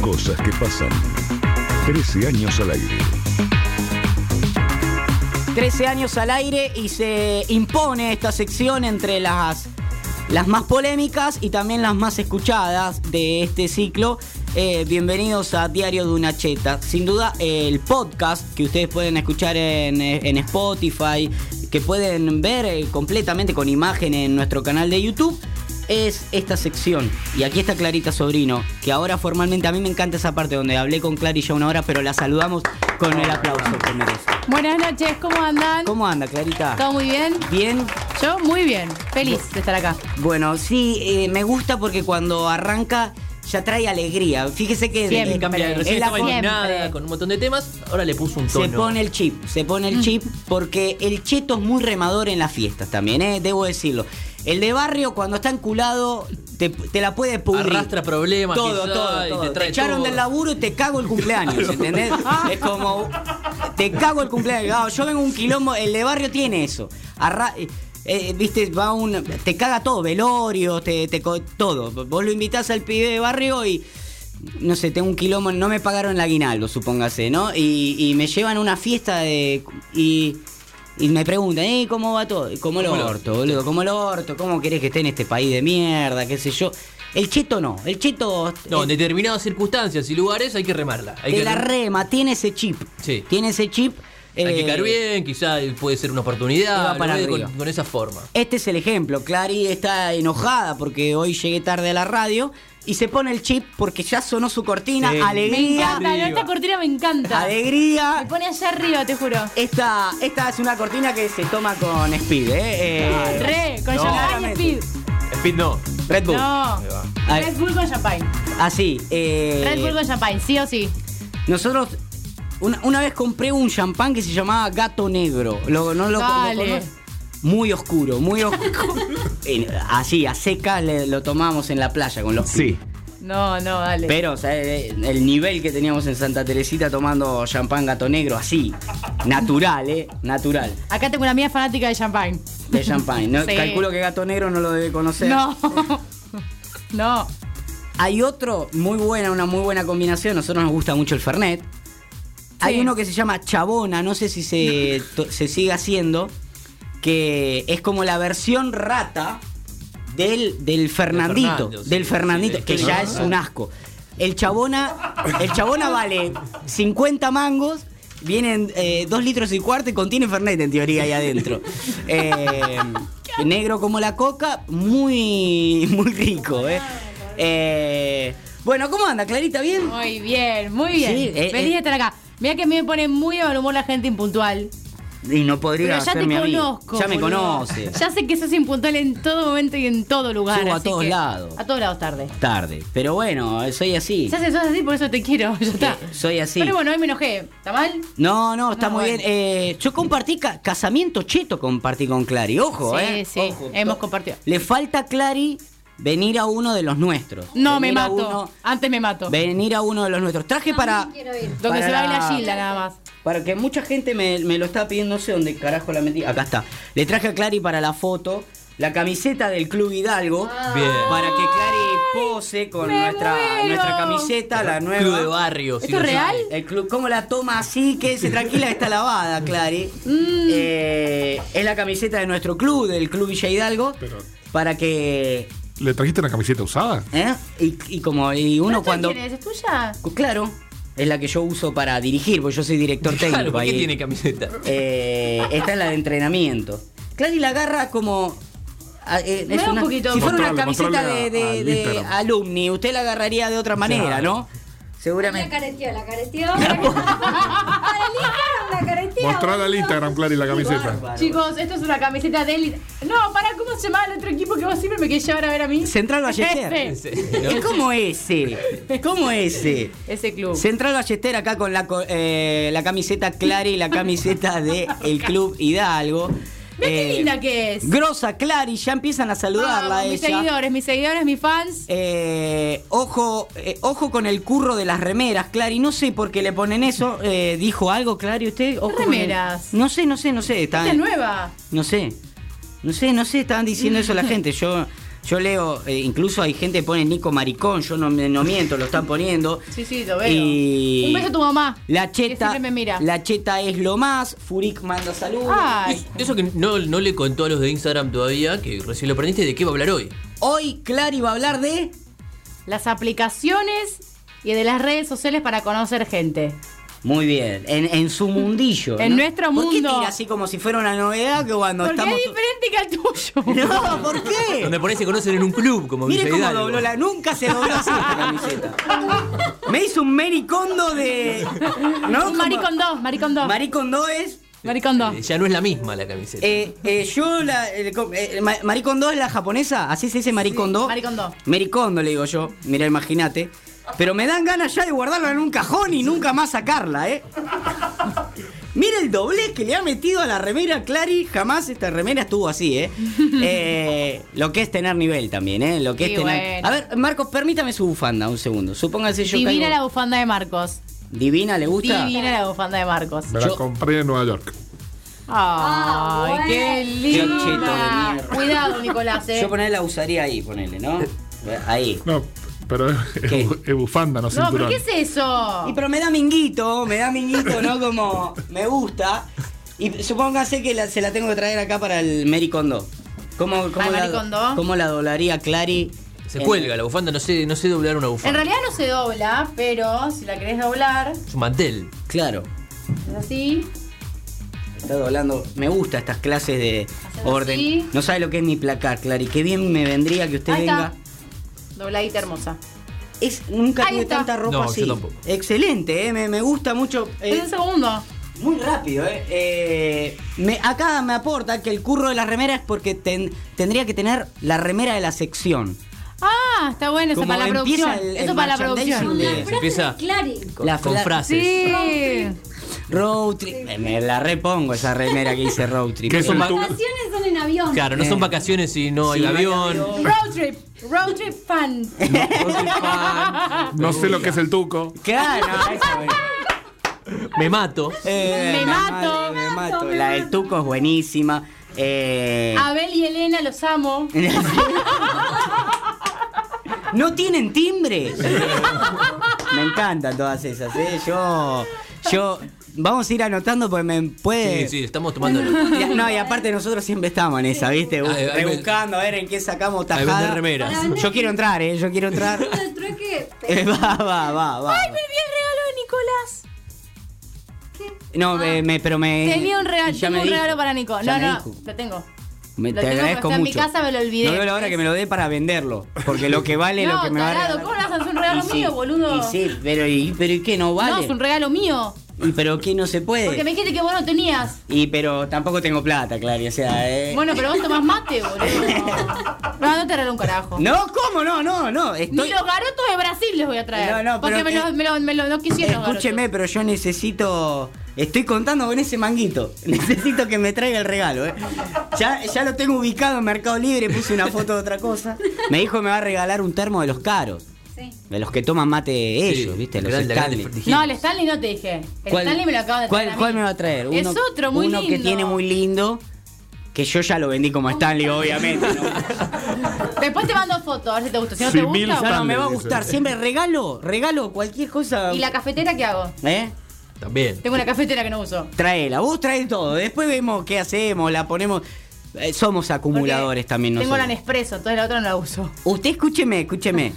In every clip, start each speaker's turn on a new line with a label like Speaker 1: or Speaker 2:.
Speaker 1: cosas que pasan. 13 años al aire.
Speaker 2: 13 años al aire y se impone esta sección entre las, las más polémicas y también las más escuchadas de este ciclo. Eh, bienvenidos a Diario de una Cheta. Sin duda, el podcast que ustedes pueden escuchar en, en Spotify, que pueden ver eh, completamente con imagen en nuestro canal de YouTube, es esta sección. Y aquí está Clarita Sobrino, que ahora formalmente a mí me encanta esa parte donde hablé con Clarita ya una hora, pero la saludamos con el aplauso que merece.
Speaker 3: Buenas noches, ¿cómo andan?
Speaker 2: ¿Cómo anda, Clarita?
Speaker 3: ¿Todo muy bien?
Speaker 2: Bien.
Speaker 3: Yo muy bien, feliz de estar acá.
Speaker 2: Bueno, sí, eh, me gusta porque cuando arranca ya trae alegría. Fíjese que
Speaker 3: Siempre.
Speaker 2: eh,
Speaker 4: Cambia,
Speaker 2: Es
Speaker 4: recién
Speaker 2: la
Speaker 4: estaba
Speaker 3: forma.
Speaker 4: indignada
Speaker 3: Siempre.
Speaker 4: con un montón de temas, ahora le puso un tono.
Speaker 2: se pone el chip, se pone el chip porque el cheto es muy remador en las fiestas también, eh, debo decirlo. El de barrio cuando está enculado te, te la puede pudrir.
Speaker 4: Arrastra problemas,
Speaker 2: todo,
Speaker 4: quizá,
Speaker 2: todo,
Speaker 4: y
Speaker 2: todo.
Speaker 4: te
Speaker 2: Te,
Speaker 4: trae
Speaker 2: echaron
Speaker 4: todo.
Speaker 2: del laburo y te cago el cumpleaños, ¿entendés? Es como. Te cago el cumpleaños. Ah, yo vengo un quilombo. El de barrio tiene eso. Arra- eh, eh, Viste, va un. Te caga todo, velorio, te, te co- todo. Vos lo invitás al pibe de barrio y. No sé, tengo un quilombo, no me pagaron el aguinaldo, supóngase, ¿no? Y, y me llevan a una fiesta de. Y, y me preguntan, ¿eh? ¿Cómo va todo? Como lo
Speaker 4: Como el
Speaker 2: orto, boludo, como lo orto, ¿cómo querés que esté en este país de mierda? ¿Qué sé yo? El cheto no, el cheto.
Speaker 4: No,
Speaker 2: eh,
Speaker 4: en determinadas circunstancias y lugares hay que remarla. Hay
Speaker 2: te
Speaker 4: que,
Speaker 2: la rema, tiene ese chip.
Speaker 4: Sí.
Speaker 2: Tiene ese chip.
Speaker 4: hay que
Speaker 2: eh,
Speaker 4: caer bien, quizá puede ser una
Speaker 2: Y
Speaker 4: oportunidad,
Speaker 2: va para
Speaker 4: lo ve
Speaker 2: arriba.
Speaker 4: con, con esa forma.
Speaker 2: Este es el ejemplo. Clary está enojada porque hoy llegué tarde a la radio y se pone el chip porque ya sonó su cortina.
Speaker 4: Sí.
Speaker 3: Me
Speaker 2: Alegría.
Speaker 3: encanta, no, esta cortina me encanta. Me
Speaker 2: Alegría.
Speaker 3: pone allá arriba, te juro.
Speaker 2: Esta, esta es una cortina que se toma con Speed, ¿eh? Eh,
Speaker 3: Re, con
Speaker 4: No.
Speaker 3: champagne y speed.
Speaker 4: Speed no.
Speaker 2: Red Bull.
Speaker 3: No.
Speaker 2: Ahí.
Speaker 3: Red Bull con champagne.
Speaker 2: Así. eh,
Speaker 3: Red Bull con champagne, sí o sí.
Speaker 2: Nosotros. Una, una vez compré un champán que se llamaba Gato Negro. Lo- no lo, lo
Speaker 3: Dale.
Speaker 2: conoces? Muy oscuro, muy oscuro. Eh, Así, a secas le- lo tomamos en la playa con los pibes.
Speaker 3: No, no, dale.
Speaker 2: Pero, o sea, eh, el nivel que teníamos en Santa Teresita tomando champán gato negro, así. Natural, ¿eh? Natural.
Speaker 3: Acá tengo una amiga fanática de champagne.
Speaker 2: De champán. No,
Speaker 3: Sí.
Speaker 2: Calculo que gato negro no lo debe conocer.
Speaker 3: No. No.
Speaker 2: Hay otro muy buena, una muy buena combinación. Nosotros nos gusta mucho el Fernet. Hay
Speaker 3: Sí.
Speaker 2: uno que se llama Chabona, no sé si se, to- se sigue haciendo, que es como la versión rata del, del Fernandito.
Speaker 4: Fernando, sí,
Speaker 2: del
Speaker 4: sí,
Speaker 2: Fernandito,
Speaker 4: sí,
Speaker 2: que
Speaker 4: sí,
Speaker 2: ya
Speaker 4: sí.
Speaker 2: es un asco. El Chabona, el Chabona vale 50 mangos. Vienen eh, dos litros y cuarto y contiene Fernet en teoría ahí adentro. Eh, negro como la coca, muy, muy rico. eh. Eh, bueno, ¿cómo anda, Clarita? ¿Bien?
Speaker 3: Muy bien, muy bien.
Speaker 2: Sí, eh,
Speaker 3: Feliz
Speaker 2: eh.
Speaker 3: de estar acá. Mira que a mí me pone muy de mal humor la gente impuntual.
Speaker 2: Y no podría
Speaker 3: Pero ya
Speaker 2: ser
Speaker 3: te
Speaker 2: mi amigo.
Speaker 3: conozco.
Speaker 2: Ya me
Speaker 3: boludo.
Speaker 2: conoce.
Speaker 3: Ya sé que sos impuntual en todo momento y en todo lugar.
Speaker 2: Subo a
Speaker 3: así
Speaker 2: todos
Speaker 3: que-
Speaker 2: lados.
Speaker 3: A todos lados tarde.
Speaker 2: Tarde. Pero bueno, soy así.
Speaker 3: Ya sé, sos así, por eso te quiero. Ya está.
Speaker 2: Eh, Soy así.
Speaker 3: Pero bueno, hoy me enojé. ¿Está mal?
Speaker 2: No, no, está
Speaker 3: No,
Speaker 2: muy
Speaker 3: bueno.
Speaker 2: bien. Eh, yo compartí ca- casamiento cheto, compartí con Clary. Ojo,
Speaker 3: sí,
Speaker 2: ¿eh?
Speaker 3: sí.
Speaker 2: Ojo.
Speaker 3: Hemos compartido.
Speaker 2: Le falta a Clary venir a uno de los nuestros.
Speaker 3: No, me
Speaker 2: Venir a
Speaker 3: mato.
Speaker 2: uno-
Speaker 3: Antes me mato.
Speaker 2: venir a uno de los nuestros. Traje para.
Speaker 3: Donde se
Speaker 2: para-
Speaker 3: baila Gilda nada más.
Speaker 2: Para que mucha gente me, me lo está pidiendo, no sé dónde carajo la metí. Acá está. Le traje a Clary para la foto la camiseta del Club Hidalgo.
Speaker 4: Bien.
Speaker 2: Para que Clary pose con
Speaker 3: Ah. ¡Me
Speaker 2: nuestra,
Speaker 3: muero!
Speaker 2: nuestra camiseta, la nueva.
Speaker 4: Club de barrio. si
Speaker 3: ¿Esto es
Speaker 4: lo
Speaker 3: real?
Speaker 4: sabe.
Speaker 2: El club, ¿cómo la toma así? Quédese tranquila, que está lavada, Clary.
Speaker 3: Mm.
Speaker 2: Eh, es la camiseta de nuestro club, del Club Villa Hidalgo.
Speaker 5: Pero-
Speaker 2: Para que.
Speaker 5: ¿Le trajiste una camiseta usada?
Speaker 2: ¿eh? Y, y como y uno
Speaker 3: ¿Esto
Speaker 2: cuando.
Speaker 3: quién es? ¿Es tuya?
Speaker 2: Claro, es la que yo uso para dirigir, porque yo soy director
Speaker 4: Claro,
Speaker 2: técnico
Speaker 4: ¿por qué
Speaker 2: ahí.
Speaker 4: tiene camiseta?
Speaker 2: Eh, esta es la de entrenamiento. Clary la agarra como. a- eh,
Speaker 3: Me da un poquito.
Speaker 2: si fuera una
Speaker 5: Mostrale,
Speaker 2: camiseta de,
Speaker 5: mostrale a-
Speaker 2: de-
Speaker 5: al
Speaker 2: de
Speaker 5: Instagram.
Speaker 2: alumni, usted la agarraría de otra manera, ¿no?
Speaker 6: La
Speaker 2: Seguramente.
Speaker 6: careteó, la careteó. La careteó. Para el Instagram, la careteó.
Speaker 5: Mostrala al
Speaker 6: boludo.
Speaker 5: Instagram, Clary, la camiseta.
Speaker 3: Chicos, esto es una camiseta de élite. No, pará, ¿cómo se llamaba el otro equipo que vos siempre me querés llevar a ver a mí?
Speaker 2: Central Ballester.
Speaker 3: Ese.
Speaker 2: Eh, ¿Cómo ese? ¿Cómo ese?
Speaker 3: Ese club.
Speaker 2: Central Ballester acá con la, co- eh, la camiseta Clary y la camiseta de el Club Hidalgo.
Speaker 3: Mirá qué
Speaker 2: Eh,
Speaker 3: linda que es.
Speaker 2: Grosa, Clary, ya empiezan a saludarla
Speaker 3: Vamos,
Speaker 2: a
Speaker 3: mis
Speaker 2: ella.
Speaker 3: seguidores, mis seguidores, mis fans.
Speaker 2: Eh, ojo, eh, ojo con el curro de las remeras, Clary. No sé por qué le ponen eso. Eh, ¿Dijo algo, Clary, usted? Ojo con el-
Speaker 3: Remeras.
Speaker 2: No sé, no sé, no sé.
Speaker 3: Esta
Speaker 2: Estaban,
Speaker 3: nueva.
Speaker 2: no sé. No sé, no sé. Estaban diciendo eso la gente. Yo, yo Yo leo, eh, incluso hay gente que pone Nico Maricón, yo no, me- no miento, lo están poniendo.
Speaker 3: Sí, sí, lo veo.
Speaker 2: Y-
Speaker 3: Un beso a tu mamá.
Speaker 2: La
Speaker 3: Que
Speaker 2: cheta,
Speaker 3: siempre me mira. Ah.
Speaker 2: la cheta es lo más. Furik manda saludos.
Speaker 3: Ay.
Speaker 4: Eso que no, no le contó a los de Instagram todavía, que recién lo aprendiste, ¿de qué va a hablar hoy?
Speaker 2: Hoy Clary va a hablar de.
Speaker 3: Las aplicaciones y de las redes sociales para conocer gente.
Speaker 2: Muy bien, en, en su mundillo.
Speaker 3: En nuestro
Speaker 2: ¿Por qué
Speaker 3: mundo.
Speaker 2: tira así como si fuera una novedad que cuando
Speaker 3: Porque
Speaker 2: estamos.
Speaker 3: es diferente que al tuyo.
Speaker 2: No, ¿por qué?
Speaker 4: Donde por ahí se conocen en un club, como
Speaker 2: Eh. Mire
Speaker 4: Villa
Speaker 2: cómo
Speaker 4: Hidalgo.
Speaker 2: dobló la. Nunca se dobló así esta camiseta. Me hizo un maricondo de. ¿No?
Speaker 3: Un maricón 2, maricón 2.
Speaker 2: Maricondo es.
Speaker 3: Maricón 2.
Speaker 4: Eh, Ya no es la misma la camiseta.
Speaker 2: Eh, eh, yo la. el co- eh, ma- maricondo es la japonesa. Así se dice maricondo.
Speaker 3: maricondo.
Speaker 2: Maricondo le digo yo. Mira, imagínate. Pero me dan ganas ya de guardarla en un cajón y nunca más sacarla, ¿eh? Mira el doblez que le ha metido a la remera Clary. Jamás esta remera estuvo así, ¿eh? Eh, lo que es tener nivel también, ¿eh? Lo que es
Speaker 3: Sí,
Speaker 2: tener.
Speaker 3: bueno.
Speaker 2: A ver, Marcos, permítame su bufanda un segundo. Supóngase yo
Speaker 3: Divina la
Speaker 2: caigo-
Speaker 3: bufanda de Marcos.
Speaker 2: Divina, ¿le gusta?
Speaker 3: Divina la bufanda de Marcos.
Speaker 5: Me la compré en Nueva York.
Speaker 6: Ah,
Speaker 3: Ay,
Speaker 6: bueno.
Speaker 3: qué
Speaker 2: Qué
Speaker 3: linda.
Speaker 2: cheto de mierda.
Speaker 3: Cuidado, Nicolás, eh.
Speaker 2: Yo ponerle la usaría ahí, ponele, ¿no? Ahí.
Speaker 5: No, pero es,
Speaker 2: ¿Qué?
Speaker 5: es bufanda, no
Speaker 3: No,
Speaker 5: cinturón.
Speaker 3: pero ¿qué es
Speaker 2: Y
Speaker 3: eso?
Speaker 2: pero me da minguito, me da minguito, ¿no? Como me gusta. Y supóngase que la- se la tengo que traer acá para el Mericondo. ¿Cómo, cómo,
Speaker 3: ¿Al
Speaker 2: la,
Speaker 3: Maricondo?
Speaker 2: ¿Cómo la doblaría Clary?
Speaker 4: se
Speaker 2: en-
Speaker 4: cuelga la bufanda, no sé, no sé doblar una bufanda.
Speaker 3: En realidad no se dobla, pero si la querés doblar,
Speaker 4: Es un mantel.
Speaker 2: Claro.
Speaker 3: es así.
Speaker 2: Está doblando. Me gusta estas clases de
Speaker 3: Hacemos
Speaker 2: orden.
Speaker 3: así.
Speaker 2: No sabe lo que es mi placar, Clary. Qué bien me vendría que usted
Speaker 3: Ahí
Speaker 2: venga.
Speaker 3: está. Dobladita hermosa.
Speaker 2: Es, nunca
Speaker 3: Ahí
Speaker 2: tuve
Speaker 3: está.
Speaker 2: tanta ropa
Speaker 4: No, yo
Speaker 2: así.
Speaker 4: tampoco.
Speaker 2: Excelente, ¿eh? me, me gusta mucho. eh,
Speaker 3: Es un segundo.
Speaker 2: Muy rápido, ¿eh? Eh, me, acá me aporta que el curro de las remeras es porque ten- tendría que tener la remera de la sección.
Speaker 3: Ah, está bueno, eso
Speaker 2: Como
Speaker 3: para la
Speaker 2: empieza
Speaker 3: producción.
Speaker 2: el-
Speaker 3: eso
Speaker 2: el
Speaker 3: para la
Speaker 2: merchandising
Speaker 3: producción.
Speaker 2: de-
Speaker 6: Una frase
Speaker 4: empieza-
Speaker 6: de Clarín.
Speaker 4: Con,
Speaker 2: La
Speaker 4: con
Speaker 2: fla-
Speaker 4: frases.
Speaker 3: Sí.
Speaker 2: Road trip. Eh, Me la repongo esa remera que dice road trip.
Speaker 5: ¿Qué es
Speaker 2: Eh,
Speaker 5: un
Speaker 4: Son
Speaker 5: tu-
Speaker 6: Vacaciones son en avión.
Speaker 4: Claro, no
Speaker 2: Eh.
Speaker 4: son vacaciones si no
Speaker 2: Sí,
Speaker 4: hay
Speaker 2: no hay
Speaker 4: avión.
Speaker 2: avión.
Speaker 3: Road trip. Road trip fan.
Speaker 4: no soy fan.
Speaker 5: No sé lo que es el tuco.
Speaker 2: Claro, eso, eh.
Speaker 4: Me mato.
Speaker 2: Eh,
Speaker 3: Me
Speaker 2: la
Speaker 3: mato.
Speaker 2: madre, me
Speaker 6: Me mato,
Speaker 2: mato.
Speaker 6: me
Speaker 2: La del
Speaker 6: mato.
Speaker 2: tuco es buenísima. Eh,
Speaker 3: Abel y Elena los amo.
Speaker 2: no tienen timbre. Eh, Me encantan todas esas, ¿eh? Yo. Yo. Vamos a ir anotando porque me puede.
Speaker 4: Sí, sí, estamos tomando.
Speaker 2: Y- No, y aparte nosotros siempre estamos en esa, ¿viste?
Speaker 4: Ahí- ahí me-
Speaker 2: Rebuscando a ver en qué sacamos
Speaker 4: Ahí vender
Speaker 2: tajada.
Speaker 4: remeras.
Speaker 6: Para-
Speaker 2: Yo quiero entrar, ¿eh? Yo quiero entrar.
Speaker 6: El trueque.
Speaker 2: Eh, va, va, va, va.
Speaker 3: Ay, perdí el regalo de Nicolás.
Speaker 2: No, eh, me- me- pero me...
Speaker 3: Ah. Tenía un regalo,
Speaker 2: ya
Speaker 3: tengo
Speaker 2: me
Speaker 3: un
Speaker 2: dijo,
Speaker 3: regalo para Nico.
Speaker 2: ya
Speaker 3: No,
Speaker 2: me
Speaker 3: no,
Speaker 2: dijo.
Speaker 3: lo tengo.
Speaker 2: Me-
Speaker 3: Lo
Speaker 2: te
Speaker 3: tengo, pero
Speaker 2: agradezco
Speaker 3: está en mi
Speaker 2: mucho.
Speaker 3: casa, me lo olvidé.
Speaker 2: No veo la hora que me lo dé para venderlo. Porque lo que vale es
Speaker 3: no,
Speaker 2: lo que me va a
Speaker 3: tarado,
Speaker 2: regalar.
Speaker 3: ¿cómo le vas a hacer un regalo
Speaker 2: Y sí,
Speaker 3: mío, boludo?
Speaker 2: Y sí, pero ¿y, pero ¿y qué no
Speaker 3: No,
Speaker 2: vale?
Speaker 3: es un regalo mío.
Speaker 2: ¿Y pero qué no se puede?
Speaker 3: Porque me dijiste que vos no tenías.
Speaker 2: Y pero tampoco tengo plata, Clary, o sea, eh...
Speaker 3: Bueno, pero vos tomás mate, boludo. No, no te regalo un carajo.
Speaker 2: No, ¿cómo? No, no, no. Estoy...
Speaker 3: Ni los garotos de Brasil les voy a traer.
Speaker 2: No, no, pero
Speaker 3: porque me,
Speaker 2: que-
Speaker 3: los- me los- me los- no quisieron. los
Speaker 2: Escúcheme, pero yo necesito. Estoy contando con ese manguito. Necesito que me traiga el regalo, ¿eh? Ya, ya lo tengo ubicado en Mercado Libre, puse una foto de otra cosa. Me dijo que me va a regalar un termo de los caros.
Speaker 6: Sí.
Speaker 2: De los que toman mate
Speaker 4: Sí,
Speaker 2: ellos, ¿viste? Los
Speaker 4: grande, grande,
Speaker 2: Stanley.
Speaker 4: dijimos.
Speaker 3: No, el Stanley no te dije. El Stanley me lo acaba de
Speaker 2: cuál-
Speaker 3: traer. a mí.
Speaker 2: cuál me va a traer?
Speaker 3: Es otro muy
Speaker 2: uno que
Speaker 3: lindo.
Speaker 2: tiene muy lindo, que yo ya lo vendí como Stanley, obviamente. ¿no?
Speaker 3: Después te mando fotos, a ver si te gusta. Si no
Speaker 5: Sí,
Speaker 3: te
Speaker 5: mil
Speaker 2: Ya
Speaker 3: gusta.
Speaker 2: no me va a
Speaker 5: Stanley,
Speaker 2: gustar.
Speaker 5: dice.
Speaker 2: Siempre regalo, regalo cualquier cosa.
Speaker 3: ¿Y la cafetera qué hago?
Speaker 2: ¿Eh?
Speaker 4: También.
Speaker 3: Tengo una cafetera que no uso.
Speaker 2: Traela, vos trae todo. Después vemos qué hacemos, la ponemos. Eh, somos
Speaker 3: Porque
Speaker 2: acumuladores también
Speaker 3: Tengo la
Speaker 2: nosotros.
Speaker 3: Nespresso, entonces la otra no la uso.
Speaker 2: Usted escúcheme, escúcheme.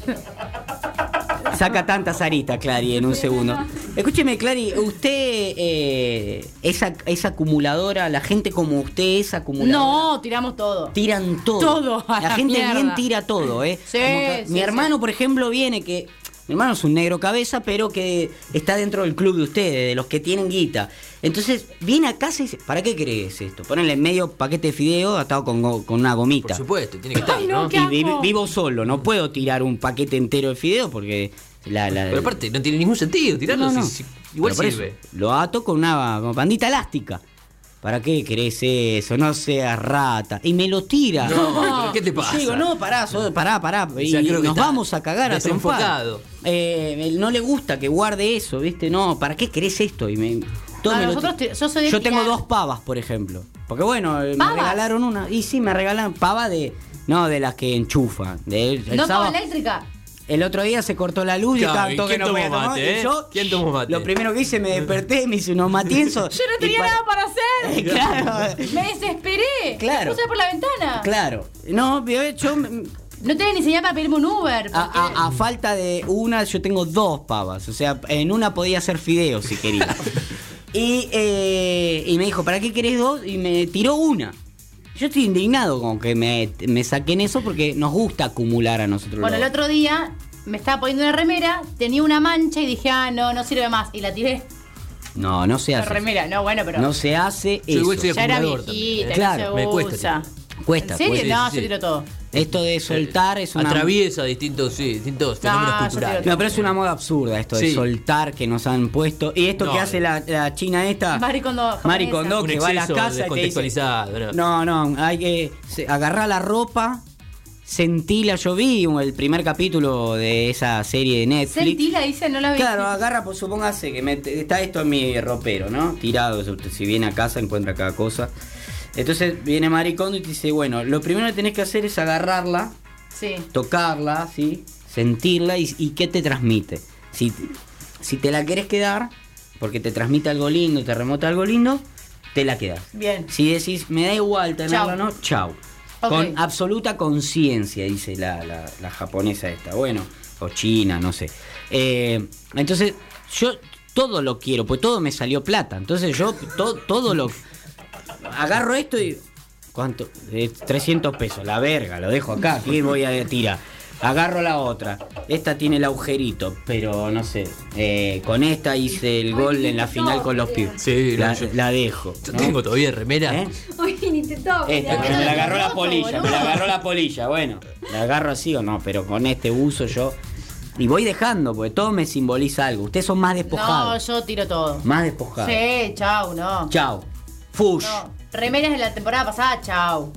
Speaker 2: Saca tantas aritas, Clary, en un segundo. Escúcheme, Clary, usted eh, es, ac- es acumuladora, la gente como usted es acumuladora.
Speaker 3: No, tiramos todo.
Speaker 2: Tiran todo.
Speaker 3: Todo a
Speaker 2: La,
Speaker 3: la
Speaker 2: gente
Speaker 3: mierda.
Speaker 2: bien tira todo, ¿eh?
Speaker 3: Sí,
Speaker 2: que-
Speaker 3: sí,
Speaker 2: mi
Speaker 3: sí.
Speaker 2: hermano, por ejemplo, viene que. Mi hermano es un negro cabeza, pero que está dentro del club de ustedes, de los que tienen guita. Entonces, viene a casa y dice, ¿para qué crees esto? Ponenle medio paquete de fideo atado con, go- con una gomita.
Speaker 4: Por supuesto, tiene que estar,
Speaker 3: Ay,
Speaker 4: ¿no?
Speaker 3: no, qué
Speaker 2: Y vi-
Speaker 3: asco.
Speaker 2: vivo solo, no puedo tirar un paquete entero de fideo porque la, la-
Speaker 4: Pero aparte, no tiene ningún sentido tirarlo.
Speaker 2: No, no.
Speaker 4: si- si- igual
Speaker 2: Pero por
Speaker 4: sirve.
Speaker 2: eso, lo ato con una bandita elástica. ¿Para qué querés eso? No seas rata. Y me lo tira.
Speaker 4: No, pero ¿qué
Speaker 2: Y
Speaker 4: te pasa?
Speaker 2: yo digo, no, pará, so- pará, pará. Y
Speaker 4: sea, creo que
Speaker 2: nos
Speaker 4: está
Speaker 2: vamos a cagar a trompar.
Speaker 4: desenfocado.
Speaker 2: Eh, él no le gusta que guarde eso, ¿viste? No, ¿para qué querés esto? Y me, todo
Speaker 3: A
Speaker 2: me lo
Speaker 3: nosotros
Speaker 2: tira.
Speaker 3: te- yo soy de
Speaker 2: tengo
Speaker 3: tirar.
Speaker 2: dos pavas, por ejemplo. Porque bueno, eh, me
Speaker 3: ¿Pavas?
Speaker 2: regalaron una. Y sí, me regalan pava de, No de las que enchufa. De, el,
Speaker 3: No
Speaker 2: sábado-
Speaker 3: como eléctrica.
Speaker 2: el otro día se cortó la luz
Speaker 4: Claro,
Speaker 2: y
Speaker 4: ¿y
Speaker 2: tanto que
Speaker 4: quién
Speaker 2: no
Speaker 4: tomó
Speaker 2: podía tomar.
Speaker 4: mate,
Speaker 2: y
Speaker 4: eh?
Speaker 2: yo,
Speaker 4: ¿Quién tomó mate?
Speaker 2: Lo primero que hice, me desperté, me hice unos matienzos.
Speaker 7: Yo no
Speaker 2: y
Speaker 7: tenía
Speaker 2: para-
Speaker 7: nada para hacer.
Speaker 2: Claro,
Speaker 3: Me desesperé.
Speaker 2: Claro.
Speaker 3: Me puse por la ventana.
Speaker 2: claro. No, de hecho, m-
Speaker 3: No tenía ni señal para pedirme un Uber.
Speaker 2: a, a- a falta de una, yo tengo dos pavas. O sea, en una podía hacer fideos si quería. y, eh, y me dijo, ¿para qué querés dos? Y me tiró una. Yo estoy indignado con que me, me saquen eso porque nos gusta acumular a nosotros.
Speaker 3: Bueno, el
Speaker 2: los-
Speaker 3: otro día me estaba poniendo una remera, tenía una mancha y dije, ah, no, no sirve más. Y la tiré.
Speaker 2: No, no se
Speaker 3: La
Speaker 2: hace. eso.
Speaker 3: remera, no, bueno, pero.
Speaker 2: No se hace
Speaker 4: Yo igual
Speaker 2: eso.
Speaker 4: soy
Speaker 3: ya era
Speaker 4: acumulador
Speaker 3: viejita,
Speaker 4: también, ¿eh?
Speaker 3: no
Speaker 2: Claro,
Speaker 3: se
Speaker 4: me cuesta
Speaker 3: usa.
Speaker 2: Cuesta, pues,
Speaker 3: ¿En serio?
Speaker 4: cuesta.
Speaker 3: no,
Speaker 4: Sí, sí,
Speaker 3: yo
Speaker 4: sí.
Speaker 3: tiro todo.
Speaker 2: Esto de soltar es una.
Speaker 4: Atraviesa distintos, sí, distintos fenómenos
Speaker 3: yo
Speaker 4: culturales.
Speaker 2: No, pero es una moda absurda esto de
Speaker 4: Sí.
Speaker 2: soltar que nos han puesto. Y esto
Speaker 4: No,
Speaker 2: que
Speaker 4: no.
Speaker 2: hace la, la china esta.
Speaker 3: Marie Kondo japonesa.
Speaker 2: Marie Kondo,
Speaker 4: Un
Speaker 2: que va a las
Speaker 4: exceso
Speaker 2: casas y te dice.
Speaker 4: descontextualizado. ¿no?
Speaker 2: No, no, hay que se- agarrar la ropa. Sentila, yo vi el primer capítulo de esa serie de Netflix.
Speaker 3: Sentila, dice, no la vi.
Speaker 2: Claro, agarra, pues supóngase que me- está esto en mi ropero, ¿no? Tirado, o sea, usted si viene a casa encuentra cada cosa. Entonces viene Maricondo y te dice, bueno, lo primero que tenés que hacer es agarrarla,
Speaker 3: Sí.
Speaker 2: tocarla, ¿sí? Sentirla y, y qué te transmite. Si, si te la querés quedar, porque te transmite algo lindo, te remota algo lindo, te la quedas.
Speaker 3: Bien.
Speaker 2: Si decís, me da igual tenerla o
Speaker 3: Chau.
Speaker 2: no, chau.
Speaker 3: Ok.
Speaker 2: Con absoluta conciencia, dice la, la- la japonesa esta. Bueno, o china, no sé. Eh, entonces, yo todo lo quiero, pues todo me salió plata. Entonces, yo to- todo lo. Agarro esto y. ¿Cuánto? Eh, 300 pesos, la verga, lo dejo acá. Aquí voy a tirar. Agarro la otra. Esta tiene el agujerito, pero no sé. Eh, con esta hice el gol en la final con los pibes.
Speaker 4: Sí, no,
Speaker 2: la,
Speaker 4: yo-
Speaker 2: la dejo.
Speaker 4: Yo
Speaker 2: ¿no?
Speaker 4: tengo todavía remera.
Speaker 2: ¿Eh?
Speaker 3: Uy, ni te toco.
Speaker 2: Esta, que me la agarró la polilla, me la agarró la polilla, bueno. La agarro así o no, pero con este uso yo. Y voy dejando, porque todo me simboliza algo. Ustedes son más
Speaker 3: No,
Speaker 2: despojados.
Speaker 3: yo tiro todo.
Speaker 2: Más despojados.
Speaker 3: Sí, chau, no.
Speaker 2: Chao. Fush.
Speaker 3: No. Remeras de la temporada pasada, chau.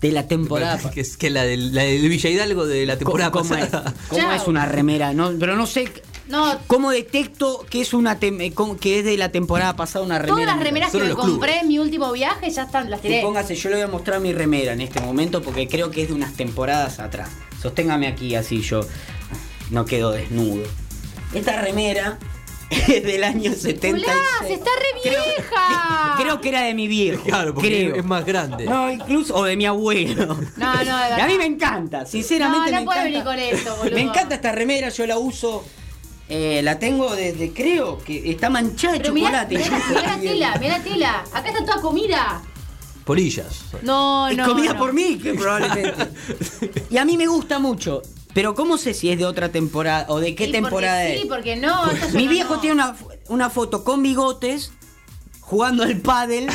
Speaker 2: De la temporada.
Speaker 4: Que es que la del, la del Villa Hidalgo de la temporada
Speaker 2: ¿Cómo, cómo es?
Speaker 4: pasada.
Speaker 2: ¿Cómo
Speaker 3: Chao.
Speaker 2: es una remera? No, pero no sé.
Speaker 3: No.
Speaker 2: ¿Cómo detecto que es una tem- eh, cómo- que es de la temporada pasada una remera?
Speaker 3: Todas las remeras que
Speaker 4: Solo
Speaker 3: me
Speaker 4: los
Speaker 3: compré
Speaker 4: clubes.
Speaker 3: en mi último viaje ya están, las tiré.
Speaker 2: Póngase, yo le voy a mostrar mi remera en este momento porque creo que es de unas temporadas atrás. Sosténgame aquí así yo no quedo desnudo. Esta remera es del año 76.
Speaker 3: Nicolás, está re vieja.
Speaker 2: Creo que era de mi viejo.
Speaker 4: Claro, porque
Speaker 2: creo.
Speaker 4: es más grande.
Speaker 2: No, incluso o de mi abuelo.
Speaker 3: No, no, de verdad.
Speaker 2: Y A mí me encanta, sinceramente
Speaker 3: No, no
Speaker 2: me
Speaker 3: puede
Speaker 2: encanta.
Speaker 3: venir con eso, boludo.
Speaker 2: Me encanta esta remera, yo la uso eh, la tengo desde creo que está manchada de
Speaker 3: Pero mirá,
Speaker 2: chocolate.
Speaker 3: mirá, la- mirá la tela, mirá la tela. Acá está toda comida.
Speaker 4: Polillas.
Speaker 3: No,
Speaker 2: Es
Speaker 3: no.
Speaker 2: comida
Speaker 3: no.
Speaker 2: por mí, que probablemente. y a mí me gusta mucho. Pero ¿cómo sé si es de otra temporada o de qué
Speaker 3: Y
Speaker 2: temporada
Speaker 3: porque
Speaker 2: es?
Speaker 3: Sí, porque no. esta yo
Speaker 2: Mi
Speaker 3: no,
Speaker 2: viejo
Speaker 3: no.
Speaker 2: tiene una, una foto con bigotes jugando al pádel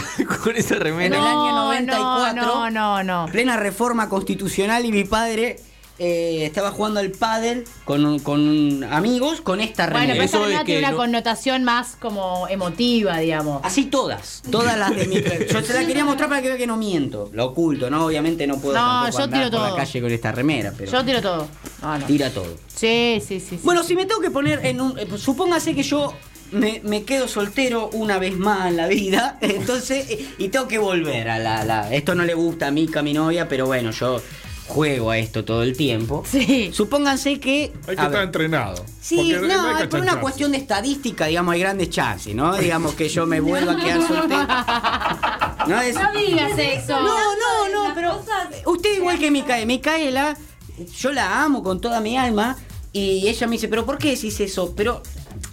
Speaker 4: Con esa
Speaker 2: en
Speaker 4: remera.
Speaker 2: el año
Speaker 3: No,
Speaker 2: 94.
Speaker 3: no, no, no, no.
Speaker 2: Plena reforma constitucional y mi padre eh, estaba jugando al pádel con, un- con un- amigos con esta
Speaker 3: Bueno,
Speaker 2: remera.
Speaker 3: pero esta
Speaker 4: Eso es
Speaker 3: remera
Speaker 4: que
Speaker 3: tiene una
Speaker 4: no-
Speaker 3: connotación más como emotiva, digamos.
Speaker 2: Así todas, todas las de mi Yo se las quería mostrar para que vea que no miento. Lo oculto, ¿no? Obviamente no puedo
Speaker 3: No,
Speaker 2: tampoco
Speaker 3: yo
Speaker 2: andar
Speaker 3: tiro
Speaker 2: por la
Speaker 3: todo.
Speaker 2: calle con esta remera, pero
Speaker 3: Yo tiro todo. No, no.
Speaker 2: tira todo.
Speaker 3: Sí, sí, sí. sí.
Speaker 2: Bueno, si me tengo que poner en un. eh, supóngase que yo me, me quedo soltero una vez más en la vida, entonces. eh, Y tengo que volver a la. la- esto no le gusta a mí, a mi novia, pero bueno, yo juego a esto todo el tiempo.
Speaker 3: Sí.
Speaker 2: Supóngase que.
Speaker 5: Hay que
Speaker 2: a
Speaker 5: estar
Speaker 2: ver,
Speaker 5: entrenado.
Speaker 2: Sí,
Speaker 5: porque hay
Speaker 2: no,
Speaker 5: que
Speaker 2: es por una
Speaker 5: achantarse.
Speaker 2: cuestión de estadística, digamos, hay grandes chances, ¿no? Digamos que yo me vuelva a quedar soltero. No, es-
Speaker 3: No digas eso.
Speaker 2: no, no, no, pero usted igual que Micaela, Micaela, yo la amo con toda mi alma y ella me dice, pero ¿por qué decís eso? Pero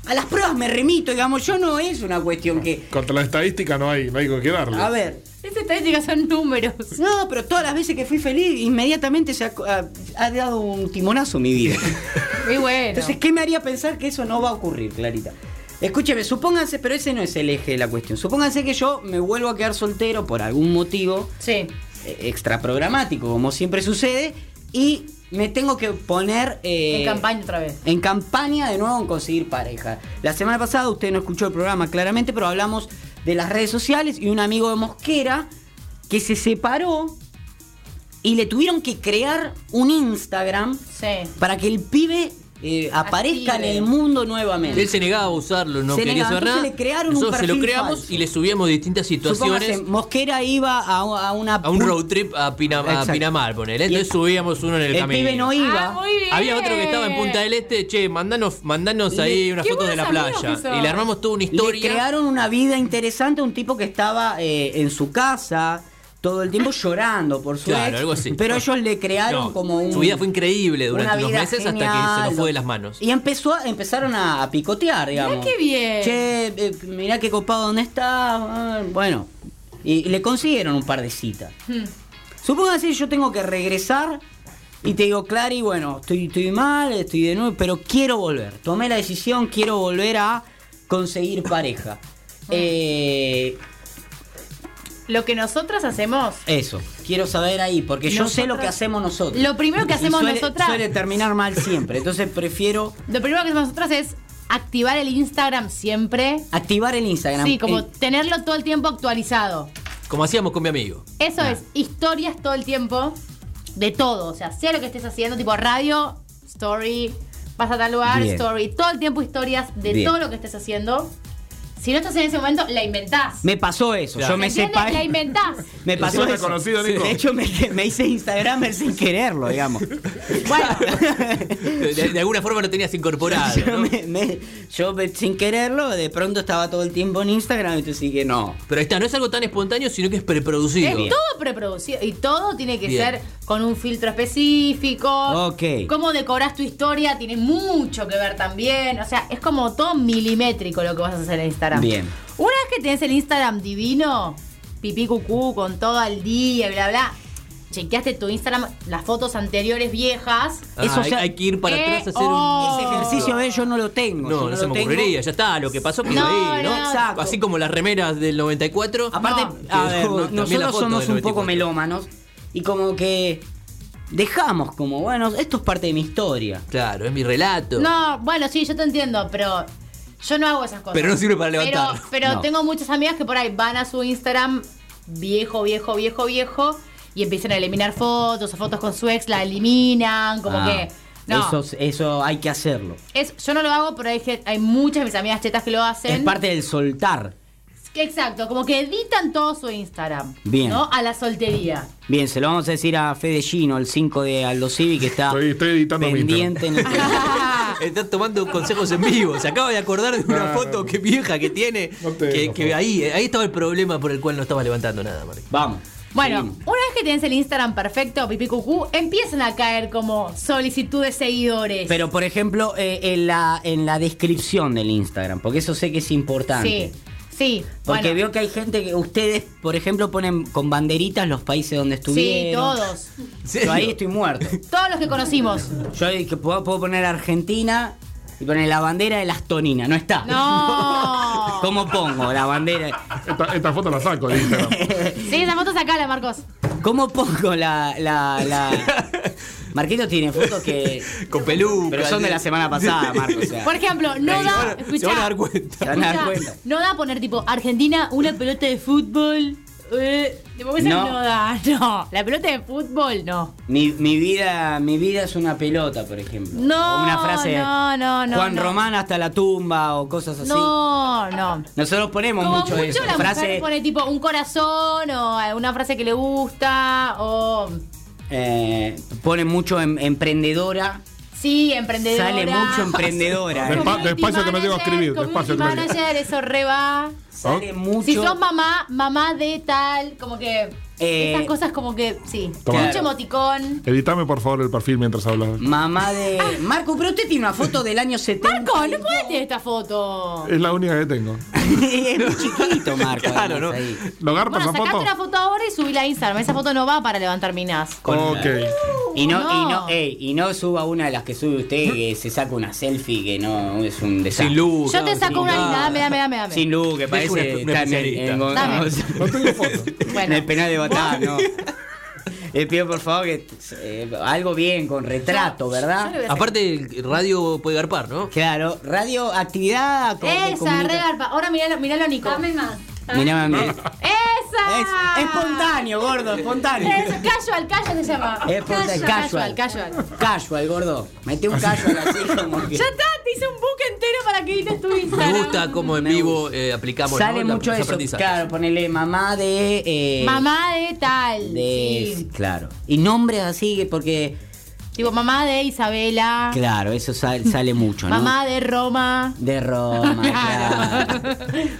Speaker 2: a las pruebas me remito, digamos, yo no es una cuestión que...
Speaker 5: Contra la estadística no hay, no hay con qué darle.
Speaker 2: A ver,
Speaker 3: Esas estadísticas son números.
Speaker 2: no, pero todas las veces que fui feliz, inmediatamente se ha, ha- ha dado un timonazo mi vida.
Speaker 3: Muy bueno.
Speaker 2: Entonces, ¿qué me haría pensar que eso no va a ocurrir, Clarita? Escúcheme, supónganse, pero ese no es el eje de la cuestión. Supónganse que yo me vuelvo a quedar soltero por algún motivo.
Speaker 3: sí.
Speaker 2: eh, extraprogramático, como siempre sucede, y me tengo que poner eh,
Speaker 3: en campaña otra vez.
Speaker 2: en campaña de nuevo en conseguir pareja. La semana pasada usted no escuchó el programa claramente, pero hablamos de las redes sociales y un amigo de Mosquera que se separó y le tuvieron que crear un Instagram
Speaker 3: Sí.
Speaker 2: para que el pibe eh, aparezca en
Speaker 3: Aspire.
Speaker 2: el mundo nuevamente.
Speaker 4: Él se negaba a usarlo, no
Speaker 2: Se
Speaker 4: quería
Speaker 2: negaba,
Speaker 4: saber nada.
Speaker 2: entonces le crearon un
Speaker 4: Nosotros se lo
Speaker 2: perfil
Speaker 4: creamos
Speaker 2: falso.
Speaker 4: y le subíamos distintas
Speaker 2: Supóngase,
Speaker 4: situaciones
Speaker 2: Mosquera iba a, a una...
Speaker 4: a un road trip a, Pina- a
Speaker 2: Exacto.
Speaker 4: Pinamar, ponele.
Speaker 2: Y el-
Speaker 4: Entonces subíamos uno en el,
Speaker 2: el
Speaker 4: camino.
Speaker 2: pibe no iba.
Speaker 7: Ah, muy bien.
Speaker 4: Había otro que estaba en Punta del Este, che, mandanos, mandanos ahí unas
Speaker 7: qué
Speaker 4: fotos de la
Speaker 7: buenos amigos
Speaker 4: playa.
Speaker 7: que son.
Speaker 4: Y le armamos toda una
Speaker 2: Le
Speaker 4: historia.
Speaker 2: crearon una vida interesante a un tipo que estaba eh, en su casa todo el tiempo llorando por su
Speaker 4: Claro,
Speaker 2: ex,
Speaker 4: algo así.
Speaker 2: Pero ellos le crearon
Speaker 4: No,
Speaker 2: como un...
Speaker 4: Su vida fue increíble
Speaker 2: una
Speaker 4: durante unos
Speaker 2: vida
Speaker 4: meses hasta que se
Speaker 2: genial.
Speaker 4: nos fue de las manos.
Speaker 2: Y empezó, a- empezaron a, a picotear, digamos.
Speaker 7: qué bien.
Speaker 2: Che, eh, mirá qué copado dónde está. ah, Bueno, y, y le consiguieron un par de citas.
Speaker 3: Hmm.
Speaker 2: Supóngase, yo tengo que regresar y te digo, Clary, bueno, estoy, estoy mal, estoy de nuevo, pero quiero volver. Tomé la decisión, quiero volver a conseguir pareja. Eh,
Speaker 3: Lo que nosotras hacemos.
Speaker 2: eso, quiero saber ahí, porque yo sé lo que
Speaker 3: Nosotras-
Speaker 2: hacemos nosotros.
Speaker 3: Lo primero que
Speaker 2: Y
Speaker 3: hacemos
Speaker 2: suele-
Speaker 3: nosotras-
Speaker 2: Suele terminar mal siempre, entonces prefiero
Speaker 3: Lo primero que hacemos nosotras es activar el Instagram siempre.
Speaker 2: activar el Instagram.
Speaker 3: Sí, como
Speaker 2: Eh,
Speaker 3: tenerlo todo el tiempo actualizado.
Speaker 4: Como hacíamos con mi amigo.
Speaker 3: Eso es, historias todo el tiempo de todo. O sea, sea lo que estés haciendo, tipo radio, story, vas a tal lugar,
Speaker 2: Bien.
Speaker 3: story. Todo el tiempo historias de
Speaker 2: Bien.
Speaker 3: todo lo que estés haciendo. Si no estás en ese momento, la inventás.
Speaker 2: me pasó eso,
Speaker 4: Claro.
Speaker 2: yo me
Speaker 3: ¿Entiendes? La
Speaker 2: separé.
Speaker 3: inventás.
Speaker 2: Me pasó
Speaker 5: Encima
Speaker 2: eso.
Speaker 5: está conocido, Nico.
Speaker 2: De hecho, me, me hice Instagramer sin quererlo, digamos.
Speaker 3: Bueno,
Speaker 4: De, de alguna forma lo tenías incorporado.
Speaker 2: Yo,
Speaker 4: ¿no?
Speaker 2: me- me- yo me- sin quererlo, de pronto estaba todo el tiempo en Instagram, entonces dije, no.
Speaker 4: Pero ahí está, no es algo tan espontáneo, sino que es preproducido.
Speaker 3: es todo preproducido y todo tiene que
Speaker 4: Bien.
Speaker 3: ser con un filtro específico.
Speaker 2: Ok.
Speaker 3: Cómo decorás tu historia tiene mucho que ver también. O sea, es como todo milimétrico lo que vas a hacer en Instagram.
Speaker 2: Bien.
Speaker 3: Una vez que tenés el Instagram divino, pipí cucú, con todo al día y bla, bla, chequeaste tu Instagram, las fotos anteriores viejas.
Speaker 4: Ah,
Speaker 2: Eso
Speaker 4: hay,
Speaker 2: ya-
Speaker 4: hay que ir para
Speaker 3: Eh,
Speaker 4: atrás a hacer
Speaker 3: oh.
Speaker 4: un. ¿eh?
Speaker 2: Ese ejercicio, ¿ves? yo no lo tengo.
Speaker 4: No,
Speaker 2: Si
Speaker 4: no, se
Speaker 2: lo
Speaker 4: me
Speaker 2: tengo-
Speaker 4: ocurriría, ya está, lo que pasó quedó
Speaker 3: No,
Speaker 4: ahí, ¿no?
Speaker 3: no, no.
Speaker 2: Exacto.
Speaker 4: Así como las remeras del 94.
Speaker 2: Aparte,
Speaker 3: No.
Speaker 2: a
Speaker 4: Que
Speaker 2: ver, no-
Speaker 4: dejó también la
Speaker 2: nosotros
Speaker 4: foto
Speaker 2: somos
Speaker 4: del
Speaker 2: un poco
Speaker 4: 94.
Speaker 2: melómanos y como que dejamos como, bueno, esto es parte de mi historia.
Speaker 4: Claro, es mi relato.
Speaker 3: No, bueno, sí, yo te entiendo, pero yo no hago esas cosas.
Speaker 4: Pero no sirve para levantar.
Speaker 3: Pero, pero
Speaker 2: No.
Speaker 3: tengo muchas amigas que por ahí van a su Instagram viejo, viejo, viejo, viejo y empiezan a eliminar fotos o fotos con su ex, la eliminan, como
Speaker 2: Ah,
Speaker 3: que... No,
Speaker 2: Eso, eso hay que hacerlo.
Speaker 3: es, yo no lo hago, pero hay, gen- hay muchas de mis amigas chetas que lo hacen.
Speaker 2: Es parte del soltar.
Speaker 3: Exacto, como que editan todo su Instagram.
Speaker 2: Bien.
Speaker 3: ¿No? A la soltería.
Speaker 2: Bien, se lo vamos a decir a Fede Gino, el 5 de Aldo Civi, que está
Speaker 5: Estoy- estoy editando mi
Speaker 2: pendiente en el
Speaker 4: Está tomando consejos en vivo. Se acaba de acordar de una
Speaker 5: No,
Speaker 4: foto
Speaker 5: no.
Speaker 4: que vieja que tiene.
Speaker 5: No te
Speaker 4: que
Speaker 5: dejo,
Speaker 4: que
Speaker 5: por favor.
Speaker 4: ahí, ahí estaba el problema por el cual no estaba levantando nada, Mari.
Speaker 2: Vamos.
Speaker 3: Bueno,
Speaker 2: seguimos.
Speaker 3: una vez que tenés el Instagram perfecto, pipí cucú, empiezan a caer como solicitudes de seguidores.
Speaker 2: Pero por ejemplo, eh, en, la, en la descripción del Instagram, porque eso sé que es importante.
Speaker 3: Sí, sí.
Speaker 2: Porque
Speaker 3: bueno.
Speaker 2: veo que hay gente que ustedes, por ejemplo, ponen con banderitas los países donde estuvieron.
Speaker 3: Sí, todos.
Speaker 4: ¿En serio?
Speaker 2: Yo ahí estoy muerto.
Speaker 3: Todos los que conocimos.
Speaker 2: Yo ahí que puedo, puedo poner Argentina y poner la bandera de las Toninas. No está.
Speaker 3: No.
Speaker 2: ¿Cómo pongo la bandera?
Speaker 5: Esta, esta foto la saco de Instagram.
Speaker 3: Sí, esa foto sacala, Marcos.
Speaker 2: ¿Cómo pongo la. la, la... Marquito tiene fotos que.
Speaker 4: Con peluca.
Speaker 2: Pero son de la semana pasada, Marco. o sea,
Speaker 3: Por ejemplo, no
Speaker 4: Se van
Speaker 3: da.
Speaker 4: a- se
Speaker 3: escuchá,
Speaker 4: van a dar cuenta.
Speaker 2: Se van a dar
Speaker 3: escuchá,
Speaker 2: cuenta.
Speaker 3: No da poner tipo Argentina, una pelota de fútbol. eh, tipo, esa
Speaker 2: No.
Speaker 3: no. da, no. La pelota de fútbol no.
Speaker 2: Mi, mi vida, mi vida es una pelota, por ejemplo.
Speaker 3: No,
Speaker 2: O una frase.
Speaker 3: no, no, no,
Speaker 2: Juan
Speaker 3: no.
Speaker 2: Román hasta la tumba o cosas así.
Speaker 3: No, no.
Speaker 2: Nosotros ponemos
Speaker 3: Como
Speaker 2: mucho,
Speaker 3: mucho,
Speaker 2: eso.
Speaker 3: la
Speaker 2: Frase.
Speaker 3: mujer pone tipo un corazón o alguna frase que le gusta o
Speaker 2: eh, pone mucho em- emprendedora.
Speaker 3: sí, emprendedora.
Speaker 2: Sale mucho emprendedora. eh.
Speaker 5: Despa-
Speaker 3: Community
Speaker 5: despacio que no llego a
Speaker 3: manager,
Speaker 5: escribir,
Speaker 3: community
Speaker 5: despacio que no llego.
Speaker 3: manager, eso re va.
Speaker 2: Sale
Speaker 5: ¿Ah?
Speaker 2: mucho.
Speaker 3: Si sos mamá, mamá de tal, como que.
Speaker 2: Eh,
Speaker 3: estas cosas como que. Sí.
Speaker 5: Toma.
Speaker 3: Mucho emoticón.
Speaker 5: Editame por favor el perfil mientras hablas.
Speaker 2: Mamá de. Marco, pero usted tiene una foto del año 70.
Speaker 3: Ah. Marco, no puedes tener esta foto.
Speaker 5: Es la única que tengo.
Speaker 2: es muy chiquito, Marco.
Speaker 4: Claro,
Speaker 2: además,
Speaker 4: ¿no?
Speaker 2: ahí.
Speaker 5: ¿Logar
Speaker 3: Bueno,
Speaker 5: esa
Speaker 3: sacate
Speaker 5: foto?
Speaker 3: una foto ahora y subila a Instagram. Esa foto no va para levantar minas.
Speaker 5: Ok.
Speaker 2: Y no,
Speaker 3: No.
Speaker 2: Y, no, ey, y no suba una de las que sube usted que se saca una selfie que no es un desastre.
Speaker 4: Sin luz.
Speaker 3: Yo te
Speaker 4: sin
Speaker 3: saco una y
Speaker 4: nada.
Speaker 3: dame, dame, dame, dame.
Speaker 2: Sin luz, que
Speaker 4: Deja
Speaker 2: parece
Speaker 4: una-
Speaker 2: que
Speaker 4: una
Speaker 2: está en, el-
Speaker 4: especialista.
Speaker 2: en- en-
Speaker 3: Dame.
Speaker 5: No tengo foto.
Speaker 2: en el penal de batalla, no. Le pido por favor que eh, algo bien, con retrato,
Speaker 3: Yo le
Speaker 2: ¿verdad?
Speaker 3: voy a sacar.
Speaker 4: Aparte, el radio puede garpar, ¿no?
Speaker 2: Claro, radio, actividad, con- de
Speaker 3: Esa,
Speaker 2: comunica-
Speaker 3: re garpa. Ahora miralo, miralo a Nico.
Speaker 6: Dame más.
Speaker 2: Mirá, mami.
Speaker 3: ¡Esa! Ah.
Speaker 2: Es espontáneo, gordo, espontáneo.
Speaker 7: Eso, casual, casual se llama.
Speaker 2: Es espontáneo. Casual.
Speaker 3: Casual, casual.
Speaker 2: Casual, gordo. Mete un casual así como que.
Speaker 7: Ya está, te hice un book entero para que edites tu Instagram.
Speaker 4: Me gusta cómo en
Speaker 2: Me
Speaker 4: vivo eh, aplicamos
Speaker 2: Sale
Speaker 4: ¿no? la-
Speaker 2: mucho
Speaker 4: los
Speaker 2: eso.
Speaker 4: aprendizajes.
Speaker 2: Claro, ponele mamá de. eh,
Speaker 3: Mamá de tal.
Speaker 2: de.
Speaker 3: sí.
Speaker 2: Claro. Y nombres así, que- porque.
Speaker 3: Tipo, mamá de Isabela.
Speaker 2: Claro, eso sal- sale, mucho, ¿no?
Speaker 3: Ah. Mamá de Roma.
Speaker 2: de Roma, claro.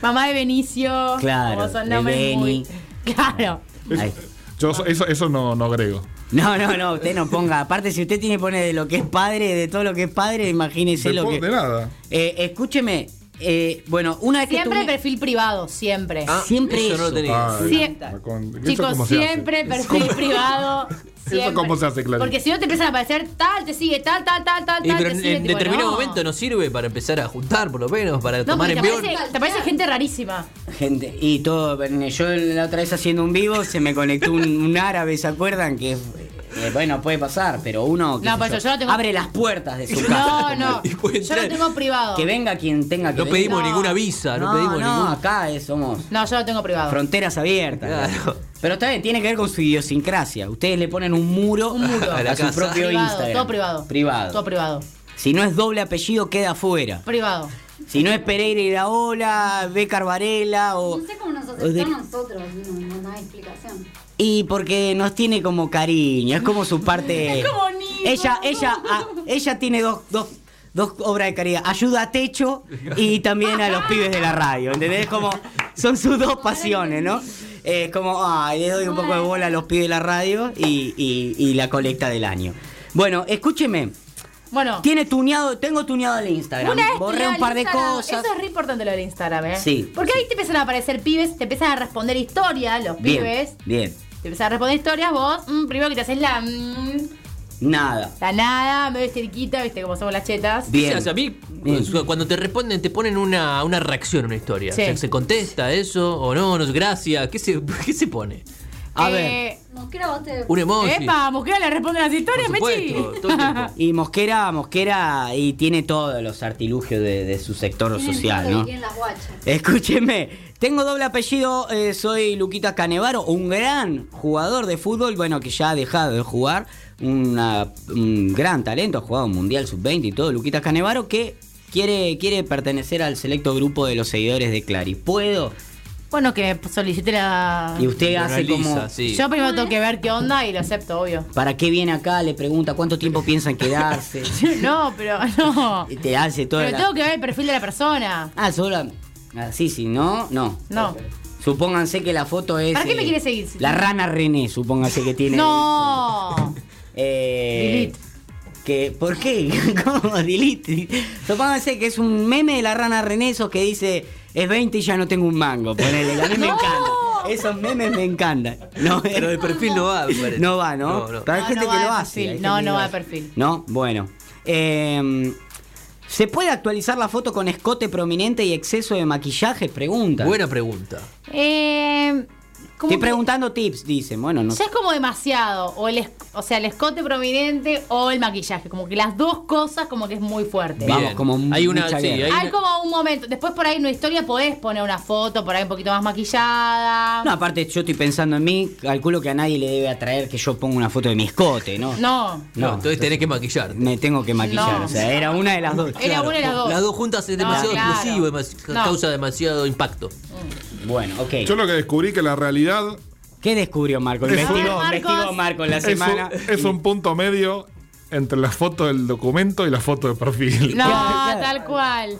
Speaker 3: mamá de Benicio.
Speaker 2: Claro,
Speaker 3: Como son
Speaker 2: de
Speaker 3: nombres
Speaker 2: Beni.
Speaker 3: muy- Claro.
Speaker 2: Ahí.
Speaker 5: Yo so- eso, eso no, no agrego.
Speaker 2: No, no, no, usted no ponga. Aparte, si usted tiene que poner de lo que es padre, de todo lo que es padre, imagínese
Speaker 5: De,
Speaker 2: lo
Speaker 5: po-
Speaker 2: que.
Speaker 5: de nada.
Speaker 2: Eh, escúcheme, eh, bueno, una vez
Speaker 3: Siempre
Speaker 2: que. tuve-
Speaker 3: perfil privado, siempre.
Speaker 4: Ah,
Speaker 2: Siempre
Speaker 4: eso,
Speaker 2: eso.
Speaker 4: no lo tenía.
Speaker 5: Ay,
Speaker 3: Sie-
Speaker 5: con- ¿eso cómo
Speaker 3: Chicos,
Speaker 5: se hace?
Speaker 3: siempre perfil privado. siempre.
Speaker 5: cómo se hace, Clarín?
Speaker 3: Porque si no te empiezan a aparecer tal, te sigue tal, tal, tal, tal,
Speaker 4: Y
Speaker 3: tal.
Speaker 4: pero
Speaker 3: te
Speaker 4: en,
Speaker 3: sigue,
Speaker 4: en
Speaker 3: tipo,
Speaker 4: determinado
Speaker 3: no.
Speaker 4: momento nos sirve para empezar a juntar, por lo menos, para
Speaker 3: No,
Speaker 4: tomar
Speaker 3: porque te
Speaker 4: envión.
Speaker 3: aparece, te aparece gente rarísima.
Speaker 2: Gente, y todo, Bernie, yo la otra vez haciendo un vivo se me conectó un, un árabe, ¿se acuerdan? Que eh, bueno, puede pasar, pero uno qué
Speaker 3: No,
Speaker 2: sé
Speaker 3: pero yo no tengo-
Speaker 2: abre las puertas de su casa.
Speaker 3: No, no.
Speaker 4: Y puede
Speaker 3: Yo
Speaker 4: entrar.
Speaker 3: lo tengo privado.
Speaker 2: Que venga quien tenga que
Speaker 4: No
Speaker 2: venir.
Speaker 4: pedimos
Speaker 3: No.
Speaker 4: ninguna visa, no, pedimos
Speaker 2: no,
Speaker 4: ningún.
Speaker 2: acá es- somos
Speaker 3: No, yo lo tengo privado.
Speaker 2: fronteras abiertas.
Speaker 4: Claro.
Speaker 2: Pero está bien, tiene que ver con su idiosincrasia. Ustedes le ponen un muro,
Speaker 3: Un muro.
Speaker 2: a,
Speaker 4: A la
Speaker 2: su
Speaker 4: casa.
Speaker 2: propio
Speaker 3: privado,
Speaker 2: Instagram.
Speaker 3: Todo privado.
Speaker 2: Privado.
Speaker 3: Todo privado.
Speaker 2: Si no es doble apellido, queda fuera.
Speaker 3: Privado.
Speaker 2: Si no es Pereira Iraola, Becar Varela o.
Speaker 6: No sé cómo nos
Speaker 2: o
Speaker 6: aceptó
Speaker 2: de-
Speaker 6: a nosotros, no, no da explicación.
Speaker 2: Y porque nos tiene como cariño, es como su parte.
Speaker 7: Es como Nico.
Speaker 2: Ella, ella, a- ella tiene dos, dos, dos obras de caridad. Ayuda a Techo y también a los pibes de la radio. ¿Entendés? Como son sus dos pasiones, ¿no? Eh, Es como, ay, le doy un poco de bola a los pibes de la radio y, y- y la colecta del año. Bueno, escúcheme.
Speaker 3: Bueno,
Speaker 2: Tiene tuneado, tengo tuneado el Instagram.
Speaker 3: una vez
Speaker 2: Borré
Speaker 3: tirado
Speaker 2: un
Speaker 3: al
Speaker 2: par de
Speaker 3: Instagram,
Speaker 2: cosas.
Speaker 3: Eso es re importante lo del Instagram, ¿eh?
Speaker 2: Sí,
Speaker 3: Porque ahí te empiezan a aparecer pibes, te empiezan a responder historias los
Speaker 2: Bien,
Speaker 3: pibes.
Speaker 2: bien.
Speaker 3: Te empiezan a responder historias, vos, mm, primero que te haces la. mm,
Speaker 2: Nada.
Speaker 3: la nada, me ves cerquita, viste cómo somos las chetas.
Speaker 2: Bien.
Speaker 4: O sea, a mí,
Speaker 2: Bien.
Speaker 4: cuando te responden, te ponen una, una reacción a una historia.
Speaker 3: Sí.
Speaker 4: O sea, ¿Se contesta eso o no? no gracias. ¿Qué se, ¿Qué se pone?
Speaker 2: A ver.
Speaker 3: Eh,
Speaker 6: Mosquera, vos te.
Speaker 4: Un emoji.
Speaker 3: Epa, mujer, le responden las
Speaker 4: por
Speaker 3: historias, Mechi.
Speaker 4: supuesto, todo el tiempo.
Speaker 2: Y Mosquera, Mosquera, y tiene todos los artilugios de, de su sector
Speaker 6: tienen
Speaker 2: social,
Speaker 6: todo lo
Speaker 2: ¿no?
Speaker 6: que quieren las guachas.
Speaker 2: Escúcheme, tengo doble apellido, eh, soy Luquita Canevaro, un gran jugador de fútbol, bueno, que ya ha dejado de jugar, una- un gran talento, ha jugado Mundial Sub-20 y todo, Luquita Canevaro, que quiere, quiere pertenecer al selecto grupo de los seguidores de Clary. ¿Puedo?
Speaker 3: Bueno, que me solicite la.
Speaker 2: Y usted
Speaker 4: Lo
Speaker 2: hace
Speaker 4: analiza,
Speaker 2: como...
Speaker 4: sí.
Speaker 3: Yo primero tengo que ver qué onda y lo acepto, obvio.
Speaker 2: ¿Para qué viene acá? Le pregunta, ¿cuánto tiempo piensa en quedarse?
Speaker 3: No, pero no.
Speaker 2: Y Te hace todo
Speaker 3: Pero tengo que ver el perfil de la persona.
Speaker 2: Ah, solo. Así, si no, no.
Speaker 3: No.
Speaker 2: Supónganse que la foto es.
Speaker 3: ¿Para qué me
Speaker 2: eh,
Speaker 3: quiere seguir?
Speaker 2: La rana René, supóngase que tiene.
Speaker 3: No.
Speaker 2: Eh,
Speaker 3: Delete.
Speaker 2: que, ¿Por qué? ¿Cómo? Delete. Supónganse que es un meme de la rana René, esos que dice es 20 y ya no tengo un mango. Ponele, a mí me encanta. Esos memes me encantan. No, eh.
Speaker 4: Pero de perfil no va, me parece.
Speaker 2: no va, ¿no?
Speaker 4: No, no.
Speaker 2: Hay
Speaker 3: No,
Speaker 2: gente
Speaker 3: no
Speaker 2: que
Speaker 3: va
Speaker 2: lo
Speaker 3: de
Speaker 2: hace.
Speaker 3: perfil.
Speaker 2: hay
Speaker 3: No,
Speaker 2: gente que
Speaker 3: no va de
Speaker 2: hace.
Speaker 3: perfil.
Speaker 2: No, bueno. Eh, ¿Se puede actualizar la foto con escote prominente y exceso de maquillaje? Pregunta.
Speaker 4: Buena pregunta.
Speaker 3: Eh, como
Speaker 2: Estoy
Speaker 3: que-
Speaker 2: preguntando tips, dicen. Bueno, no
Speaker 3: Ya es como demasiado. O, el, esc- o sea, el escote prominente o el maquillaje. Como que las dos cosas como que es muy fuerte.
Speaker 2: Vamos,
Speaker 4: Bien.
Speaker 2: como
Speaker 4: Hay una-
Speaker 2: mucha
Speaker 4: sí,
Speaker 2: guerra.
Speaker 4: hay una-
Speaker 3: Hay como un momento. Después por ahí en una historia podés poner una foto por ahí un poquito más maquillada.
Speaker 2: No, aparte yo estoy pensando en mí, calculo que a nadie le debe atraer que yo ponga una foto de mi escote, ¿no?
Speaker 3: No.
Speaker 4: No,
Speaker 2: No,
Speaker 4: entonces tenés que maquillarte.
Speaker 2: Me tengo que maquillar,
Speaker 3: No. Eh.
Speaker 2: o sea, era una de las dos.
Speaker 3: Era una de las dos.
Speaker 4: Las dos juntas es
Speaker 3: No,
Speaker 4: demasiado
Speaker 3: claro.
Speaker 4: explosivo, demasi-
Speaker 3: No.
Speaker 4: causa demasiado impacto.
Speaker 2: Bueno, ok.
Speaker 5: Yo lo que descubrí que la realidad
Speaker 2: ¿Qué descubrió Marco?
Speaker 5: Eso-
Speaker 2: Investigó,
Speaker 3: Marcos.
Speaker 2: investigó Marco en la
Speaker 5: es un-
Speaker 2: semana.
Speaker 5: es un, punto medio entre la foto del documento y la foto de perfil.
Speaker 3: No,
Speaker 2: Claro.
Speaker 3: tal cual.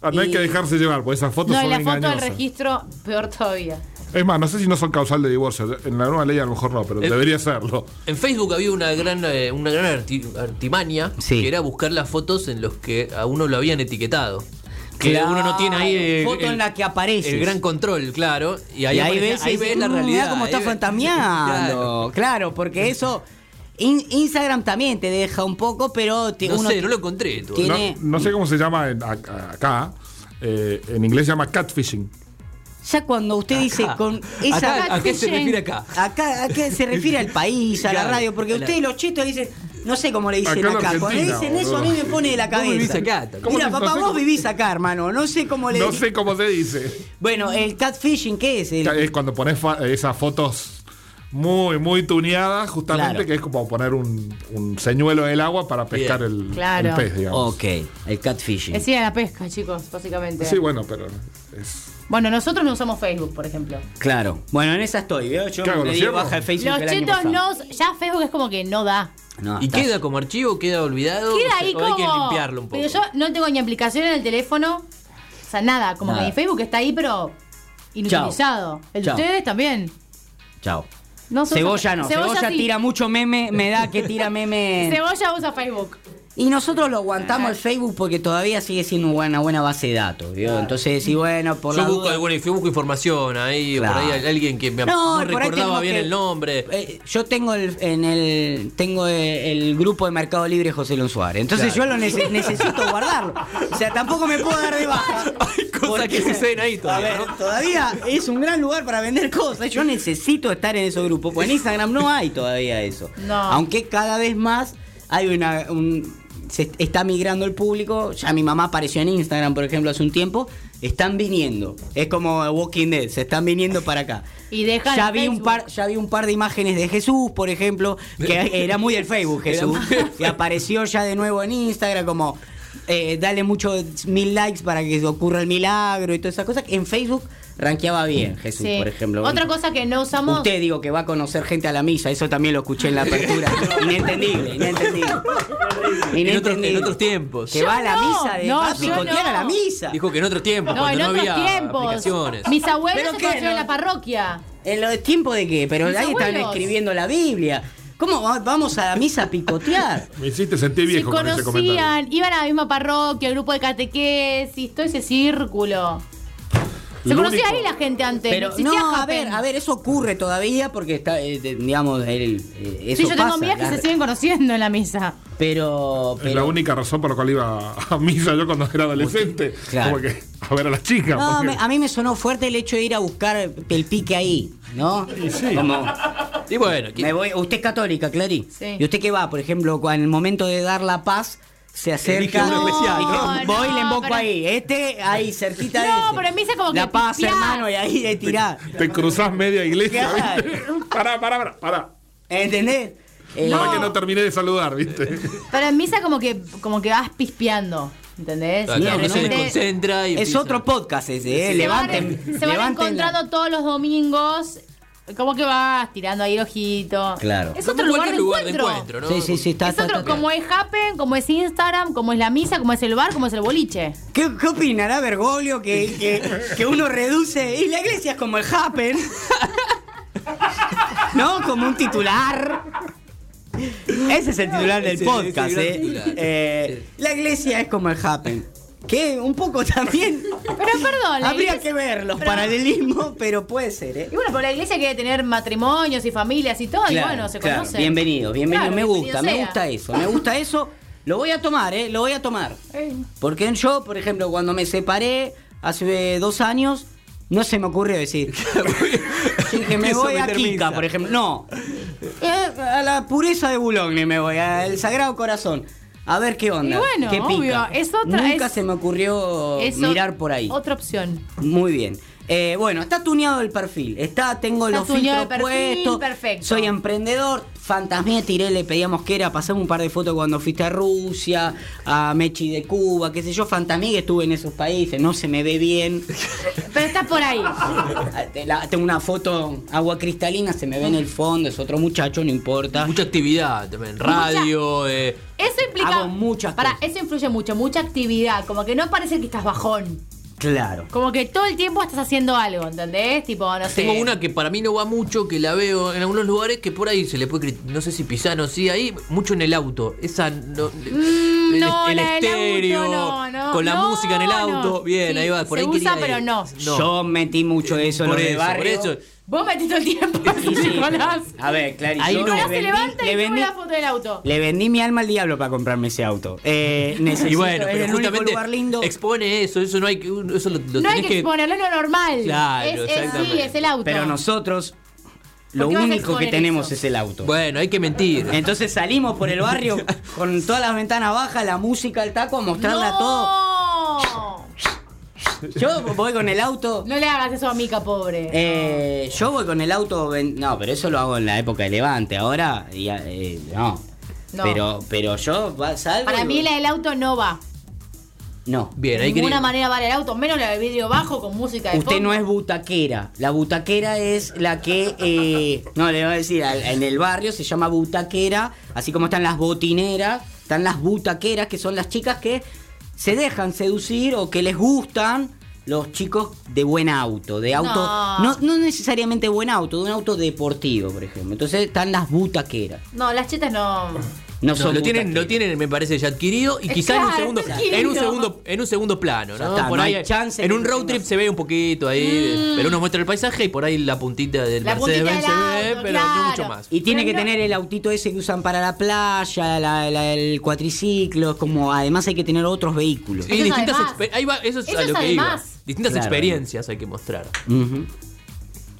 Speaker 5: Ah, No hay que dejarse llevar, porque esas fotos
Speaker 3: No, y
Speaker 5: son
Speaker 3: la foto del
Speaker 5: engañosas.
Speaker 3: registro, peor todavía.
Speaker 5: Es más, no sé si no son causal de divorcio. En la nueva ley a lo mejor no, pero
Speaker 4: Eh,
Speaker 5: debería serlo.
Speaker 4: En Facebook había una gran, eh, una gran arti- artimaña
Speaker 2: Sí.
Speaker 4: que era buscar las fotos en los que a uno lo habían etiquetado. Que
Speaker 2: Claro,
Speaker 4: uno no tiene ahí el,
Speaker 2: foto en
Speaker 4: el-
Speaker 2: la que apareces.
Speaker 4: el gran control, claro. Y ahí,
Speaker 2: y ahí
Speaker 4: aparece-
Speaker 2: ves,
Speaker 4: ahí
Speaker 2: y
Speaker 4: ves
Speaker 2: dices,
Speaker 4: la
Speaker 2: "Mm, mirá
Speaker 4: realidad.
Speaker 2: cómo está
Speaker 4: ahí ves". Claro. Mm.
Speaker 2: fantasmeando. Claro, porque eso... In- Instagram también te deja un poco, pero te-
Speaker 4: No
Speaker 2: uno...
Speaker 4: sé, no lo encontré. tú.
Speaker 2: Tiene-
Speaker 5: No, no sé cómo se llama en- a- a- acá. Eh, en inglés se llama catfishing.
Speaker 2: Ya cuando usted dice
Speaker 3: Ah.
Speaker 4: Acá.
Speaker 2: con esa...
Speaker 4: Acá, ¿A qué se refiere acá?
Speaker 2: Acá, ¿A qué se refiere al país, a la
Speaker 4: Claro.
Speaker 2: radio? Porque
Speaker 4: A la-
Speaker 2: ustedes los chistes dicen, No sé cómo le dicen
Speaker 5: Acá en
Speaker 2: acá. Cuando le
Speaker 5: Argentina,
Speaker 2: dicen eso, a mí
Speaker 5: boludo.
Speaker 2: me pone de la
Speaker 4: Vos
Speaker 2: cabeza.
Speaker 4: vivís acá también.
Speaker 5: ¿Cómo
Speaker 2: Mira,
Speaker 5: no- no
Speaker 2: papá,
Speaker 5: sé
Speaker 2: vos
Speaker 5: cómo-
Speaker 2: vivís acá, hermano. No sé cómo le
Speaker 5: No
Speaker 2: di-
Speaker 5: sé cómo se dice.
Speaker 2: Bueno, el catfishing, ¿qué es? El-
Speaker 5: Es cuando pones fa- esas fotos muy, muy tuneadas, justamente,
Speaker 2: Claro.
Speaker 5: que es como poner un, un señuelo en el agua para pescar
Speaker 4: Bien.
Speaker 5: el,
Speaker 3: Claro.
Speaker 5: el pez, digamos.
Speaker 2: Ok, el catfishing.
Speaker 3: Es ir a la pesca, chicos, básicamente.
Speaker 5: Sí, bueno, pero es.
Speaker 3: Bueno, nosotros no usamos Facebook, por ejemplo.
Speaker 2: Claro. Bueno, en esa estoy, ¿veo? Yo
Speaker 5: Claro,
Speaker 2: me
Speaker 5: ¿lo
Speaker 2: di
Speaker 5: cierro?
Speaker 2: baja de Facebook
Speaker 3: Los
Speaker 2: el año
Speaker 3: chetos
Speaker 2: pasado.
Speaker 3: no. Ya Facebook es como que no da.
Speaker 2: No,
Speaker 4: ¿Y
Speaker 2: está-
Speaker 4: queda como archivo? ¿Queda olvidado?
Speaker 3: Queda ahí
Speaker 4: o
Speaker 3: como.
Speaker 4: hay que limpiarlo un poco.
Speaker 3: Pero yo no tengo ni aplicación en el teléfono. O sea, nada. Como
Speaker 2: Nada.
Speaker 3: que mi Facebook está ahí, pero inutilizado. El de
Speaker 2: Chao.
Speaker 3: ustedes también.
Speaker 2: Chao.
Speaker 3: No se usa-
Speaker 2: Cebolla no. Cebolla,
Speaker 3: sí.
Speaker 2: tira mucho meme, me da que tira meme.
Speaker 3: Cebolla usa Facebook.
Speaker 2: Y nosotros lo aguantamos el Facebook porque todavía sigue siendo una buena, buena base de datos. ¿vio? Entonces, sí, bueno, por
Speaker 4: Yo
Speaker 2: la
Speaker 4: busco,
Speaker 2: duda-
Speaker 4: alguna, yo busco información ahí,
Speaker 2: Claro.
Speaker 4: por ahí hay alguien que me
Speaker 2: No, por ahí
Speaker 4: no recordaba
Speaker 2: tenemos
Speaker 4: bien
Speaker 2: que-
Speaker 4: el nombre.
Speaker 2: Eh, yo tengo el, en el tengo eh, el grupo de Mercado Libre José León Suárez. Entonces
Speaker 4: Claro.
Speaker 2: yo lo nece- necesito guardarlo. O sea, tampoco me puedo dar de baja.
Speaker 4: Hay cosas
Speaker 2: Porque-
Speaker 4: que suceden ahí todavía,
Speaker 2: A ver,
Speaker 4: ¿no?
Speaker 2: todavía es un gran lugar para vender cosas. Yo necesito estar en esos grupos. Porque en Instagram no hay todavía eso.
Speaker 3: No.
Speaker 2: Aunque cada vez más hay una. un- se est- está migrando el público. Ya mi mamá apareció en Instagram, por ejemplo, hace un tiempo. Están viniendo. Es como Walking Dead. Se están viniendo para acá.
Speaker 3: Y dejan
Speaker 2: Ya
Speaker 3: el
Speaker 2: vi, un
Speaker 3: Facebook.
Speaker 2: par, ya vi un par de imágenes de Jesús, por ejemplo, que era muy del Facebook, Jesús, que apareció ya de nuevo en Instagram como eh, dale muchos mil likes para que ocurra el milagro y todas esas cosas. En Facebook rankeaba bien Jesús,
Speaker 3: Sí.
Speaker 2: por ejemplo.
Speaker 3: Otra cosa que no usamos.
Speaker 2: Usted digo que va a conocer gente a la misa, eso también lo escuché en la apertura. Inentendible, inentendible.
Speaker 4: En otros,
Speaker 2: Inentendible.
Speaker 4: en otros tiempos.
Speaker 2: Que
Speaker 3: Yo
Speaker 2: va a la
Speaker 3: no,
Speaker 2: misa de
Speaker 3: no,
Speaker 2: papi,
Speaker 3: yo
Speaker 2: ¿con quién
Speaker 3: no.
Speaker 2: a la misa?
Speaker 4: Dijo que en otros tiempos,
Speaker 3: No, en
Speaker 4: cuando no
Speaker 3: otros
Speaker 4: había
Speaker 3: tiempos.
Speaker 4: aplicaciones.
Speaker 3: Mis abuelos
Speaker 2: ¿Pero
Speaker 3: se
Speaker 2: qué,
Speaker 3: conocieron en
Speaker 2: no?
Speaker 3: la parroquia.
Speaker 2: ¿En los tiempos de qué? Pero
Speaker 3: Mis
Speaker 2: ahí están
Speaker 3: abuelos.
Speaker 2: escribiendo la Biblia. ¿Cómo va- vamos a la misa a picotear?
Speaker 5: Me hiciste sentir
Speaker 3: Se
Speaker 5: viejo con ese comentario.
Speaker 3: conocían, iban a la misma parroquia, el grupo de catequesis, todo ese círculo. Se
Speaker 5: Lo
Speaker 3: conocía
Speaker 5: único-
Speaker 3: ahí la gente antes.
Speaker 2: Pero
Speaker 3: existía
Speaker 2: no, a
Speaker 3: Happen.
Speaker 2: ver, a ver, eso ocurre todavía porque está, eh, de- digamos, el, eh, eso
Speaker 3: Sí, yo tengo
Speaker 2: pasa,
Speaker 3: amigas que
Speaker 2: la-
Speaker 3: se siguen conociendo en la misa.
Speaker 2: Pero,
Speaker 5: Es la
Speaker 2: pero
Speaker 5: única razón por la cual iba a misa yo cuando era adolescente.
Speaker 2: Claro.
Speaker 5: Como que a ver a las chicas.
Speaker 2: No,
Speaker 5: porque-
Speaker 2: me- a mí me sonó fuerte el hecho de ir a buscar el pique ahí, ¿no? Como,
Speaker 4: Y bueno, que-
Speaker 2: me voy, usted es católica, Clary.
Speaker 3: Sí.
Speaker 2: ¿Y usted qué va? Por ejemplo, cu- en el momento de dar la paz, se
Speaker 4: Elige
Speaker 2: acerca.
Speaker 4: uno No, especial,
Speaker 3: ¿no?
Speaker 2: Dije, Voy y le
Speaker 3: no,
Speaker 2: emboco
Speaker 3: pero-
Speaker 2: ahí. Este ahí cerquita de
Speaker 3: No,
Speaker 2: ese.
Speaker 3: pero en misa como que
Speaker 2: La paz,
Speaker 3: pispiás.
Speaker 2: hermano, y ahí de tirar.
Speaker 5: Te cruzás media iglesia,
Speaker 2: Claro.
Speaker 5: ¿viste? Pará, pará, pará. pará.
Speaker 2: ¿Entendés? Eh,
Speaker 5: Para que no terminé de saludar, ¿viste?
Speaker 3: Pero en misa como que, como que vas pispeando, ¿entendés?
Speaker 4: Claro,
Speaker 3: Y de
Speaker 2: que se
Speaker 3: repente
Speaker 4: desconcentra y
Speaker 2: Es
Speaker 4: empieza.
Speaker 2: otro podcast ese, ¿eh?
Speaker 3: se van-
Speaker 2: levanten.
Speaker 3: se van
Speaker 2: levanten la-
Speaker 3: encontrando todos los domingos. Como que vas tirando ahí el ojito.
Speaker 2: Claro.
Speaker 3: Es
Speaker 4: Como
Speaker 3: otro
Speaker 4: en
Speaker 3: lugar
Speaker 4: cualquier
Speaker 3: de, encuentro.
Speaker 4: ¿no?
Speaker 2: Sí, sí, sí, está,
Speaker 3: Es
Speaker 2: está,
Speaker 3: otro,
Speaker 2: está,
Speaker 3: como
Speaker 2: está.
Speaker 3: es Happen, como es Instagram, como es la misa, como es el bar, como es el boliche.
Speaker 2: ¿Qué, qué opinará Bergoglio que, que- que uno reduce? Y la iglesia es como el happen. ¿No? Como un titular. Ese es el titular del
Speaker 4: Ese- ese
Speaker 2: podcast,
Speaker 4: gran
Speaker 2: ¿eh?
Speaker 4: titular.
Speaker 2: Eh, La iglesia es como el happen. Que un poco también.
Speaker 3: Pero perdón, la
Speaker 2: Habría
Speaker 3: iglesia-
Speaker 2: que ver los
Speaker 3: pero-
Speaker 2: paralelismos, pero puede ser, ¿eh?
Speaker 3: Y bueno, pero la iglesia quiere tener matrimonios y familias y todo, y
Speaker 2: Claro,
Speaker 3: bueno, se
Speaker 2: claro.
Speaker 3: conocen.
Speaker 2: Bienvenido, bienvenido.
Speaker 3: Claro,
Speaker 2: me gusta,
Speaker 3: bienvenido
Speaker 2: me
Speaker 3: sea.
Speaker 2: gusta eso, me gusta eso. Lo voy a tomar, ¿eh? Lo voy a tomar.
Speaker 3: Eh.
Speaker 2: Porque yo, por ejemplo, cuando me separé hace eh, dos años, no se me ocurrió decir. Yo dije, me
Speaker 4: Empiezo
Speaker 2: voy
Speaker 4: a
Speaker 2: a
Speaker 4: meter
Speaker 2: Kika,
Speaker 4: misa.
Speaker 2: por ejemplo. No. Eh, A la pureza de Boulogne me voy, al Sagrado Corazón. A ver qué onda.
Speaker 3: Y bueno,
Speaker 2: qué pica.
Speaker 3: obvio, es otra-
Speaker 2: Nunca
Speaker 3: es-
Speaker 2: se me ocurrió
Speaker 3: Eso-
Speaker 2: mirar por ahí.
Speaker 3: Otra opción.
Speaker 2: Muy bien. Eh, bueno, está tuneado el perfil. Está, tengo
Speaker 3: Está
Speaker 2: los filtros
Speaker 3: tuneado el perfil,
Speaker 2: puestos.
Speaker 3: perfecto.
Speaker 2: Soy emprendedor. Fantasmé, tiré, le pedíamos que era. Pasame un par de fotos cuando fuiste a Rusia, a Mechi de Cuba, qué sé yo. Fantasmé que estuve en esos países. No se me ve bien.
Speaker 3: Pero está por ahí.
Speaker 2: Ah, te la- tengo una foto agua cristalina, se me ve en el fondo. Es otro muchacho, no importa.
Speaker 4: mucha actividad también. Radio, eh,
Speaker 3: Eso implica.
Speaker 2: Hago muchas
Speaker 3: Pará,
Speaker 2: cosas.
Speaker 3: eso influye mucho, mucha actividad. Como que no parece que estás bajón.
Speaker 2: Claro.
Speaker 3: Como que todo el tiempo estás haciendo algo, ¿entendés? Tipo, no sé.
Speaker 4: Tengo una que para mí no va mucho, que la veo en algunos lugares que por ahí se le puede crit- no sé si pisano, sí, ahí mucho en el auto. Esa no, el,
Speaker 3: Mm, no,
Speaker 4: el
Speaker 3: la del
Speaker 4: estéreo
Speaker 3: auto, no, no,
Speaker 4: con la
Speaker 3: no,
Speaker 4: música en el auto.
Speaker 3: no.
Speaker 4: Bien,
Speaker 3: Sí,
Speaker 4: ahí va por
Speaker 3: se
Speaker 4: ahí quería
Speaker 3: usa, pero
Speaker 4: ir.
Speaker 3: no.
Speaker 2: Yo metí mucho de eso en
Speaker 4: Eh, por
Speaker 2: lo de
Speaker 4: eso,
Speaker 2: barrio.
Speaker 4: por eso.
Speaker 3: Vos metiste todo el tiempo.
Speaker 2: Y sí,
Speaker 3: Nicolás.
Speaker 2: pero- a ver, Clarín,
Speaker 4: Ahí
Speaker 2: yo
Speaker 4: no.
Speaker 2: le
Speaker 3: Nicolás se
Speaker 2: vendí- le
Speaker 3: levanta y sube
Speaker 2: vendí-
Speaker 3: la foto del auto.
Speaker 2: Le vendí mi alma al diablo para comprarme ese auto. Eh, necesito,
Speaker 4: Y bueno,
Speaker 2: es
Speaker 4: pero
Speaker 2: el único
Speaker 4: justamente
Speaker 2: lugar lindo.
Speaker 4: expone eso, eso no hay que eso lo, lo
Speaker 3: No hay
Speaker 4: tenés
Speaker 3: que exponerlo, es lo normal.
Speaker 4: Claro,
Speaker 3: es, es- sí,
Speaker 4: exactamente.
Speaker 3: es el auto.
Speaker 2: Pero nosotros lo
Speaker 3: qué vas a
Speaker 2: único que
Speaker 3: exponer
Speaker 2: tenemos
Speaker 3: eso?
Speaker 2: es el auto.
Speaker 4: Bueno, hay que mentir.
Speaker 2: Entonces salimos por el barrio con todas las ventanas bajas, la música, el taco, a mostrarla
Speaker 3: ¡No!
Speaker 2: todo. Yo voy con el auto.
Speaker 3: No le hagas eso a Mica, pobre.
Speaker 2: eh, yo voy con el auto. ven- No, pero eso lo hago en la época de Levante. Ahora, ya, eh, no.
Speaker 3: No.
Speaker 2: Pero, pero yo va- salgo.
Speaker 3: Para
Speaker 2: y-
Speaker 3: mí la del auto no va.
Speaker 2: No.
Speaker 4: Bien,
Speaker 3: de
Speaker 4: hay que.
Speaker 3: ninguna manera vale el auto, menos la del vidrio bajo con música de
Speaker 2: Usted
Speaker 3: fondo.
Speaker 2: no es butaquera. La butaquera es la que. eh, no, le voy a decir, al- en el barrio se llama butaquera. Así como están las botineras, están las butaqueras, que son las chicas que se dejan seducir o que les gustan los chicos de buen auto. De auto.
Speaker 3: No.
Speaker 2: No, no necesariamente buen auto, de un auto deportivo, por ejemplo. Entonces están las butaqueras.
Speaker 3: No, las chetas no.
Speaker 2: No,
Speaker 4: No,
Speaker 2: son
Speaker 4: lo tienen, lo
Speaker 2: butaqueras.
Speaker 4: tienen, me parece, ya adquirido y
Speaker 3: Es
Speaker 4: quizás en un
Speaker 3: claro,
Speaker 4: segundo,
Speaker 3: está
Speaker 4: en un
Speaker 3: adquirido.
Speaker 4: segundo, en un segundo plano,
Speaker 2: Ya
Speaker 4: ¿no?
Speaker 2: está,
Speaker 4: por
Speaker 2: no
Speaker 4: ahí, eh,
Speaker 2: hay chance
Speaker 4: en
Speaker 2: que
Speaker 4: un road
Speaker 2: tengas-
Speaker 4: trip se ve un poquito ahí, pero uno muestra el paisaje y por ahí la puntita del
Speaker 3: Mm. La
Speaker 4: Mercedes Benz se
Speaker 3: puntita del
Speaker 4: ve,
Speaker 3: auto,
Speaker 4: pero no
Speaker 3: claro.
Speaker 4: mucho más.
Speaker 2: Y tiene que
Speaker 3: Pero no-
Speaker 2: tener el autito ese que usan para la playa, la- la- el cuatriciclo, es como además hay que tener otros vehículos.
Speaker 4: Sí,
Speaker 3: Eso es
Speaker 4: distintas
Speaker 3: además.
Speaker 4: exper- ahí va, eso es
Speaker 3: Eso
Speaker 4: a
Speaker 3: es
Speaker 4: lo que iba.
Speaker 3: además.
Speaker 4: Distintas
Speaker 2: Claro.
Speaker 4: experiencias hay que mostrar.
Speaker 2: Ujú.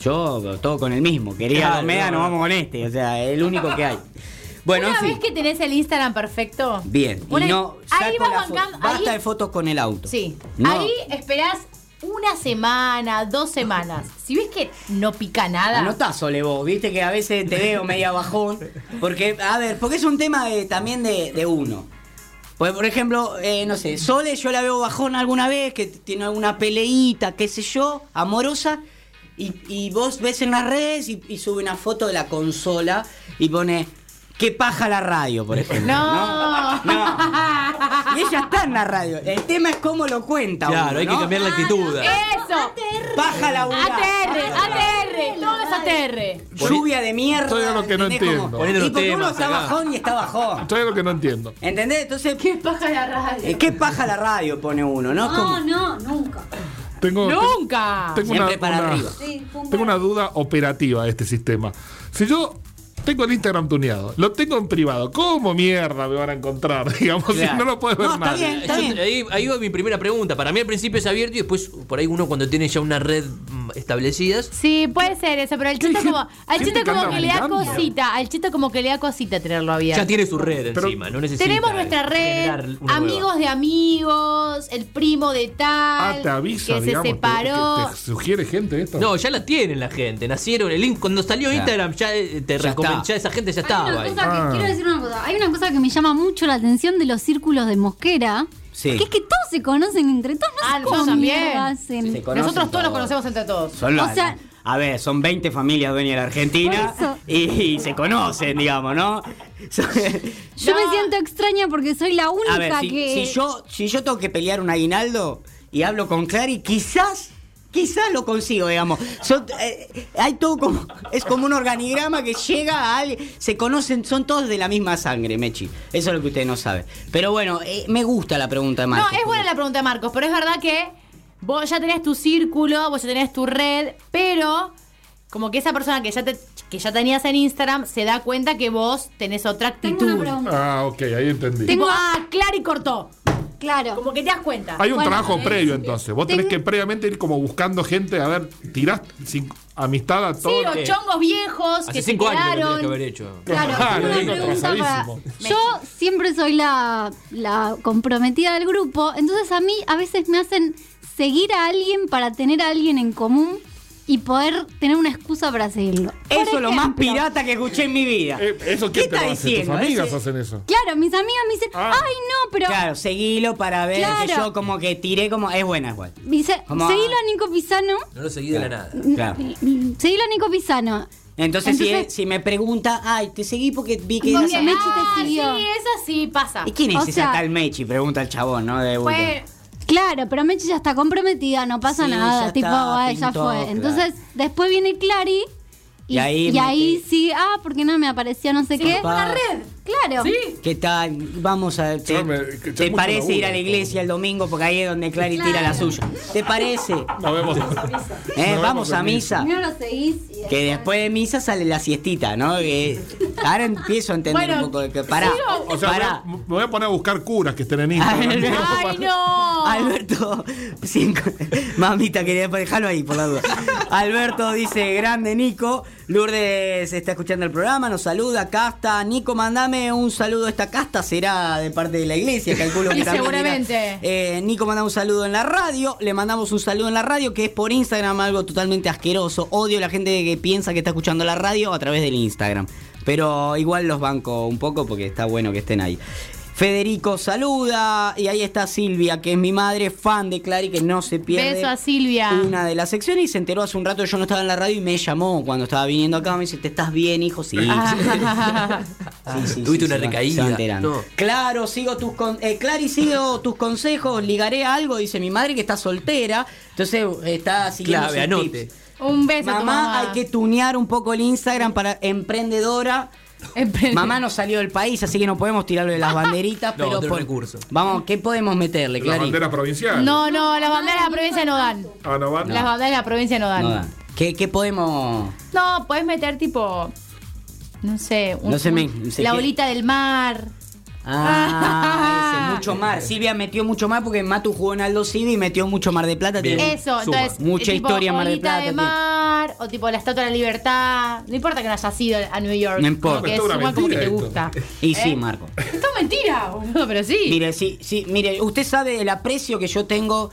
Speaker 2: Yo todo con el mismo, quería
Speaker 4: Claro,
Speaker 2: Romea,
Speaker 4: no.
Speaker 2: nos vamos con este, o sea, el único que hay. Bueno,
Speaker 3: una
Speaker 2: en
Speaker 3: vez
Speaker 2: fin.
Speaker 3: que tenés el Instagram perfecto.
Speaker 2: Bien,
Speaker 3: una-
Speaker 2: y no
Speaker 3: ahí
Speaker 2: saco
Speaker 3: vas
Speaker 2: la foto.
Speaker 3: bancando.
Speaker 2: Basta
Speaker 3: ahí,
Speaker 2: de fotos con el auto.
Speaker 3: sí.
Speaker 2: No.
Speaker 3: Ahí esperás una semana, dos semanas. Si ves que no pica nada.
Speaker 2: Anotá, Sole, vos, viste que a veces te veo media bajón. Porque, a ver, porque es un tema de- también de, de uno. Pues, por ejemplo, eh, no sé, Sole yo la veo bajón alguna vez, que tiene alguna peleita, qué sé yo, amorosa. Y, y vos ves en las redes y, y sube una foto de la consola y pone, qué paja la radio, por ejemplo.
Speaker 3: No.
Speaker 2: No. Y ella está en la radio. El tema es cómo lo cuenta.
Speaker 4: Claro,
Speaker 2: uno,
Speaker 4: hay que
Speaker 2: ¿no?
Speaker 4: cambiar la
Speaker 3: Ah,
Speaker 4: actitud.
Speaker 3: Eso.
Speaker 2: Paja la
Speaker 3: ATR, ATR. Todo es ATR.
Speaker 2: Lluvia de mierda.
Speaker 5: Todo lo que no
Speaker 2: ¿entendés? Como-
Speaker 5: entiendo.
Speaker 4: Ponele los
Speaker 2: y porque uno
Speaker 4: temas
Speaker 2: está
Speaker 4: acá.
Speaker 2: bajón y está bajón.
Speaker 5: Esto es lo que no entiendo.
Speaker 2: ¿Entendés? Entonces,
Speaker 3: ¿Qué paja la radio?
Speaker 2: eh, ¿qué paja la radio pone uno? ¿No?
Speaker 6: No,
Speaker 2: Como-
Speaker 6: no, nunca.
Speaker 5: Tengo,
Speaker 3: ¡Nunca!
Speaker 5: tengo
Speaker 2: Siempre
Speaker 5: una-
Speaker 2: para
Speaker 5: una-
Speaker 2: arriba.
Speaker 6: Sí, punto.
Speaker 5: Tengo una duda operativa de este sistema. Si yo tengo el Instagram tuneado, lo tengo en privado, ¿cómo mierda me van a encontrar? Digamos,
Speaker 2: Claro.
Speaker 5: si no lo puede ver
Speaker 2: No, está
Speaker 5: nadie.
Speaker 2: bien.
Speaker 4: Yo- ahí, ahí va mi primera pregunta. Para mí al principio es abierto y después por ahí uno cuando tiene ya una red mm, establecidas.
Speaker 3: Sí, puede ser eso, pero al chito como, al
Speaker 5: gente
Speaker 3: chito
Speaker 5: que
Speaker 3: como
Speaker 5: anda
Speaker 3: que le da
Speaker 5: bailando.
Speaker 3: cosita, al chito como que le da cosita tenerlo abierto.
Speaker 4: Ya tiene su red
Speaker 5: Pero-
Speaker 4: encima, no necesita
Speaker 3: Tenemos nuestra
Speaker 4: generar
Speaker 3: red,
Speaker 4: una nueva.
Speaker 3: amigos de amigos, el primo de tal,
Speaker 5: Ah, te avisa,
Speaker 3: que
Speaker 5: digamos.
Speaker 3: se
Speaker 5: te-
Speaker 3: separó.
Speaker 5: Te, te sugiere gente esto.
Speaker 4: No, ya la tienen la gente, nacieron el link. Cuando salió
Speaker 2: Claro.
Speaker 4: Instagram, ya eh, te
Speaker 2: Ya
Speaker 4: recomen-
Speaker 2: está.
Speaker 4: ya esa gente ya
Speaker 6: Hay
Speaker 4: estaba
Speaker 6: una
Speaker 4: ahí.
Speaker 6: cosa que,
Speaker 5: Ah.
Speaker 6: Quiero decir una cosa. Hay una cosa que me llama mucho la atención de los círculos de Mosquera.
Speaker 2: Sí.
Speaker 6: Que es que todos se conocen entre todos. No
Speaker 3: Ah,
Speaker 6: sé
Speaker 3: yo
Speaker 6: cómo
Speaker 3: también.
Speaker 6: mierda hacen.
Speaker 2: Se conocen
Speaker 3: Nosotros todos
Speaker 2: todos.
Speaker 3: nos conocemos entre todos.
Speaker 2: Son los-
Speaker 6: O sea-
Speaker 2: a ver, son 20 familias dueñas de la Argentina
Speaker 6: Por eso.
Speaker 2: y, y se conocen, digamos, ¿no? So-
Speaker 6: Yo
Speaker 3: No.
Speaker 6: me siento extraña porque soy la única
Speaker 2: a ver, si,
Speaker 6: que.
Speaker 2: si yo, si yo tengo que pelear un aguinaldo y hablo con Clary, quizás, quizás lo consigo, digamos. Son- eh, hay todo como, es como un organigrama que llega a alguien, se conocen, son todos de la misma sangre, Mechi. Eso es lo que usted no sabe. Pero bueno, eh, me gusta la pregunta de
Speaker 3: No,
Speaker 2: Marcos.
Speaker 3: es buena la pregunta de Marcos, pero es verdad que vos ya tenés tu círculo, vos ya tenés tu red, pero como que esa persona que ya te, que ya tenías en Instagram se da cuenta que vos tenés otra
Speaker 6: Tengo una
Speaker 3: actitud.
Speaker 6: pregunta.
Speaker 5: Ah, ok, ahí entendí.
Speaker 6: Tengo-
Speaker 3: Tipo, ah, claro y cortó.
Speaker 6: Claro.
Speaker 3: Como que te das cuenta.
Speaker 5: Hay un
Speaker 6: Bueno,
Speaker 5: trabajo
Speaker 6: eh,
Speaker 5: previo entonces. Vos
Speaker 6: tengo-
Speaker 5: tenés que previamente ir como buscando gente, a ver, tirás sin amistad a
Speaker 3: Sí,
Speaker 5: todo.
Speaker 3: o chongos viejos que
Speaker 4: Hace
Speaker 3: se
Speaker 4: cinco años lo tendrías
Speaker 3: quedaron.
Speaker 4: que haber hecho.
Speaker 6: Claro,
Speaker 5: Claro,
Speaker 6: una
Speaker 5: ahí,
Speaker 6: pregunta para...
Speaker 5: atrasadísimo.
Speaker 6: Yo siempre soy la, la comprometida del grupo, entonces a mí a veces me hacen seguir a alguien para tener a alguien en común y poder tener una excusa para seguirlo. Por
Speaker 2: Eso es lo más
Speaker 6: ejemplo,
Speaker 2: pirata que escuché en mi vida.
Speaker 5: Eh, ¿Eso
Speaker 2: ¿Qué
Speaker 5: quién te
Speaker 2: está
Speaker 5: lo hace? Tus
Speaker 2: diciendo?
Speaker 5: amigas
Speaker 2: Ese-
Speaker 5: hacen eso.
Speaker 6: Claro, mis amigas me dicen,
Speaker 5: Ah.
Speaker 6: ay no, pero...
Speaker 2: Claro, seguilo para ver que
Speaker 6: Claro.
Speaker 2: yo como que tiré como. Es buena igual.
Speaker 6: Dice,
Speaker 2: Como-
Speaker 6: seguilo a Nico Pisano,
Speaker 4: No lo seguí de la nada.
Speaker 2: Claro.
Speaker 6: seguilo a Nico Pisano.
Speaker 2: Entonces, si,
Speaker 6: Entonces-
Speaker 2: si me pregunta, ay, te seguí porque vi que.
Speaker 6: Porque-
Speaker 2: eras-
Speaker 6: Mechi te
Speaker 3: ah, sí,
Speaker 6: siguió.
Speaker 3: esa sí pasa.
Speaker 2: ¿Y quién es
Speaker 6: o
Speaker 2: esa
Speaker 6: sea-
Speaker 2: tal Mechi? Pregunta el chabón, ¿no? De vuelta.
Speaker 3: Fue-
Speaker 6: Claro, pero Mechi ya está comprometida, no pasa
Speaker 2: Sí,
Speaker 6: nada,
Speaker 2: ya
Speaker 6: tipo,
Speaker 2: está,
Speaker 6: "Ay, ya
Speaker 2: pintó,
Speaker 6: fue.
Speaker 2: claro.
Speaker 6: Entonces, después viene Clary y,
Speaker 2: Y ahí
Speaker 6: y ahí
Speaker 2: mete-
Speaker 6: sí, ah, porque no me apareció no sé qué.
Speaker 2: Pa.
Speaker 6: Claro.
Speaker 3: Sí.
Speaker 2: ¿Qué tal? Vamos a. ¿Te,
Speaker 5: Yo me- que- yo
Speaker 2: te
Speaker 5: mucho
Speaker 2: parece
Speaker 5: laburo,
Speaker 2: ir a la iglesia el domingo? Porque ahí es donde Clary tira la suya. ¿Te parece?
Speaker 5: Nos vemos.
Speaker 2: ¿Eh?
Speaker 5: vemos
Speaker 2: Vamos a
Speaker 5: en
Speaker 2: misa.
Speaker 6: Primero lo seguís y
Speaker 2: Que después de misa sale la siestita, ¿no? Que- Ahora empiezo a entender
Speaker 7: Bueno,
Speaker 2: un poco de que. Pará.
Speaker 7: sigo-
Speaker 5: O sea,
Speaker 2: pará.
Speaker 5: me voy a- me voy a poner a buscar curas que estén en Instagram.
Speaker 2: Ay,
Speaker 3: ¡Ay, no!
Speaker 2: Alberto, cinco- mamita, quería dejarlo ahí por la duda. Alberto dice, grande Nico, Lourdes está escuchando el programa, nos saluda, Casta, Nico, mandame un saludo, esta Casta será de parte de la iglesia, calculo que
Speaker 3: Y
Speaker 2: también dirá.
Speaker 3: seguramente.
Speaker 2: Eh, Nico manda un saludo en la radio, le mandamos un saludo en la radio, que es por Instagram algo totalmente asqueroso, odio la gente que piensa que está escuchando la radio a través del Instagram, pero igual los banco un poco porque está bueno que estén ahí. Federico saluda y ahí está Silvia, que es mi madre, fan de Clary, que no se pierde.
Speaker 3: Beso a Silvia.
Speaker 2: Una de las secciones y se enteró hace un rato, yo no estaba en la radio y me llamó cuando estaba viniendo acá, me dice, ¿te estás bien, hijo? Sí.
Speaker 3: Ah.
Speaker 2: Sí, sí,
Speaker 4: Ah, Tuviste una
Speaker 2: se va-
Speaker 4: recaída.
Speaker 2: se va enterando.
Speaker 4: No.
Speaker 2: Claro, sigo tus con eh, Clary, sigo tus consejos, ligaré a algo, dice mi madre que está soltera, entonces eh, está siguiendo
Speaker 4: Clave,
Speaker 2: sus
Speaker 4: anote.
Speaker 2: tips.
Speaker 3: Un beso a tu
Speaker 2: Mamá, hay que tunear un poco el Instagram para emprendedora.
Speaker 3: Emprende-
Speaker 2: Mamá no salió del país, así que no podemos tirarle las banderitas,
Speaker 4: No,
Speaker 2: pero
Speaker 4: otro
Speaker 2: por-
Speaker 4: recurso.
Speaker 2: Vamos, ¿qué podemos meterle,
Speaker 5: Las
Speaker 2: Clary?
Speaker 5: banderas provinciales.
Speaker 3: No, no, las banderas de la provincia no dan.
Speaker 5: Ah, no van.
Speaker 3: Las banderas de la provincia no dan.
Speaker 2: No
Speaker 3: No,
Speaker 2: da. ¿Qué, qué podemos?
Speaker 3: podés meter tipo. No sé.
Speaker 2: No se me- se
Speaker 3: la
Speaker 2: que-
Speaker 3: bolita del mar.
Speaker 2: Ah,
Speaker 3: Ah.
Speaker 2: ese, mucho mar. Silvia metió mucho mar porque Matu jugó en Aldo Civi y metió mucho mar de plata.
Speaker 4: Bien.
Speaker 2: tiene-
Speaker 3: Eso,
Speaker 4: suma.
Speaker 3: entonces.
Speaker 2: Mucha
Speaker 3: eh, tipo,
Speaker 2: historia en Mar del
Speaker 3: bolita
Speaker 2: Plata
Speaker 3: de
Speaker 2: tiene.
Speaker 3: mar, o tipo la estatua de la libertad. No importa que no hayas ido a New York.
Speaker 2: No importa.
Speaker 3: Porque
Speaker 5: Esto es una
Speaker 3: suma como que te
Speaker 5: mentira, esto.
Speaker 3: gusta.
Speaker 2: Y sí,
Speaker 3: ¿Eh?
Speaker 2: Marco.
Speaker 3: Esto es mentira, boludo, pero sí.
Speaker 2: Mire, sí, sí, mire, usted sabe el aprecio que yo tengo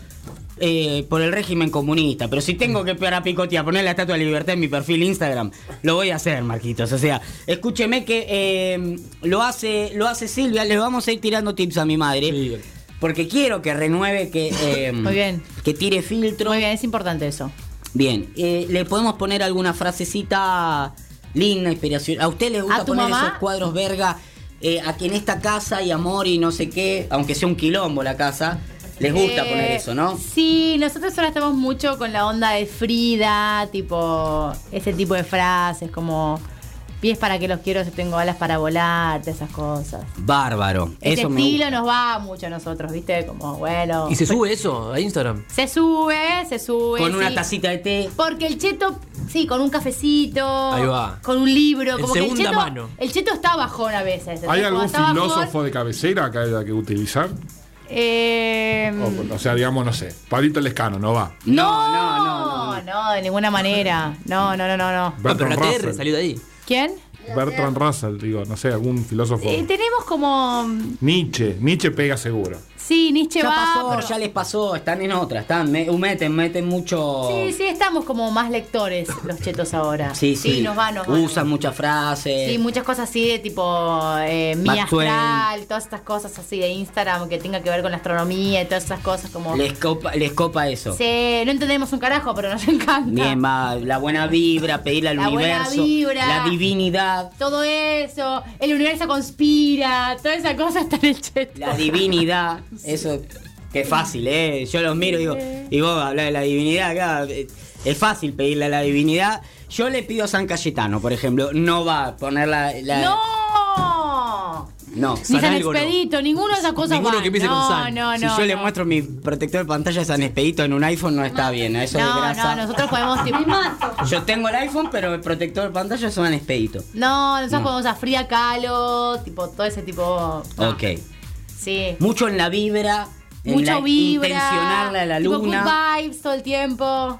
Speaker 2: eh, por el régimen comunista, pero si tengo que pegar a picotía, poner la estatua de la libertad en mi perfil Instagram, lo voy a hacer, Marquitos. O sea, escúcheme que eh, lo hace, lo hace Silvia, les vamos a ir tirando tips a mi madre.
Speaker 4: Sí.
Speaker 2: Porque quiero que renueve, que, eh,
Speaker 3: Muy bien.
Speaker 2: que tire filtro.
Speaker 3: Muy bien, es importante eso.
Speaker 2: Bien, eh, le podemos poner alguna frasecita linda, inspiración. ¿A usted le gusta
Speaker 3: ¿A tu
Speaker 2: poner
Speaker 3: mamá?
Speaker 2: esos cuadros verga? eh, a que en esta casa hay amor y no sé qué, aunque sea un quilombo la casa, les gusta
Speaker 3: Eh,
Speaker 2: poner eso, ¿no?
Speaker 3: Sí, nosotros ahora estamos mucho con la onda de Frida, tipo, ese tipo de frases, como pies para que los quiero, yo tengo alas para volar, todas esas cosas.
Speaker 2: Bárbaro.
Speaker 3: Ese
Speaker 2: eso me
Speaker 3: estilo
Speaker 2: gusta.
Speaker 3: nos va mucho a nosotros, ¿viste? Como, bueno.
Speaker 4: ¿Y se sube eso a Instagram? Ah,
Speaker 3: Se sube, se sube.
Speaker 2: Con una
Speaker 3: sí.
Speaker 2: tacita de té.
Speaker 3: Porque el cheto, sí, con un cafecito,
Speaker 4: Ahí va.
Speaker 3: con un libro,
Speaker 4: En
Speaker 3: como que el
Speaker 4: segunda
Speaker 3: cheto,
Speaker 4: mano.
Speaker 3: el cheto está bajón a veces.
Speaker 5: ¿Hay
Speaker 3: ¿entendés? Cuando
Speaker 5: algún
Speaker 3: está bajón,
Speaker 5: filósofo de cabecera que haya que utilizar?
Speaker 3: eh,
Speaker 5: O, o sea, digamos, no sé. Pablito Lescano, no va.
Speaker 2: Oh. No, no, no, no. no.
Speaker 3: no, no, de ninguna manera. No, no, no, no, no.
Speaker 4: Ah, pero
Speaker 5: Bertrand
Speaker 4: la TR
Speaker 5: Russell.
Speaker 4: salió de ahí.
Speaker 3: ¿Quién?
Speaker 5: Bertrand Russell, digo, no sé, algún
Speaker 2: Oh.
Speaker 5: filósofo.
Speaker 3: Eh, tenemos como. mm,
Speaker 5: Nietzsche. Nietzsche pega seguro.
Speaker 3: Sí, Nietzsche
Speaker 2: Ya
Speaker 3: va.
Speaker 2: pasó,
Speaker 3: pero-
Speaker 2: ya les pasó, están en otra, están, me- uh, meten, meten mucho.
Speaker 3: Sí, sí, estamos como más lectores los chetos ahora.
Speaker 2: Sí, sí.
Speaker 3: nos va, nos va.
Speaker 2: Usan muchas frases.
Speaker 3: Sí, muchas cosas así de tipo eh, Mía
Speaker 2: Maxwell.
Speaker 3: Astral, todas estas cosas así de Instagram que tenga que ver con la astronomía y todas esas cosas como.
Speaker 2: les, copa, les copa eso.
Speaker 3: Sí, no entendemos un carajo, pero nos encanta.
Speaker 2: Bien, va, la buena vibra, pedirle al
Speaker 3: La buena
Speaker 2: universo,
Speaker 3: vibra.
Speaker 2: la divinidad,
Speaker 3: Todo eso, el universo conspira, toda esa cosa está en el cheto.
Speaker 2: la divinidad, eso, qué fácil, ¿eh? Yo los miro y digo, y vos hablás de la divinidad, acá, eh, es fácil pedirle a la divinidad. Yo le pido a San Cayetano, por ejemplo, no va a poner la... la-
Speaker 3: ¡No!
Speaker 2: No,
Speaker 3: Ni
Speaker 2: San
Speaker 3: San
Speaker 2: algo no.
Speaker 3: Expedito, ninguna de esas cosas
Speaker 4: Ninguno
Speaker 3: van.
Speaker 4: que empiece
Speaker 3: no,
Speaker 4: con San.
Speaker 3: no,
Speaker 2: si
Speaker 3: no,
Speaker 2: yo le
Speaker 3: no.
Speaker 2: muestro mi protector de pantalla de San Expedito en un iPhone, no está bien, a eso de
Speaker 3: No,
Speaker 2: grasa.
Speaker 3: no, nosotros podemos tipo.
Speaker 6: Me mato.
Speaker 2: Yo tengo el iPhone, pero el protector de pantalla es San Expedito.
Speaker 3: No, nosotros podemos a Frida Kahlo, tipo todo ese tipo. no.
Speaker 2: Ok.
Speaker 3: Sí.
Speaker 2: Mucho en la vibra, en la
Speaker 3: Mucho vibra.
Speaker 2: intencionarla a la
Speaker 3: tipo
Speaker 2: luna.
Speaker 3: good vibes todo el tiempo.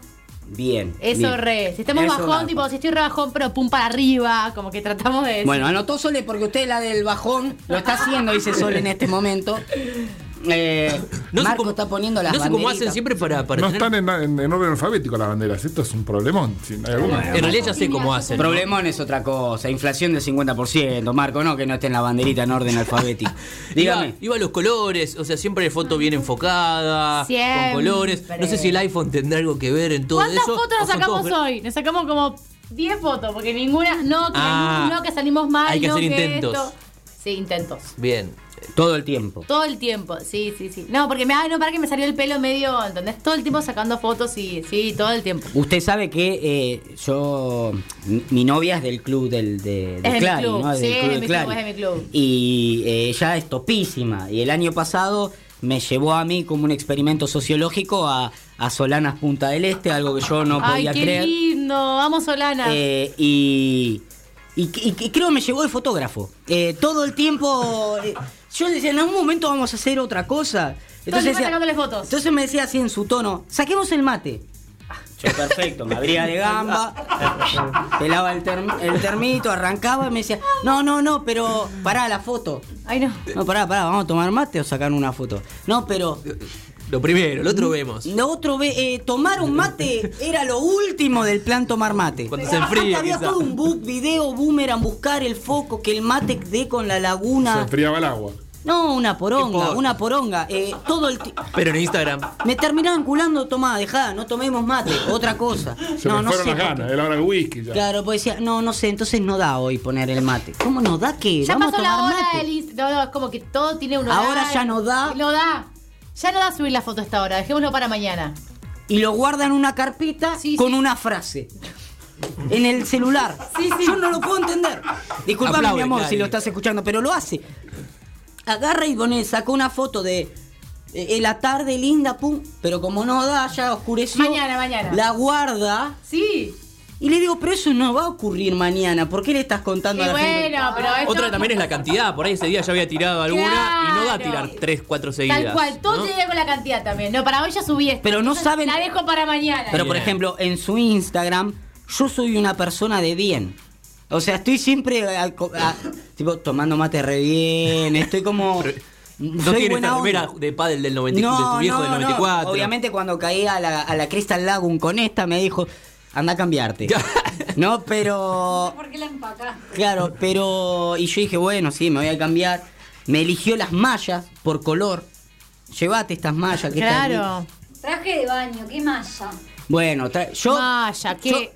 Speaker 2: Bien.
Speaker 3: Eso
Speaker 2: bien.
Speaker 3: re. Si estamos
Speaker 2: Eso
Speaker 3: bajón,
Speaker 2: banco.
Speaker 3: tipo, si estoy re bajón, pero pum para arriba. Como que tratamos de.
Speaker 2: Bueno, anotó Sole porque usted la del bajón lo está haciendo, dice Sole en este momento. Eh,
Speaker 4: No sé
Speaker 2: Marco
Speaker 4: cómo-
Speaker 2: está poniendo las
Speaker 4: No sé cómo hacen
Speaker 2: banderitas.
Speaker 4: siempre para, para
Speaker 5: no
Speaker 4: tener-
Speaker 5: están en, en- en orden alfabético las banderas. Esto es un problemón. Sí, hay algunos.
Speaker 4: En realidad ya sé cómo hacen.
Speaker 2: Problemón es otra cosa, inflación del 50%, Marco, no que no esté en la banderita en orden alfabético. Dígame.
Speaker 4: Iba, iba a los colores, o sea, siempre foto bien enfocada,
Speaker 3: Siempre.
Speaker 4: con colores. No sé si el iPhone tendrá algo que ver en todo
Speaker 3: ¿Cuántas
Speaker 4: eso.
Speaker 3: fotos
Speaker 4: o
Speaker 3: nos
Speaker 4: son
Speaker 3: sacamos
Speaker 4: todos-
Speaker 3: hoy? Nos sacamos como 10 fotos, porque ninguna. No, que,
Speaker 4: Ah.
Speaker 3: no, que salimos mal.
Speaker 4: Hay que
Speaker 3: no,
Speaker 4: hacer intentos.
Speaker 3: esto. Sí, intentos.
Speaker 4: Bien.
Speaker 2: Todo el tiempo.
Speaker 3: Todo el tiempo, sí, sí, sí. No, porque me, ay, no, para que me salió el pelo medio, ¿entendés? Todo el tiempo sacando fotos y sí, todo el tiempo.
Speaker 2: Usted sabe que eh, yo, mi, mi novia es del club del, de, de
Speaker 3: Es de mi
Speaker 2: Clary,
Speaker 3: club,
Speaker 2: ¿no?
Speaker 3: sí,
Speaker 2: del
Speaker 3: es
Speaker 2: club
Speaker 3: de mi club,
Speaker 2: Clary.
Speaker 3: es de mi club.
Speaker 2: Y eh, ella es topísima. Y el año pasado me llevó a mí como un experimento sociológico a, a Solanas Punta del Este, algo que yo no
Speaker 3: Ay,
Speaker 2: podía Eh,
Speaker 3: qué
Speaker 2: creer.
Speaker 3: Ah. lindo. Vamos, Solana.
Speaker 2: Eh, y, Y, y- y creo que me llegó el fotógrafo. Eh, todo el tiempo. eh, yo le decía, en algún momento vamos a hacer otra cosa. Entonces,
Speaker 3: tiempo sacándole fotos.
Speaker 2: entonces me decía así en su tono: saquemos el mate. Ah, Yo, perfecto, me abría de gamba, pelaba el, term- el termito, arrancaba y me decía, no, no, no, pero pará la foto.
Speaker 3: Ay, no.
Speaker 2: No, pará, pará, vamos a tomar mate o sacar una foto. No, pero
Speaker 4: Lo primero, lo otro vemos.
Speaker 2: lo otro, ve- eh, tomar un mate era lo último del plan tomar mate.
Speaker 4: Cuando se enfríe,
Speaker 2: Aparte había
Speaker 4: quizá.
Speaker 2: todo un book, video, boomerang, buscar el foco, que el mate dé con la
Speaker 5: Se
Speaker 2: laguna.
Speaker 5: enfriaba el agua.
Speaker 2: No, una
Speaker 4: ¿Qué
Speaker 2: poronga,
Speaker 4: importa?
Speaker 2: una poronga. Eh, todo el ti-
Speaker 4: Pero en Instagram.
Speaker 2: me terminaban culando, tomá, dejá, no tomemos mate, otra cosa.
Speaker 5: Se
Speaker 2: no,
Speaker 5: me
Speaker 2: no sé
Speaker 5: fueron las
Speaker 2: por qué.
Speaker 5: ganas, era hora del whisky ya.
Speaker 2: Claro, pues decía, no, no sé, entonces no da hoy poner el mate. ¿Cómo no da qué?
Speaker 3: Ya
Speaker 2: Vamos
Speaker 3: pasó
Speaker 2: a
Speaker 3: la
Speaker 2: tomar
Speaker 3: hora
Speaker 2: mate.
Speaker 3: del inst- No, no, es como que todo tiene un horario.
Speaker 2: Ahora ya no da.
Speaker 3: No da. Ya no da subir la foto a esta hora. Dejémoslo para mañana.
Speaker 2: y lo guarda en una carpeta
Speaker 3: Sí,
Speaker 2: con
Speaker 3: sí.
Speaker 2: una frase. En el celular. Yo no lo puedo entender. Disculpame,
Speaker 4: Aplaude,
Speaker 2: mi amor,
Speaker 4: claro.
Speaker 2: si lo estás escuchando, pero lo hace. Agarra y pone, sacó una foto de eh, la tarde linda, pum. Pero como no da, ya oscureció.
Speaker 3: Mañana, mañana.
Speaker 2: La guarda.
Speaker 3: Sí.
Speaker 2: Y le digo, pero eso no va a ocurrir mañana. ¿Por qué le estás contando
Speaker 3: Y
Speaker 2: a la gente?
Speaker 3: bueno, pero esto-
Speaker 4: Otra también es la cantidad. Por ahí ese día ya había tirado alguna y no va a
Speaker 3: Claro.
Speaker 4: tirar 3, 4 seguidas.
Speaker 3: Tal cual, todo
Speaker 4: ¿no?
Speaker 3: tiene que ver con la cantidad también. No, para hoy ya subí esto.
Speaker 2: Pero no
Speaker 3: Entonces,
Speaker 2: saben-
Speaker 3: La dejo para mañana.
Speaker 2: Pero por
Speaker 4: Bien.
Speaker 2: ejemplo, en su Instagram, yo soy una persona de bien. O sea, estoy siempre al co- a- tipo, tomando mate re bien, estoy como...
Speaker 4: No
Speaker 2: soy
Speaker 4: tiene
Speaker 2: buena
Speaker 4: la
Speaker 2: onda.
Speaker 4: remera de pádel del 94, de tu viejo del
Speaker 2: no.
Speaker 4: 94.
Speaker 2: Obviamente cuando caí a la, a la Crystal Lagoon con esta me dijo, anda a cambiarte. no, pero...
Speaker 6: ¿Por qué la empacás?
Speaker 2: Claro, pero. Y yo dije, bueno, sí, me voy a cambiar. Me eligió las mallas por color. Llévate estas mallas que están
Speaker 3: Claro.
Speaker 6: Traje de baño, qué malla.
Speaker 2: aquí. Bueno, tra- yo.
Speaker 3: Maya, qué,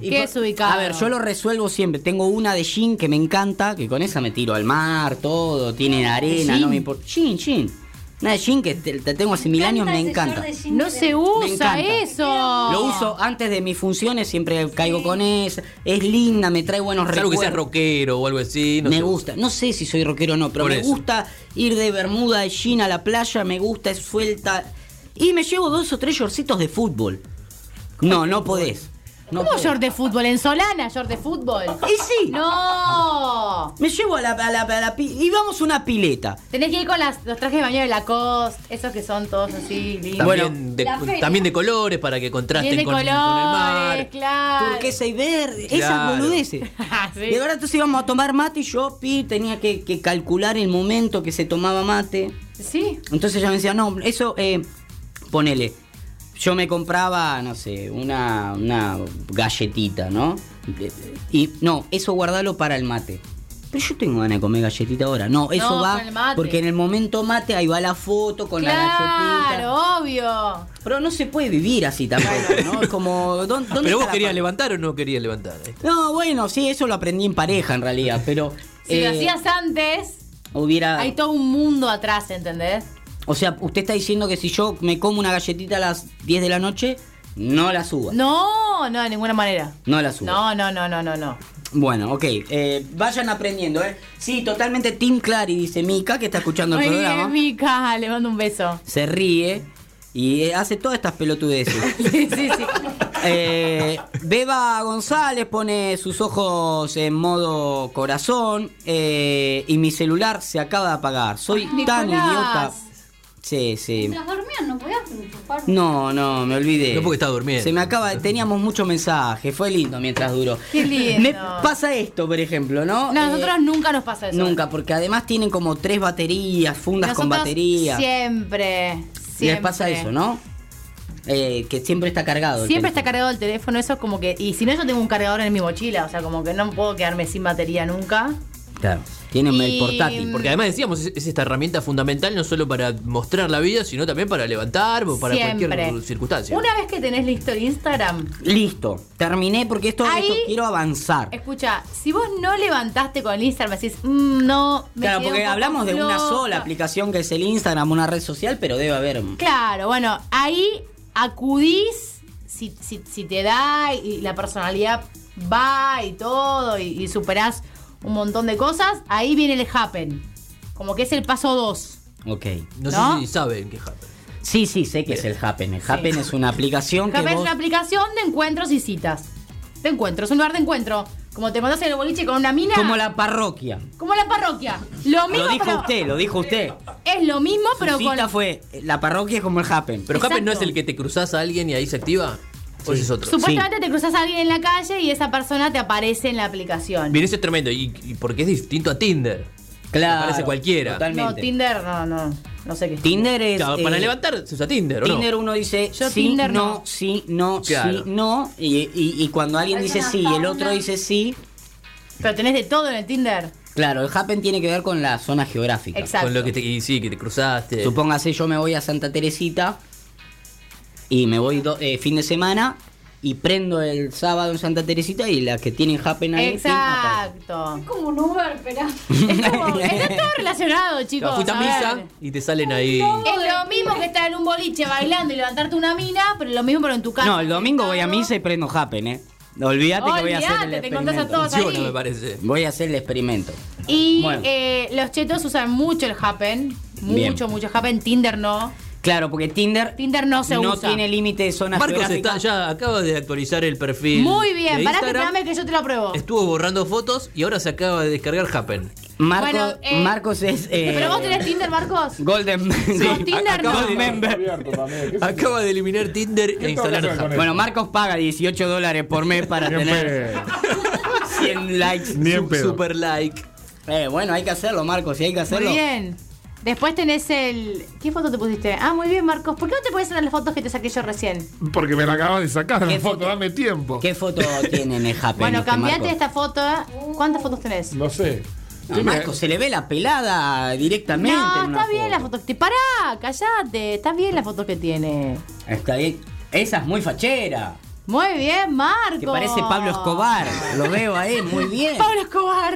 Speaker 2: Y
Speaker 3: qué
Speaker 2: por-
Speaker 3: desubicado.
Speaker 2: A ver, yo lo resuelvo siempre. Tengo una de jean que me encanta, que con esa me tiro al mar, todo, tiene arena, no me importa. Jean, jean. Una de jean que te, te tengo hace mil años, me encanta.
Speaker 3: No se usa
Speaker 2: encanta.
Speaker 3: eso.
Speaker 2: Lo uso antes de mis funciones, siempre caigo con esa. Es linda, me trae buenos
Speaker 4: Salvo que
Speaker 2: recuerdos.
Speaker 4: sea rockero o algo así. No
Speaker 2: me
Speaker 4: sé.
Speaker 2: gusta. No sé si soy rockero o no, pero
Speaker 4: Por
Speaker 2: me
Speaker 4: eso.
Speaker 2: gusta ir de Bermuda de jean a la playa, me gusta, es suelta. Y me llevo dos o tres shortcitos de fútbol. No, no podés. No
Speaker 3: ¿Cómo
Speaker 2: podés.
Speaker 3: short de fútbol? ¿En Solana short de fútbol?
Speaker 2: Y sí,
Speaker 3: ¡No!
Speaker 2: me llevo a la, a la, a la pi- y vamos a una pileta.
Speaker 3: Tenés que ir con las- los trajes de baño de Lacoste, esos que son todos así lindos.
Speaker 4: También,
Speaker 6: la
Speaker 4: de,
Speaker 6: feria.
Speaker 4: también de colores para que contrasten
Speaker 3: Bien de
Speaker 4: con, con
Speaker 3: colores,
Speaker 4: el mar.
Speaker 3: claro.
Speaker 2: Turquesa y verde,
Speaker 4: Claro.
Speaker 2: esas boludeces.
Speaker 3: Ah, Sí.
Speaker 2: De verdad, entonces íbamos a tomar mate y yo pi, tenía que, que calcular el momento que se tomaba mate.
Speaker 3: Sí.
Speaker 2: Entonces ella me decía, no, eso, eh, ponele. Yo me compraba, no sé, una, una galletita, ¿no? Y no, eso guardalo para el mate. Pero yo tengo ganas de comer galletita ahora. No, eso
Speaker 3: No,
Speaker 2: va.
Speaker 3: con el mate.
Speaker 2: Porque en el momento mate ahí va la foto con la galletita.
Speaker 3: Claro, obvio.
Speaker 2: Pero no se puede vivir así tampoco, ¿no? Es como. ¿dó- ¿dónde
Speaker 4: Pero vos
Speaker 2: está la
Speaker 4: querías
Speaker 2: pa-
Speaker 4: levantar o no querías levantar.
Speaker 2: No, bueno, sí, eso lo aprendí en pareja en realidad, pero.
Speaker 3: Si lo
Speaker 2: eh,
Speaker 3: hacías antes,
Speaker 2: Hubiera.
Speaker 3: hay todo un mundo atrás, ¿entendés?
Speaker 2: O sea, usted está diciendo que si yo me como una galletita a las 10 de la noche, no la suba. No,
Speaker 3: No, no, de ninguna manera.
Speaker 2: la suba.
Speaker 3: No, no, no, no, no, no.
Speaker 2: Bueno, ok. eh, vayan aprendiendo, ¿eh? Sí, totalmente Tim Clary, dice Mika, que está escuchando el
Speaker 3: Muy
Speaker 2: programa.
Speaker 3: bien, Mica, le mando un beso.
Speaker 2: Se ríe y eh, hace todas estas pelotudeces.
Speaker 3: Sí, sí, sí.
Speaker 2: Eh, Beba González pone sus ojos en modo corazón eh, y mi celular se acaba de apagar. Soy
Speaker 3: Ay,
Speaker 2: tan
Speaker 3: Nicolás.
Speaker 2: idiota. Sí, sí.
Speaker 6: Mientras dormían no podías enchufar.
Speaker 2: No, no, me olvidé.
Speaker 4: No, porque estaba durmiendo.
Speaker 2: Se me acaba, teníamos mucho mensaje, fue lindo mientras duró.
Speaker 3: Qué lindo.
Speaker 2: Me pasa esto, por ejemplo, ¿no?
Speaker 3: No, a
Speaker 2: Eh,
Speaker 3: nosotros nunca nos pasa eso.
Speaker 2: Nunca, porque además tienen como tres baterías, fundas con
Speaker 3: Nosotros
Speaker 2: batería.
Speaker 3: Siempre, siempre.
Speaker 2: Les pasa eso, ¿no? Eh, que siempre está cargado. el
Speaker 3: Siempre está
Speaker 2: teléfono.
Speaker 3: cargado el teléfono, eso es como que. Y si no, yo tengo un cargador en mi mochila, o sea, como que no puedo quedarme sin batería nunca.
Speaker 2: Claro. Tienen
Speaker 3: Y-
Speaker 2: el portátil.
Speaker 4: Porque además decíamos, es, es esta herramienta fundamental no solo para mostrar la vida, sino también para levantar o para
Speaker 3: siempre.
Speaker 4: cualquier circunstancia.
Speaker 3: Una vez que tenés listo el Instagram,
Speaker 2: Listo, terminé porque esto,
Speaker 3: mm, Ahí-
Speaker 2: esto quiero avanzar.
Speaker 3: escucha, si vos no levantaste con el Instagram, decís, "Mm, no, me
Speaker 2: Claro,
Speaker 3: quedé un
Speaker 2: porque
Speaker 3: poco
Speaker 2: hablamos de una
Speaker 3: floja".
Speaker 2: sola aplicación que es el Instagram, una red social, pero debe haber.
Speaker 3: Claro, bueno, ahí acudís si, si- si te da y la personalidad va y todo y, y superás un montón de cosas, ahí viene el happen. Como que es el paso 2.
Speaker 2: Ok.
Speaker 4: no,
Speaker 3: ¿no?
Speaker 4: sé si saben qué happen.
Speaker 2: Sí, sí, sé que es el Happen. El Happen es una aplicación que
Speaker 3: Happen es
Speaker 2: vos...
Speaker 3: una aplicación de encuentros y citas. De encuentros, un lugar de encuentro. Como te conoces en el boliche con una mina.
Speaker 2: Como la parroquia.
Speaker 3: como la parroquia. Lo mismo,
Speaker 2: Lo dijo
Speaker 3: pero-
Speaker 2: usted, lo dijo usted.
Speaker 3: Es lo mismo, pero
Speaker 2: Su
Speaker 3: con.
Speaker 2: cita fue, eh, la parroquia es como el happen.
Speaker 4: Pero
Speaker 3: Exacto.
Speaker 4: Happen no es el que te cruzas a alguien y ahí se activa. O ese es otro.
Speaker 3: Supuestamente te cruzas a alguien en la calle y esa persona te aparece en la aplicación.
Speaker 4: Bien, eso es tremendo. Y, y porque es distinto a Tinder.
Speaker 2: Claro.
Speaker 4: Aparece cualquiera.
Speaker 2: Totalmente.
Speaker 3: No, Tinder, no, no. No sé qué. es
Speaker 2: Tinder es.
Speaker 4: Claro, para
Speaker 2: eh,
Speaker 4: levantar se usa Tinder, ¿o no?
Speaker 2: Tinder uno dice
Speaker 3: Yo
Speaker 2: sí,
Speaker 3: Tinder
Speaker 2: no,
Speaker 3: no.
Speaker 2: sí, no, sí,
Speaker 4: Claro.
Speaker 2: no. Y, y- y cuando alguien
Speaker 6: Hay
Speaker 2: dice
Speaker 6: una
Speaker 2: sí y el
Speaker 6: fauna.
Speaker 2: otro dice sí,
Speaker 3: Pero tenés de todo en el Tinder.
Speaker 2: claro, el happen tiene que ver con la zona geográfica.
Speaker 3: Exacto.
Speaker 4: Con lo que te, y sí, que te cruzaste.
Speaker 2: Supóngase, yo me voy a Santa Teresita y me voy do- eh, fin de semana y prendo el sábado en Santa Teresita y las que tienen happen ahí. sí, aparecen.
Speaker 3: Exacto.
Speaker 6: Como un Uber, pero.
Speaker 3: Es como- está todo relacionado,
Speaker 4: Claro,
Speaker 3: chicos.
Speaker 4: fuiste a
Speaker 3: a ver.
Speaker 4: misa y te salen ahí.
Speaker 3: Es lo mismo que estar en un boliche bailando y levantarte una mina, pero lo mismo pero en tu casa.
Speaker 2: No, el domingo voy a misa y prendo happen, ¿eh. Olvídate que voy a hacer el
Speaker 3: Olvídate, te encontrás a
Speaker 2: experimento.
Speaker 3: todos.
Speaker 4: Funciona,
Speaker 3: ahí.
Speaker 4: me parece.
Speaker 2: Voy a hacer el experimento.
Speaker 3: Y
Speaker 2: Bueno.
Speaker 3: eh, los chetos usan mucho el Happen. Mucho,
Speaker 2: Bien.
Speaker 3: mucho Happen. Tinder no.
Speaker 2: Claro, porque Tinder,
Speaker 3: Tinder no se
Speaker 2: no
Speaker 3: usa.
Speaker 2: tiene límite de zona
Speaker 4: Marcos
Speaker 2: geográfica.
Speaker 4: está ya, acaba de actualizar el perfil.
Speaker 3: Muy bien,
Speaker 4: de
Speaker 3: pará que
Speaker 4: Instagram.
Speaker 3: espérame que yo te lo pruebo.
Speaker 4: Estuvo borrando fotos y ahora se acaba de descargar Happen.
Speaker 2: Marco-
Speaker 3: Bueno, eh,
Speaker 2: Marcos es. eh,
Speaker 3: ¿Pero vos tenés Tinder, Marcos?
Speaker 2: Golden.
Speaker 3: Con Tinder
Speaker 4: acabo
Speaker 3: no.
Speaker 4: de-
Speaker 5: Abierto también, qué sé yo.
Speaker 4: Acaba de eliminar Tinder
Speaker 5: ¿Qué
Speaker 4: e
Speaker 5: tengo que
Speaker 4: instalar
Speaker 5: hacer con
Speaker 4: Happen.
Speaker 5: él?
Speaker 2: Bueno, Marcos paga 18 dólares por mes para
Speaker 5: Ni en
Speaker 2: tener
Speaker 5: pedo.
Speaker 2: 100 likes.
Speaker 5: Ni en
Speaker 4: Su-
Speaker 5: pedo.
Speaker 4: Super like.
Speaker 2: Eh, bueno, hay que hacerlo, Marcos, y hay que
Speaker 3: Muy
Speaker 2: hacerlo.
Speaker 3: bien. Después tenés el. ¿Qué foto te pusiste? Ah, muy bien, Marcos. ¿Por qué no te puedes sacar las fotos que te saqué yo recién?
Speaker 5: Porque me la acabas de sacar
Speaker 2: ¿Qué
Speaker 5: la foto,
Speaker 2: foto?
Speaker 5: dame tiempo.
Speaker 2: ¿Qué foto tiene en el Happen?
Speaker 3: Bueno,
Speaker 2: este
Speaker 3: cambiate
Speaker 2: Marcos?
Speaker 3: esta foto. ¿eh? ¿Cuántas fotos tenés?
Speaker 5: No sé.
Speaker 2: No, Marcos, se le ve la pelada directamente.
Speaker 3: No,
Speaker 2: en una
Speaker 3: está bien la
Speaker 2: foto.
Speaker 3: foto que te. Pará, callate. Está bien la foto que tiene.
Speaker 2: Está bien. Esa es muy fachera.
Speaker 3: Muy bien, Marcos.
Speaker 2: Que parece Pablo Escobar. Lo veo ahí, muy bien.
Speaker 3: Pablo Escobar.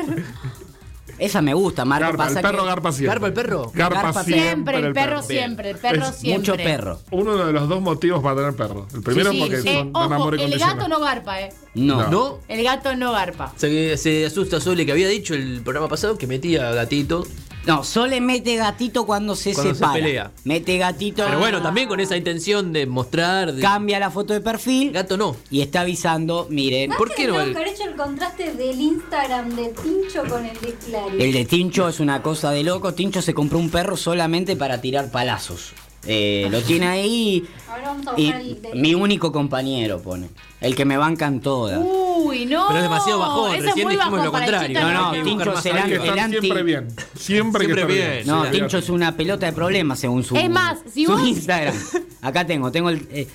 Speaker 2: Esa me gusta, Marco.
Speaker 5: Garpa,
Speaker 2: pasa
Speaker 5: el perro
Speaker 2: que
Speaker 5: garpa siempre.
Speaker 4: ¿Garpa el perro?
Speaker 5: Garpa,
Speaker 2: Garpa
Speaker 5: siempre.
Speaker 3: Siempre, el perro
Speaker 5: Bien.
Speaker 3: siempre, el perro
Speaker 5: Es
Speaker 3: siempre.
Speaker 2: Mucho perro.
Speaker 5: Uno de los dos motivos para tener perro. El primero
Speaker 3: Sí, sí,
Speaker 5: porque
Speaker 3: sí.
Speaker 5: son
Speaker 3: Eh, Ojo,
Speaker 5: un amor
Speaker 3: el
Speaker 5: incondicional.
Speaker 3: gato no garpa, eh.
Speaker 2: No.
Speaker 4: ¿No?
Speaker 3: El gato no garpa.
Speaker 4: Se, se asusta Sole que había dicho el programa pasado que metía gatito.
Speaker 2: No, Sole mete gatito cuando se
Speaker 4: Cuando se
Speaker 2: separa.
Speaker 4: pelea.
Speaker 2: Mete gatito.
Speaker 4: Pero bueno, también con esa intención de mostrar. de-
Speaker 2: Cambia la foto de perfil.
Speaker 4: Gato no.
Speaker 2: Y está avisando, miren.
Speaker 4: ¿Por qué no?
Speaker 6: no haber hecho el contraste del Instagram de Tincho con el de Clary?
Speaker 2: El de Tincho es una cosa de loco. Tincho se compró un perro solamente para tirar palazos. Eh, lo tiene ahí.
Speaker 6: Ahora vamos a
Speaker 2: Y
Speaker 6: buscar el de.
Speaker 2: mi único compañero pone. El que me bancan todas.
Speaker 3: Uy, no.
Speaker 4: Pero es demasiado bajón,
Speaker 3: Eso Oh, es
Speaker 4: recién
Speaker 3: muy
Speaker 4: dijimos
Speaker 3: bajón
Speaker 4: lo
Speaker 3: para el
Speaker 4: contrario.
Speaker 3: chico,
Speaker 2: No, no,
Speaker 4: Hay que
Speaker 2: Tincho
Speaker 4: buscar más
Speaker 2: se la-
Speaker 5: Hay que
Speaker 4: arriba.
Speaker 5: estar
Speaker 2: el anti-
Speaker 5: siempre bien. Siempre, hay que
Speaker 4: Ah, Siempre
Speaker 5: estar bien.
Speaker 4: bien.
Speaker 2: No,
Speaker 4: Sí,
Speaker 2: Tincho es una pelota de problemas según su,
Speaker 3: Es más, si
Speaker 2: su
Speaker 3: vos-
Speaker 2: Instagram. Acá tengo, tengo el. eh,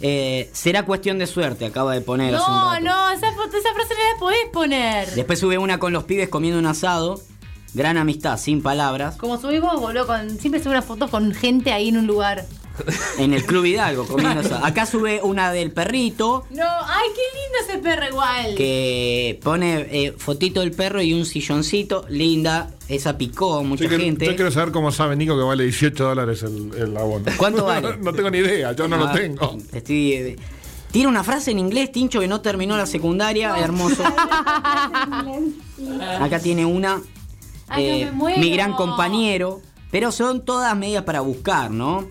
Speaker 2: eh, será cuestión de suerte, acaba de poner. hace un
Speaker 3: No,
Speaker 2: rato.
Speaker 3: no, esa, foto- esa frase no la podés poner.
Speaker 2: Después sube una con los pibes comiendo un asado. Gran amistad, sin palabras.
Speaker 3: Como subís vos, boludo, con, siempre subís unas fotos con gente ahí en un lugar.
Speaker 2: En el Club Hidalgo comiendo asado. Acá sube una del perrito.
Speaker 3: No, ay, qué lindo ese perro igual.
Speaker 2: Que pone eh, fotito del perro y un silloncito. Linda. Esa picó a mucha
Speaker 5: Yo quiero,
Speaker 2: gente.
Speaker 5: yo quiero saber cómo sabe Nico que vale 18 dólares el, el abono.
Speaker 2: ¿Cuánto vale?
Speaker 5: no tengo ni idea, yo no, lo
Speaker 2: Ah,
Speaker 5: tengo.
Speaker 2: te Estoy, eh, tiene una frase en inglés, Tincho, que no terminó la secundaria. Hermoso. Acá tiene una. eh,
Speaker 3: Ay, no me muero.
Speaker 2: mi gran compañero. Pero son todas medidas para buscar, ¿no?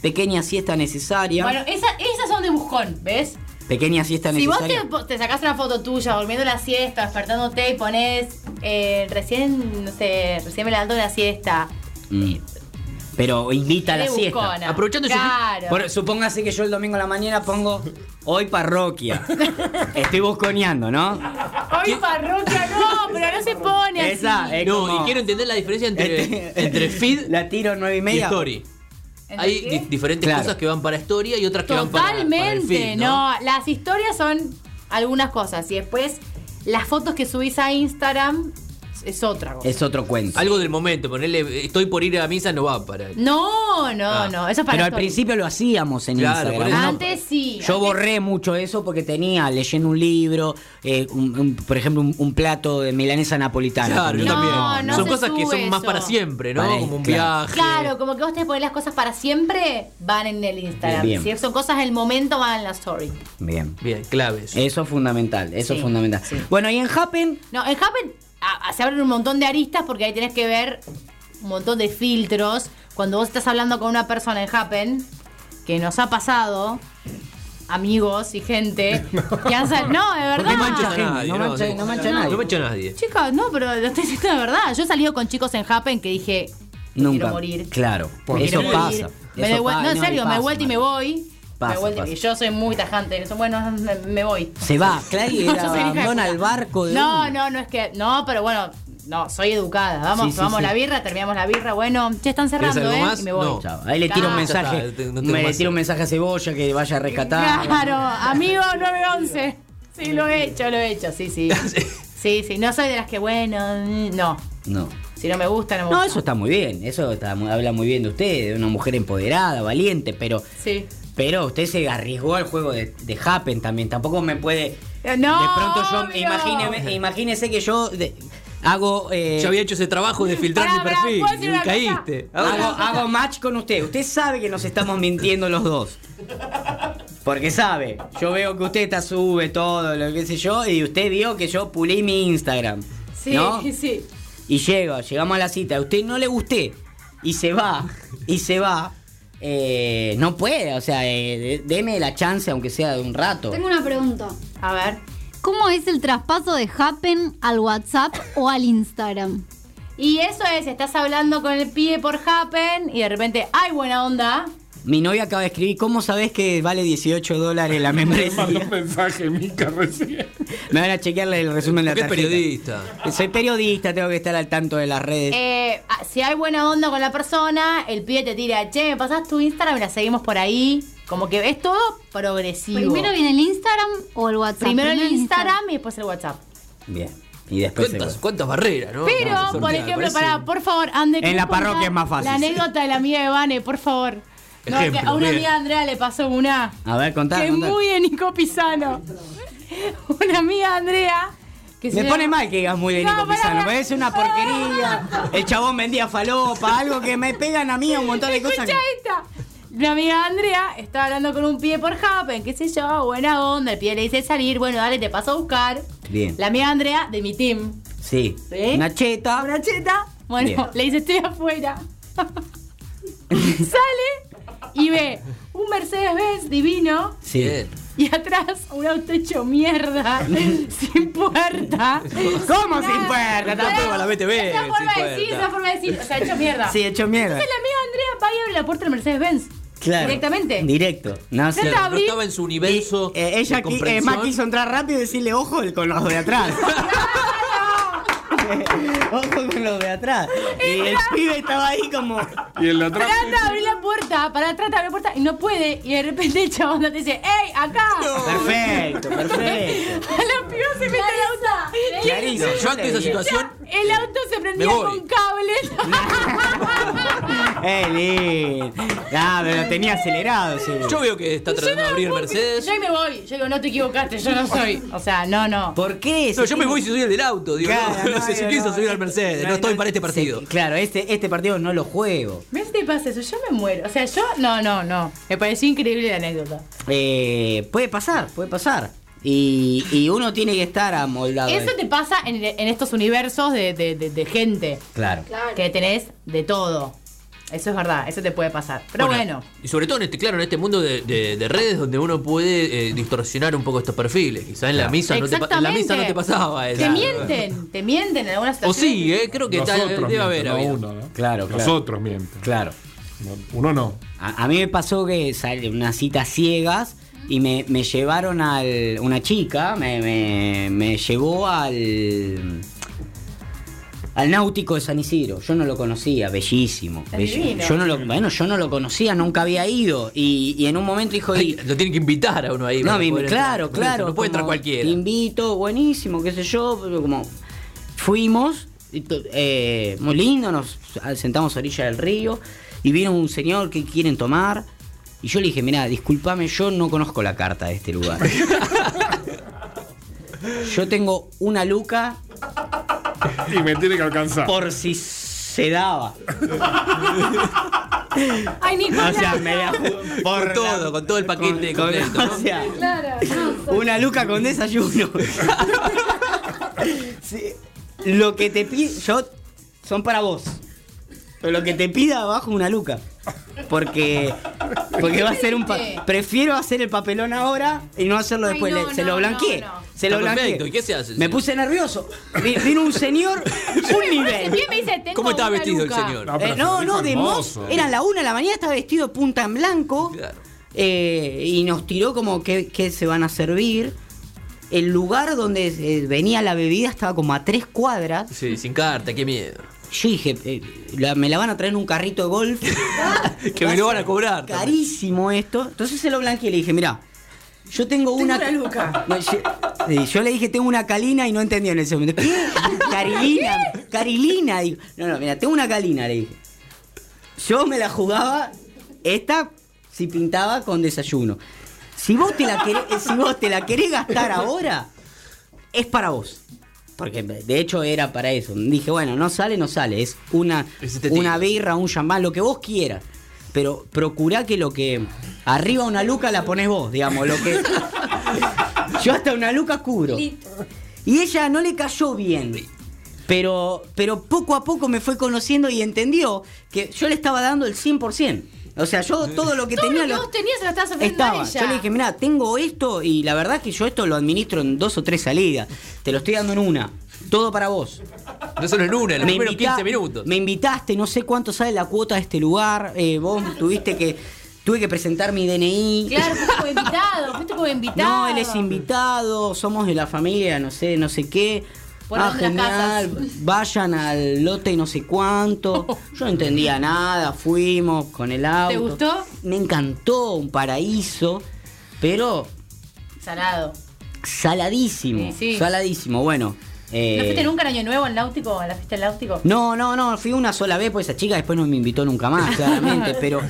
Speaker 2: Pequeña siesta necesaria.
Speaker 3: Bueno, esa, esas son de buscón, ¿ves?
Speaker 2: pequeña siesta
Speaker 3: Si vos
Speaker 2: necesaria.
Speaker 3: te, po- te sacás una foto tuya durmiendo la siesta, despertándote y pones eh, recién, no sé, recién me levanto de la siesta.
Speaker 2: Mm. Pero invita a la
Speaker 3: Qué
Speaker 2: siesta.
Speaker 3: buscona.
Speaker 4: Aprovechando yo-
Speaker 3: claro.
Speaker 2: Bueno, supóngase que yo el domingo a la mañana pongo hoy parroquia. Estoy busconeando, ¿no?
Speaker 3: Ay, parroquia, no, pero no se pone así.
Speaker 2: Esa es
Speaker 4: No,
Speaker 2: como-
Speaker 4: y quiero entender la diferencia entre,
Speaker 2: Este-
Speaker 4: Eh, entre feed
Speaker 2: la tiro nueve y
Speaker 4: y
Speaker 2: media.
Speaker 4: story.
Speaker 2: eh,
Speaker 3: ¿Entre
Speaker 4: Hay
Speaker 3: qué?
Speaker 4: di- diferentes
Speaker 2: Claro.
Speaker 4: cosas que van para historia y otras que van para,
Speaker 3: Totalmente,
Speaker 4: para el feed,
Speaker 3: ¿no? Las historias son algunas cosas y después las fotos que subís a Instagram es otra cosa.
Speaker 2: Es otro cuento.
Speaker 4: Algo del momento, ponerle eh, estoy por ir a misa no va para.
Speaker 3: No, no,
Speaker 4: Ah.
Speaker 3: no, eso es para
Speaker 2: Pero al
Speaker 3: stories.
Speaker 2: principio lo hacíamos en
Speaker 4: Claro,
Speaker 2: Instagram.
Speaker 4: por eso.
Speaker 2: Uno-
Speaker 3: antes sí.
Speaker 2: Yo borré mucho eso porque tenía leyendo un libro, eh, un- un- por ejemplo, un, un plato de milanesa napolitana.
Speaker 4: Claro, yo
Speaker 2: ponía.
Speaker 3: No,
Speaker 4: también.
Speaker 3: no
Speaker 4: son
Speaker 3: se
Speaker 4: cosas que
Speaker 3: sube
Speaker 4: son más
Speaker 3: eso.
Speaker 4: para siempre, ¿no?
Speaker 2: Para-
Speaker 4: Como un
Speaker 2: claro.
Speaker 4: viaje.
Speaker 3: Claro, como que vos te pones las cosas para siempre, van en el Instagram.
Speaker 2: Bien.
Speaker 3: Si son cosas del momento, van en la story.
Speaker 2: Bien.
Speaker 4: Bien, claves.
Speaker 3: Eh,
Speaker 2: Eso es fundamental, eso
Speaker 3: Sí,
Speaker 2: es fundamental.
Speaker 3: sí.
Speaker 2: Bueno, y en Happen,
Speaker 3: No, en Happen a- a- se abren un montón de aristas porque ahí tenés que ver un montón de filtros. Cuando vos estás hablando con una persona en Happen, que nos ha pasado, amigos y gente que han sal- No, de verdad.
Speaker 4: No manches a
Speaker 2: gente,
Speaker 4: nadie.
Speaker 2: no mancha-
Speaker 4: sí.
Speaker 2: no mancha a nadie.
Speaker 4: No mancha a nadie.
Speaker 3: Chicos, no, pero lo estoy diciendo de verdad. Yo he salido con chicos en Happen que dije, me
Speaker 2: Nunca.
Speaker 3: quiero morir.
Speaker 2: Claro.
Speaker 5: Por
Speaker 2: eso
Speaker 3: quiero morir.
Speaker 2: pasa.
Speaker 3: Me
Speaker 2: Eso
Speaker 3: doy vuel-
Speaker 2: pa-
Speaker 3: no, en
Speaker 2: no, y
Speaker 3: serio, me
Speaker 2: pasa,
Speaker 3: doy vuelta y me
Speaker 2: Marta.
Speaker 3: voy.
Speaker 2: Pasa,
Speaker 3: me vuelta
Speaker 2: pasa.
Speaker 3: y- y yo soy muy tajante en eso. Bueno, me, me voy.
Speaker 2: Se va, Clary
Speaker 3: Yo soy hija de
Speaker 2: abandona
Speaker 3: puta.
Speaker 2: el barco de
Speaker 3: No,
Speaker 2: una.
Speaker 3: no, no es que. No, pero bueno, no, soy educada. Vamos,
Speaker 2: Sí, sí,
Speaker 3: vamos
Speaker 2: sí.
Speaker 3: la birra, terminamos la birra. Bueno, ya están cerrando,
Speaker 4: algo
Speaker 3: ¿eh?
Speaker 4: más?
Speaker 3: Y me voy.
Speaker 4: No.
Speaker 2: Chao. Ahí le tiro un
Speaker 3: Ah,
Speaker 2: mensaje.
Speaker 4: ya está, no tengo
Speaker 2: me le
Speaker 4: más.
Speaker 2: tiro un mensaje a Cebolla que vaya a rescatar.
Speaker 3: Claro, amigo 911. Sí, lo he hecho, lo he hecho, sí, sí. Sí, sí, no soy de las que, bueno, mm, no.
Speaker 2: No.
Speaker 3: Si no me gusta, no me
Speaker 2: No,
Speaker 3: gusta.
Speaker 2: eso está muy bien. Eso está mu- habla muy bien de usted, de una mujer empoderada, valiente, pero
Speaker 3: Sí.
Speaker 2: pero usted se arriesgó al juego de, de Happen también. Tampoco me puede.
Speaker 3: Eh, no,
Speaker 2: De pronto yo
Speaker 3: obvio.
Speaker 2: imagíneme, imagínese que yo de- hago eh,
Speaker 4: Yo había hecho ese trabajo de filtrar
Speaker 3: Pará,
Speaker 4: mi
Speaker 3: pará,
Speaker 4: perfil.
Speaker 3: ¿puedo decir
Speaker 4: y
Speaker 3: una
Speaker 4: caíste.
Speaker 3: cosa?
Speaker 2: hago, hago match con usted. Usted sabe que nos estamos mintiendo los dos. Porque sabe, yo veo que usted está sube todo, lo que sé yo, y usted vio que yo pulí mi Instagram.
Speaker 3: Sí,
Speaker 2: ¿no?
Speaker 3: sí.
Speaker 2: Y llega, llegamos a la cita, a usted no le gusté y se va, y se va, eh, no puede, o sea, eh, de- deme la chance aunque sea de un rato.
Speaker 6: Tengo una pregunta.
Speaker 3: A ver.
Speaker 6: ¿Cómo es el traspaso de Happen al WhatsApp o al Instagram?
Speaker 3: Y eso es, estás hablando con el pibe por Happen y de repente, ¡ay, buena onda!
Speaker 2: Mi novia acaba de escribir, ¿cómo sabés que vale 18 dólares la
Speaker 5: Me mandó un
Speaker 2: membresía?
Speaker 5: mensaje, Mica, recién.
Speaker 2: Me van a chequearle el resumen de la
Speaker 4: ¿Qué
Speaker 2: tarjeta.
Speaker 4: periodista?
Speaker 2: Soy periodista, tengo que estar al tanto de las redes.
Speaker 3: Eh, ah, si hay buena onda con la persona, el pibe te tira, che, me pasás tu Instagram y la seguimos por ahí. Como que es todo progresivo.
Speaker 6: Primero viene el Instagram o el WhatsApp.
Speaker 3: Primero el Instagram y después el WhatsApp.
Speaker 2: Bien, y después se
Speaker 4: ¿Cuántas,
Speaker 2: va.
Speaker 4: cuántas barreras, no?
Speaker 3: Pero,
Speaker 4: Vamos a
Speaker 3: por
Speaker 4: sortear,
Speaker 3: ejemplo,
Speaker 4: parece-
Speaker 3: para, por favor, Ande.
Speaker 2: En la
Speaker 3: ¿cómo
Speaker 2: parroquia
Speaker 3: contar
Speaker 2: es más fácil.
Speaker 3: La anécdota de la amiga de Vane, por favor. No,
Speaker 4: Ejemplo,
Speaker 3: que a una
Speaker 4: bien.
Speaker 3: amiga de Andrea le pasó una
Speaker 2: A ver, contá,
Speaker 3: que es
Speaker 2: contá.
Speaker 3: muy de Nico Pisano. Una amiga de Andrea que se
Speaker 2: Me
Speaker 3: llama-
Speaker 2: pone mal que digas muy de
Speaker 3: No,
Speaker 2: Nico
Speaker 3: pará,
Speaker 2: Pisano,
Speaker 3: pará.
Speaker 2: parece una porquería. El chabón vendía falopa, algo que me pegan a mí un montón de cosas.
Speaker 3: Escucha
Speaker 2: que-
Speaker 3: esta. La amiga de Andrea estaba hablando con un pie por Happen, qué sé yo, buena onda. El pie le dice salir, bueno, dale, te paso a buscar.
Speaker 2: Bien.
Speaker 3: La amiga de Andrea, de mi team,
Speaker 2: Sí.
Speaker 3: ¿Sí?
Speaker 2: Una cheta.
Speaker 3: una cheta. Bueno,
Speaker 2: Bien.
Speaker 3: le dice, estoy afuera. Sale y ve un Mercedes-Benz divino
Speaker 2: Sí.
Speaker 4: Bien.
Speaker 3: y atrás un auto hecho mierda, sin puerta.
Speaker 2: ¿Cómo sin puerta?
Speaker 4: Tampoco
Speaker 2: Tampoco.
Speaker 4: la BTV.
Speaker 3: Esa forma de decir,
Speaker 4: puerta.
Speaker 3: esa forma de decir, o sea, hecho mierda.
Speaker 2: Sí, hecho mierda.
Speaker 3: Entonces la amiga de Andrea va y abre la puerta del Mercedes-Benz.
Speaker 2: Claro.
Speaker 3: Directamente.
Speaker 2: Directo. No sé.
Speaker 3: Ya está.
Speaker 4: Claro, no
Speaker 3: abrí-
Speaker 4: estaba en su universo.
Speaker 2: Y, eh, ella
Speaker 4: de
Speaker 2: qui- eh,
Speaker 4: comprensión.
Speaker 2: más quiso entrar rápido y decirle ojo el- con los de atrás. ojo con los de atrás. Y el pibe estaba ahí como.
Speaker 5: Y el de atrás.
Speaker 3: Trata de abrir la puerta, para trata de abrir la puerta y no puede. Y de repente el chabón te dice, ¡Ey, acá!
Speaker 2: Perfecto, perfecto.
Speaker 3: A la piba se mete el auto. Y el-
Speaker 2: Clarísimo.
Speaker 4: No, yo ante esa situación.
Speaker 3: El auto se prendía
Speaker 4: Me voy.
Speaker 3: con cables.
Speaker 2: Eh, lindo. Ah, pero lo tenía acelerado, sí.
Speaker 4: Yo veo que está tratando de abrir Mercedes.
Speaker 3: Yo ahí me voy. Yo digo, no te equivocaste, yo no soy. O sea, no, no.
Speaker 2: ¿Por qué? Se
Speaker 4: No, yo me
Speaker 2: tiene-
Speaker 4: voy si soy el del auto. Digo,
Speaker 2: Claro,
Speaker 4: no, no sé si
Speaker 2: no,
Speaker 4: pienso
Speaker 2: no,
Speaker 4: subir al
Speaker 2: no,
Speaker 4: Mercedes. No, estoy para este partido.
Speaker 2: Sí, claro, este, este partido no lo juego.
Speaker 3: ¿Ves si te pasa eso? Yo me muero. O sea, yo, no, no, no. Me pareció increíble la anécdota.
Speaker 2: Eh, puede pasar, puede pasar. Y, y uno tiene que estar amoldado. a
Speaker 3: Eso
Speaker 2: eso.
Speaker 3: te pasa en, en estos universos de, de- de- de gente.
Speaker 2: Claro.
Speaker 3: Que tenés de todo. Eso es verdad, eso te puede pasar. Pero bueno.
Speaker 4: Y sobre todo, en este, claro, en este mundo de, de- de redes donde uno puede eh, distorsionar un poco estos perfiles. Quizás en la misa no te, pa- en la misa no te pasaba eso.
Speaker 3: Te mienten, te mienten en algunas
Speaker 4: O
Speaker 3: situaciones.
Speaker 4: sí, eh, creo que tal-
Speaker 5: Nosotros
Speaker 4: debe haber.
Speaker 5: mienten,
Speaker 4: habido.
Speaker 5: no uno, ¿no?
Speaker 2: Claro, claro.
Speaker 5: Nosotros mienten.
Speaker 2: Claro.
Speaker 5: Uno no.
Speaker 2: A, a mí me pasó que sale una cita ciegas y me, me llevaron al. Una chica me, me, me llevó al. Al náutico de San Isidro, yo no lo conocía, bellísimo.
Speaker 3: Está
Speaker 2: belli-
Speaker 3: divino.
Speaker 2: Yo no lo, bueno, yo no lo conocía, nunca había ido. Y, y en un momento dijo, y,
Speaker 4: Ay, Lo tienen que invitar a uno ahí.
Speaker 2: No,
Speaker 4: para
Speaker 2: mi-
Speaker 4: poder
Speaker 2: claro,
Speaker 4: entrar. Por eso,
Speaker 2: claro.
Speaker 4: No puede entrar
Speaker 2: como,
Speaker 4: cualquiera.
Speaker 2: Te invito, buenísimo, qué sé yo, pero como fuimos, y to- eh, muy lindo, nos sentamos a orilla del río y vino un señor que quieren tomar. Y yo le dije, mira, discúlpame, yo no conozco la carta de este lugar. yo tengo una luca
Speaker 5: Y me tiene que
Speaker 4: Ah.
Speaker 5: alcanzar.
Speaker 2: por si se daba.
Speaker 3: Ay,
Speaker 4: Ah,
Speaker 2: O
Speaker 3: Nicolás.
Speaker 2: sea, me la ju- por
Speaker 4: Con todo,
Speaker 2: la-
Speaker 4: con todo el paquete
Speaker 2: con-
Speaker 4: completo, ¿no?
Speaker 2: O sea,
Speaker 3: Claro.
Speaker 2: Una luca con desayuno. Sí, Lo que te pido, yo, son para vos. Pero lo que te pida abajo una luca. Porque Porque va a ser un pa-
Speaker 7: Sí.
Speaker 2: Prefiero hacer el papelón ahora y no hacerlo
Speaker 7: Ay,
Speaker 2: después.
Speaker 7: no,
Speaker 2: Le- se
Speaker 7: no,
Speaker 2: lo blanqueé.
Speaker 7: no, no.
Speaker 2: Se lo
Speaker 4: Está
Speaker 2: blanqueé.
Speaker 4: perfecto, ¿y qué se hace?
Speaker 2: Me puse nervioso. Vi- Vino un señor, un
Speaker 7: Ese
Speaker 2: nivel.
Speaker 7: pie me dice, tengo
Speaker 4: ¿Cómo estaba
Speaker 7: una
Speaker 4: vestido
Speaker 7: luca.
Speaker 4: el señor?
Speaker 5: No, pero
Speaker 2: Eh,
Speaker 5: se lo
Speaker 2: no,
Speaker 5: dijo
Speaker 2: no, de Moss.
Speaker 5: hermoso.
Speaker 2: Eran la una de la mañana, estaba vestido de punta en blanco.
Speaker 4: Claro.
Speaker 2: Eh, y nos tiró como que, que se van a servir. El lugar donde eh, venía la bebida estaba como a tres cuadras.
Speaker 4: Sí, sin carta, qué miedo.
Speaker 2: Yo dije, eh, la- me la van a traer en un carrito de golf.
Speaker 4: Que
Speaker 2: Va
Speaker 4: me lo
Speaker 2: a
Speaker 4: van a
Speaker 2: ser
Speaker 4: cobrar.
Speaker 2: Carísimo esto. Entonces se lo blanqueé y le dije, mira, yo tengo una.
Speaker 7: una luca.
Speaker 2: No, yo, sí, yo le dije, tengo una calina y no entendió en ese momento. ¿Qué? Carilina, carilina. Digo, no, no, mira, tengo una calina, le dije. Yo me la jugaba, esta, si pintaba con desayuno. Si vos te la querés, si vos te la querés gastar ahora, es para vos. Porque de hecho era para eso. Dije, bueno, no sale, no sale. Es una,
Speaker 4: Es este
Speaker 2: una
Speaker 4: tipo.
Speaker 2: birra, un champán, lo que vos quieras. Pero procurá que lo que. Arriba una luca la pones vos, digamos. Lo que. Yo hasta una luca cubro. Y ella no le cayó bien. Pero, pero poco a poco me fue conociendo y entendió que yo le estaba dando el 100%. O sea, yo todo lo que
Speaker 7: Todo
Speaker 2: tenía
Speaker 7: lo que
Speaker 2: lo-
Speaker 7: vos tenías se lo estabas ofreciendo a
Speaker 2: estaba.
Speaker 7: ella.
Speaker 2: Yo le dije, mira, tengo esto y la verdad es que yo esto lo administro en dos o tres salidas. Te lo estoy dando en una. Todo para vos.
Speaker 4: No solo en una, en los primeros
Speaker 2: invita-
Speaker 4: 15 minutos.
Speaker 2: Me invitaste, no sé cuánto sale la cuota de este lugar. eh, vos tuviste que. Tuve que presentar mi DNI.
Speaker 3: Claro, fuiste como invitado, fuiste como invitado.
Speaker 2: No, él es invitado, somos de la familia, no sé, no sé qué.
Speaker 3: Por
Speaker 2: ah,
Speaker 3: donde las
Speaker 2: genial, vayan al lote y no sé cuánto. Yo no entendía nada, fuimos con el auto.
Speaker 3: ¿Te gustó?
Speaker 2: Me encantó, un paraíso, pero
Speaker 3: Salado.
Speaker 2: saladísimo,
Speaker 3: Sí, sí.
Speaker 2: saladísimo. Bueno. eh,
Speaker 3: ¿No fuiste nunca en Año Nuevo al Náutico, a la fiesta del Náutico?
Speaker 2: no, no, no, fui una sola vez por esa chica, después no me invitó nunca más, claramente, pero,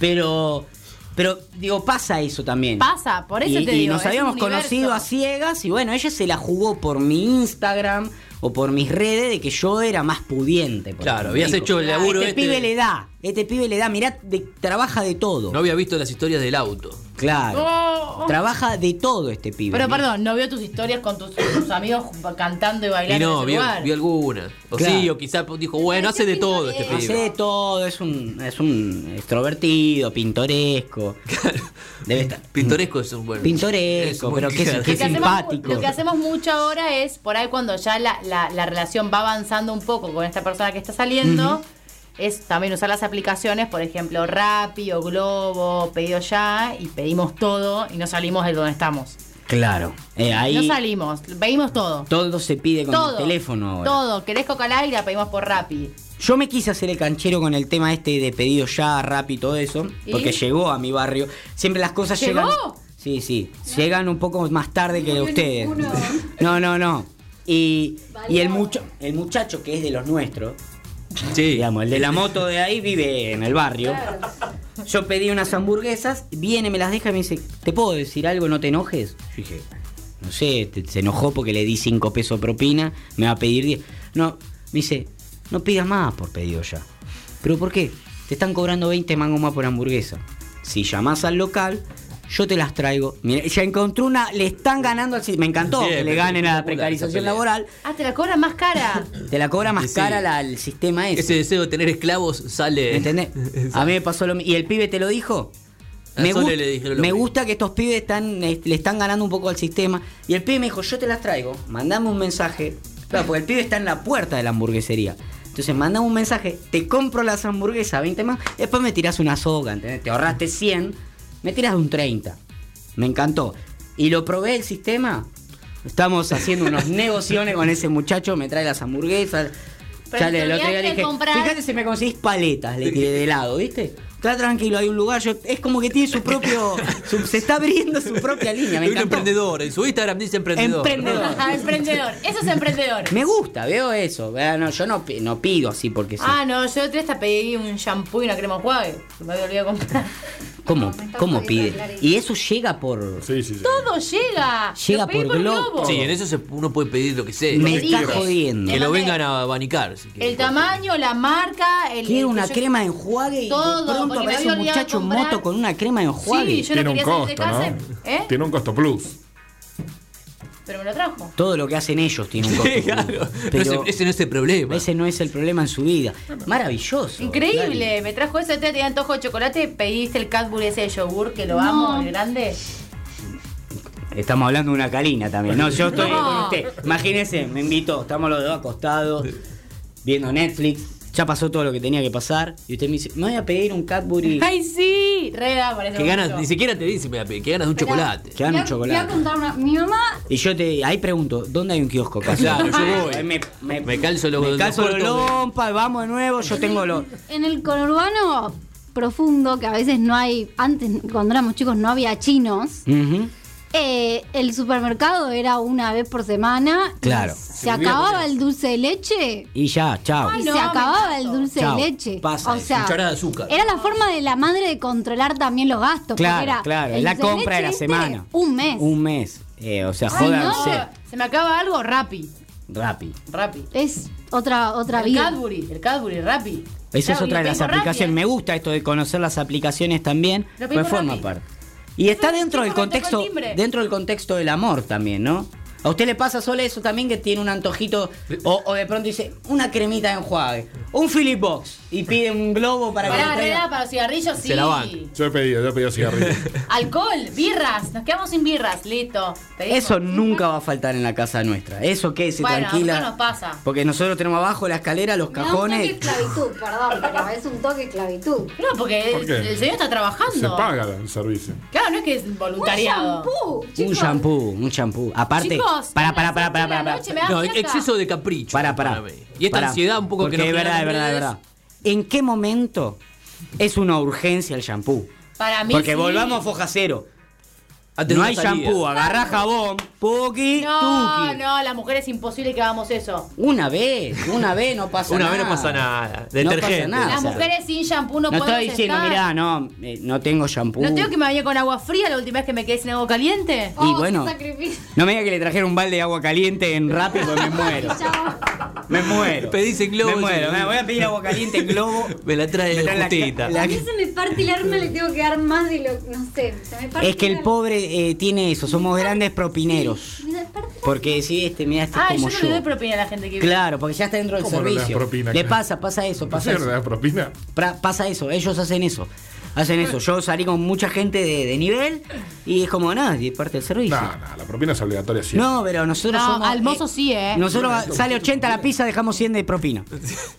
Speaker 2: pero, pero, digo, pasa eso también.
Speaker 3: Pasa, por eso
Speaker 2: y,
Speaker 3: te
Speaker 2: y
Speaker 3: digo,
Speaker 2: nos
Speaker 3: es un
Speaker 2: habíamos
Speaker 3: universo.
Speaker 2: conocido a ciegas y bueno, ella se la jugó por mi Instagram o por mis redes de que yo era más pudiente. por
Speaker 4: Claro,
Speaker 2: ejemplo.
Speaker 4: habías
Speaker 2: Digo,
Speaker 4: hecho el laburo
Speaker 2: Este,
Speaker 4: este.
Speaker 2: pibe le da, este pibe le da, mirá, de- trabaja de todo.
Speaker 4: No había visto las historias del auto.
Speaker 2: Claro.
Speaker 3: Oh.
Speaker 2: Trabaja de todo este pibe.
Speaker 3: Pero
Speaker 2: Mirá.
Speaker 3: perdón, no vio tus historias con tus, tus amigos cantando y
Speaker 4: Y
Speaker 3: bailando en
Speaker 4: no,
Speaker 3: ese
Speaker 4: vio,
Speaker 3: lugar.
Speaker 4: vio alguna. O
Speaker 2: Claro.
Speaker 4: sí, o quizás dijo, bueno, hace de todo este pibe.
Speaker 2: Hace de todo, es un, es un extrovertido, pintoresco. Debe estar.
Speaker 4: Pintoresco es un buen. es
Speaker 2: Pintoresco,
Speaker 4: un
Speaker 2: pero
Speaker 4: buen-
Speaker 2: que, es- que es
Speaker 3: Lo que hacemos-
Speaker 2: simpático.
Speaker 3: lo que hacemos mucho ahora es, por ahí cuando ya la, la- la relación va avanzando un poco con esta persona que está saliendo, es también usar las aplicaciones, por ejemplo, Rappi o Globo, pedido ya, y pedimos todo y no salimos de donde estamos.
Speaker 2: Claro. Eh,
Speaker 3: No
Speaker 2: ahí
Speaker 3: salimos, pedimos todo.
Speaker 2: todo se pide con
Speaker 3: todo.
Speaker 2: el teléfono ahora.
Speaker 3: Todo. ¿Querés coca light? La pedimos por Rappi.
Speaker 2: Yo me quise hacer el canchero con el tema este de pedido ya, rap y todo eso,
Speaker 3: ¿Y?
Speaker 2: porque llegó a mi barrio. Siempre las cosas
Speaker 3: ¿Llegó?
Speaker 2: llegan. Sí, sí. Llegan un poco más tarde que de ustedes. No, no, no. Y, y el, mucho, el muchacho que es de los nuestros,
Speaker 4: Sí.
Speaker 2: digamos, el de la moto de ahí vive en el barrio. Yo pedí unas hamburguesas, viene, me las deja y me dice, ¿te puedo decir algo? ¿No te enojes? Yo dije, no sé, te- se enojó porque le di 5 pesos propina, me va a pedir 10. No, me dice, no pidas más por pedido ya. ¿Pero por qué? Te están cobrando 20 mangos más por hamburguesa. Si llamás al local, yo te las traigo. Mira, ya encontré una, le están ganando al... si- Me encantó que
Speaker 4: Siempre,
Speaker 2: le ganen a la
Speaker 4: espectacular esa
Speaker 2: precarización
Speaker 4: pelea.
Speaker 2: laboral.
Speaker 3: Ah, te la cobran más cara.
Speaker 2: Te la cobra más
Speaker 4: Sí.
Speaker 2: cara la- el sistema ese.
Speaker 4: Ese deseo de tener esclavos sale.
Speaker 2: ¿Me entendés? A mí me pasó lo mismo. ¿Y el pibe te lo dijo?
Speaker 4: A
Speaker 2: Me,
Speaker 4: Sole
Speaker 2: gust-
Speaker 4: le dijeron lo
Speaker 2: me
Speaker 4: mismo.
Speaker 2: gusta que estos pibes están, eh, le están ganando un poco al sistema. Y el pibe me dijo, yo te las traigo, mandame un mensaje. Claro, porque el pibe está en la puerta de la hamburguesería. Entonces mandame un mensaje, te compro las hamburguesas, 20 más. Después me tirás una soga, ¿entendés? Te ahorraste 100, me tirás un 30. Me encantó. Y lo probé el sistema. Estamos haciendo unos negociones con ese muchacho, me trae las hamburguesas.
Speaker 3: Pero
Speaker 2: Ya le- el otro día
Speaker 3: te
Speaker 2: le dije,
Speaker 3: comprar-
Speaker 2: "Fíjate si me conseguís paletas le tiré de helado, ¿viste? Está tranquilo, hay un lugar, yo- es como que tiene su propio, su- se está abriendo su propia línea, me
Speaker 4: Hay un
Speaker 2: encantó.
Speaker 4: emprendedor. En su Instagram dice emprendedor.
Speaker 2: Emprendedor.
Speaker 3: Ah, emprendedor. Eso es emprendedor.
Speaker 2: Me gusta, veo eso. vea, No, yo no, pi- no pido así porque sí.
Speaker 3: Ah, no, yo tres te pedí un shampoo y una crema enjuague. Me había olvidado comprar.
Speaker 2: ¿Cómo,
Speaker 6: me está
Speaker 2: cómo
Speaker 6: jodiendo
Speaker 2: pide?
Speaker 6: Clarín.
Speaker 2: Y eso llega por...
Speaker 5: Sí, sí, sí.
Speaker 3: Todo llega.
Speaker 2: Llega
Speaker 3: Lo pedí
Speaker 2: por Globo.
Speaker 4: Sí, en eso se- uno puede pedir lo que sea.
Speaker 2: Me
Speaker 5: que
Speaker 2: está
Speaker 5: quieras.
Speaker 2: jodiendo.
Speaker 4: Que lo
Speaker 3: Además,
Speaker 4: vengan a abanicar. si quieren.
Speaker 3: El tamaño, la marca, el.
Speaker 2: Quiero
Speaker 3: el
Speaker 2: una
Speaker 3: que yo-
Speaker 2: crema de enjuague y
Speaker 3: Todo,
Speaker 2: de
Speaker 3: porque
Speaker 2: pronto
Speaker 3: me
Speaker 2: aparece
Speaker 3: había
Speaker 2: un
Speaker 3: olvidado
Speaker 2: muchacho en
Speaker 3: comprar.
Speaker 2: moto con una crema de enjuague.
Speaker 3: Sí, yo no
Speaker 5: Tiene un
Speaker 3: quería salir de
Speaker 5: costo,
Speaker 3: casa.
Speaker 5: ¿no?
Speaker 3: ¿Eh?
Speaker 5: Tiene un costo plus.
Speaker 3: pero me lo trajo.
Speaker 2: Todo lo que hacen ellos tiene un costo.
Speaker 4: Claro.
Speaker 2: Pero
Speaker 4: No es- ese no es el problema.
Speaker 2: ese no es el problema en su vida. Maravilloso.
Speaker 3: Increíble, me trajo eso, te tenía antojo de chocolate, pediste el Cadbury ese de yogur, que lo amo, el grande.
Speaker 2: Dale. Estamos hablando de una calina también. No, yo estoy
Speaker 3: No.
Speaker 2: con usted. Imagínese, me invitó, estamos los dos acostados, viendo Netflix. Ya pasó todo lo que tenía que pasar. Y usted me dice, me voy a pedir un Cadbury.
Speaker 3: ¡Ay, sí! Reda, por eso.
Speaker 4: Que ganas, ni siquiera te dice, mira, que ganas de un chocolate.
Speaker 2: Que dan un
Speaker 6: Voy a- Voy a
Speaker 2: chocolate.
Speaker 6: contar una. Mi mamá.
Speaker 2: Y yo te ahí pregunto, ¿dónde hay un kiosco? casero?
Speaker 4: Claro, yo voy.
Speaker 2: Ahí Me, me,
Speaker 4: Me calzo los-
Speaker 2: me
Speaker 4: los
Speaker 2: calzo los
Speaker 4: cortos de-
Speaker 2: lompas, vamos de nuevo, yo tengo los.
Speaker 6: En el conurbano profundo, que a veces no hay. Antes, cuando éramos chicos, no había chinos.
Speaker 2: Ujú.
Speaker 6: Eh, el supermercado era una vez por semana. y
Speaker 2: Claro.
Speaker 6: Se acababa el dulce de leche
Speaker 2: Y ya, chao.
Speaker 6: y
Speaker 3: no,
Speaker 6: se
Speaker 3: me
Speaker 6: acababa el
Speaker 3: encantó.
Speaker 6: dulce
Speaker 2: Chao,
Speaker 6: de leche.
Speaker 2: pasa
Speaker 6: o
Speaker 2: eso,
Speaker 6: sea,
Speaker 4: cucharada de azúcar.
Speaker 6: era la forma de la madre de controlar también los gastos. porque
Speaker 2: Claro,
Speaker 6: era
Speaker 2: claro.
Speaker 6: el
Speaker 2: La
Speaker 6: dulce de
Speaker 2: compra de la
Speaker 6: leche,
Speaker 2: semana.
Speaker 6: Un mes.
Speaker 2: Un mes. Eh, o sea,
Speaker 6: Ay,
Speaker 2: jódanse.
Speaker 6: no.
Speaker 3: Se me acaba algo, Rappi.
Speaker 2: Rappi.
Speaker 3: Rappi.
Speaker 6: Es otra, otra
Speaker 3: El
Speaker 6: vida.
Speaker 3: Cadbury, el Cadbury, Rappi.
Speaker 2: Esa es
Speaker 3: Claro, y
Speaker 2: otra de
Speaker 3: lo
Speaker 2: las
Speaker 3: pedimos
Speaker 2: aplicaciones.
Speaker 3: Rappi,
Speaker 2: Me gusta esto de conocer las aplicaciones también.
Speaker 3: Lo
Speaker 2: Pues
Speaker 3: pedimos
Speaker 2: forma
Speaker 3: Rappi.
Speaker 2: parte. Y está
Speaker 3: me-
Speaker 2: dentro del
Speaker 3: sí, me tocó el
Speaker 2: contexto,
Speaker 3: timbre.
Speaker 2: dentro del contexto del amor también, ¿no? A usted le pasa solo eso también que tiene un antojito o, o de pronto dice una cremita de enjuague, un Philip Box y pide un globo para
Speaker 3: ¿eh?
Speaker 2: que le
Speaker 3: Pará,
Speaker 2: traiga-
Speaker 3: Reda, para los cigarrillos, sí.
Speaker 4: Se la banca.
Speaker 5: Yo he pedido, yo he pedido cigarrillos.
Speaker 3: Alcohol, birras, nos quedamos sin birras, listo. Pedimos.
Speaker 2: Eso nunca va a faltar en la casa nuestra. Eso que se
Speaker 3: Bueno, a
Speaker 2: tranquila.
Speaker 3: nosotros nos pasa.
Speaker 2: Porque nosotros tenemos abajo la escalera, los
Speaker 6: Me da un toque
Speaker 2: cajones.
Speaker 6: esclavitud, perdón, pero es un toque esclavitud.
Speaker 3: No, porque
Speaker 5: ¿Por
Speaker 3: el,
Speaker 5: qué?
Speaker 3: el señor está trabajando.
Speaker 5: Se paga el servicio.
Speaker 3: Claro, no es que es voluntariado.
Speaker 6: Un shampoo.
Speaker 2: Un
Speaker 6: chicos.
Speaker 2: shampoo, un shampoo. Aparte,
Speaker 3: Chicos,
Speaker 2: para,
Speaker 3: son
Speaker 2: para,
Speaker 3: las
Speaker 2: para,
Speaker 3: ocho de
Speaker 2: para,
Speaker 3: la
Speaker 2: para.
Speaker 3: noche, me da
Speaker 4: No,
Speaker 3: fiaca.
Speaker 4: exceso de capricho.
Speaker 2: Para, para.
Speaker 4: para mí. Y esta ansiedad un poco que no
Speaker 2: Es verdad,
Speaker 4: generan
Speaker 2: es verdad, es
Speaker 4: redes.
Speaker 2: verdad. ¿En qué momento es una urgencia el shampoo?
Speaker 3: Para mí
Speaker 2: Porque
Speaker 3: sí.
Speaker 2: volvamos a foja cero.
Speaker 4: Antes
Speaker 2: No
Speaker 4: de
Speaker 2: hay
Speaker 4: una salida.
Speaker 2: shampoo, agarrá jabón, puki,
Speaker 3: No,
Speaker 2: tuki.
Speaker 3: no, la mujer es imposible que hagamos eso.
Speaker 2: Una vez, una vez no pasa
Speaker 4: Una
Speaker 2: nada.
Speaker 4: vez no pasa nada.
Speaker 2: No
Speaker 4: Detergente.
Speaker 2: pasa nada.
Speaker 3: Las
Speaker 2: Ah, o sea,
Speaker 3: mujeres sin shampoo no,
Speaker 2: No
Speaker 3: podemos
Speaker 2: estoy diciendo,
Speaker 3: estar.
Speaker 2: mirá, no, eh, no tengo shampoo.
Speaker 3: No tengo que me bañé con agua fría la última vez que me quedé sin agua caliente.
Speaker 6: Oh,
Speaker 2: Y bueno,
Speaker 6: sacrificio.
Speaker 2: no me diga que le trajeron un balde de agua caliente en rápido, me muero.
Speaker 6: Chao.
Speaker 2: Me muero.
Speaker 4: Pedís en globo,
Speaker 2: Me muero.
Speaker 4: sí.
Speaker 2: Me voy a pedir agua caliente en globo.
Speaker 4: Me la trae
Speaker 2: Me trae la-
Speaker 4: justita.
Speaker 2: la-
Speaker 6: A mí se me parte el arma, le tengo que dar más de lo. No sé. Se me parte
Speaker 2: Es que el
Speaker 6: arma.
Speaker 2: pobre eh, tiene eso. Somos grandes propineros.
Speaker 6: Me parte el
Speaker 2: Porque si este, mira, este es
Speaker 3: Ah, yo
Speaker 2: como
Speaker 3: no
Speaker 2: yo.
Speaker 3: le doy propina a la gente que
Speaker 2: Claro, porque ya está dentro del
Speaker 5: ¿Cómo no le das
Speaker 2: servicio.
Speaker 5: propina,
Speaker 2: le
Speaker 5: claro?
Speaker 2: pasa, pasa eso, pasa
Speaker 5: ¿Pasa
Speaker 2: eso.
Speaker 5: la propina?
Speaker 2: Pra- pasa eso, ellos hacen eso. Hacen eso. Yo salí con mucha gente de, de nivel y es como, nada, es parte del servicio.
Speaker 5: No, no, la propina es obligatoria siempre.
Speaker 2: No, pero nosotros
Speaker 3: No,
Speaker 2: somos.
Speaker 3: al mozo sí, ¿eh?
Speaker 2: Nosotros a- sale 80 la pizza, dejamos 100 de propina.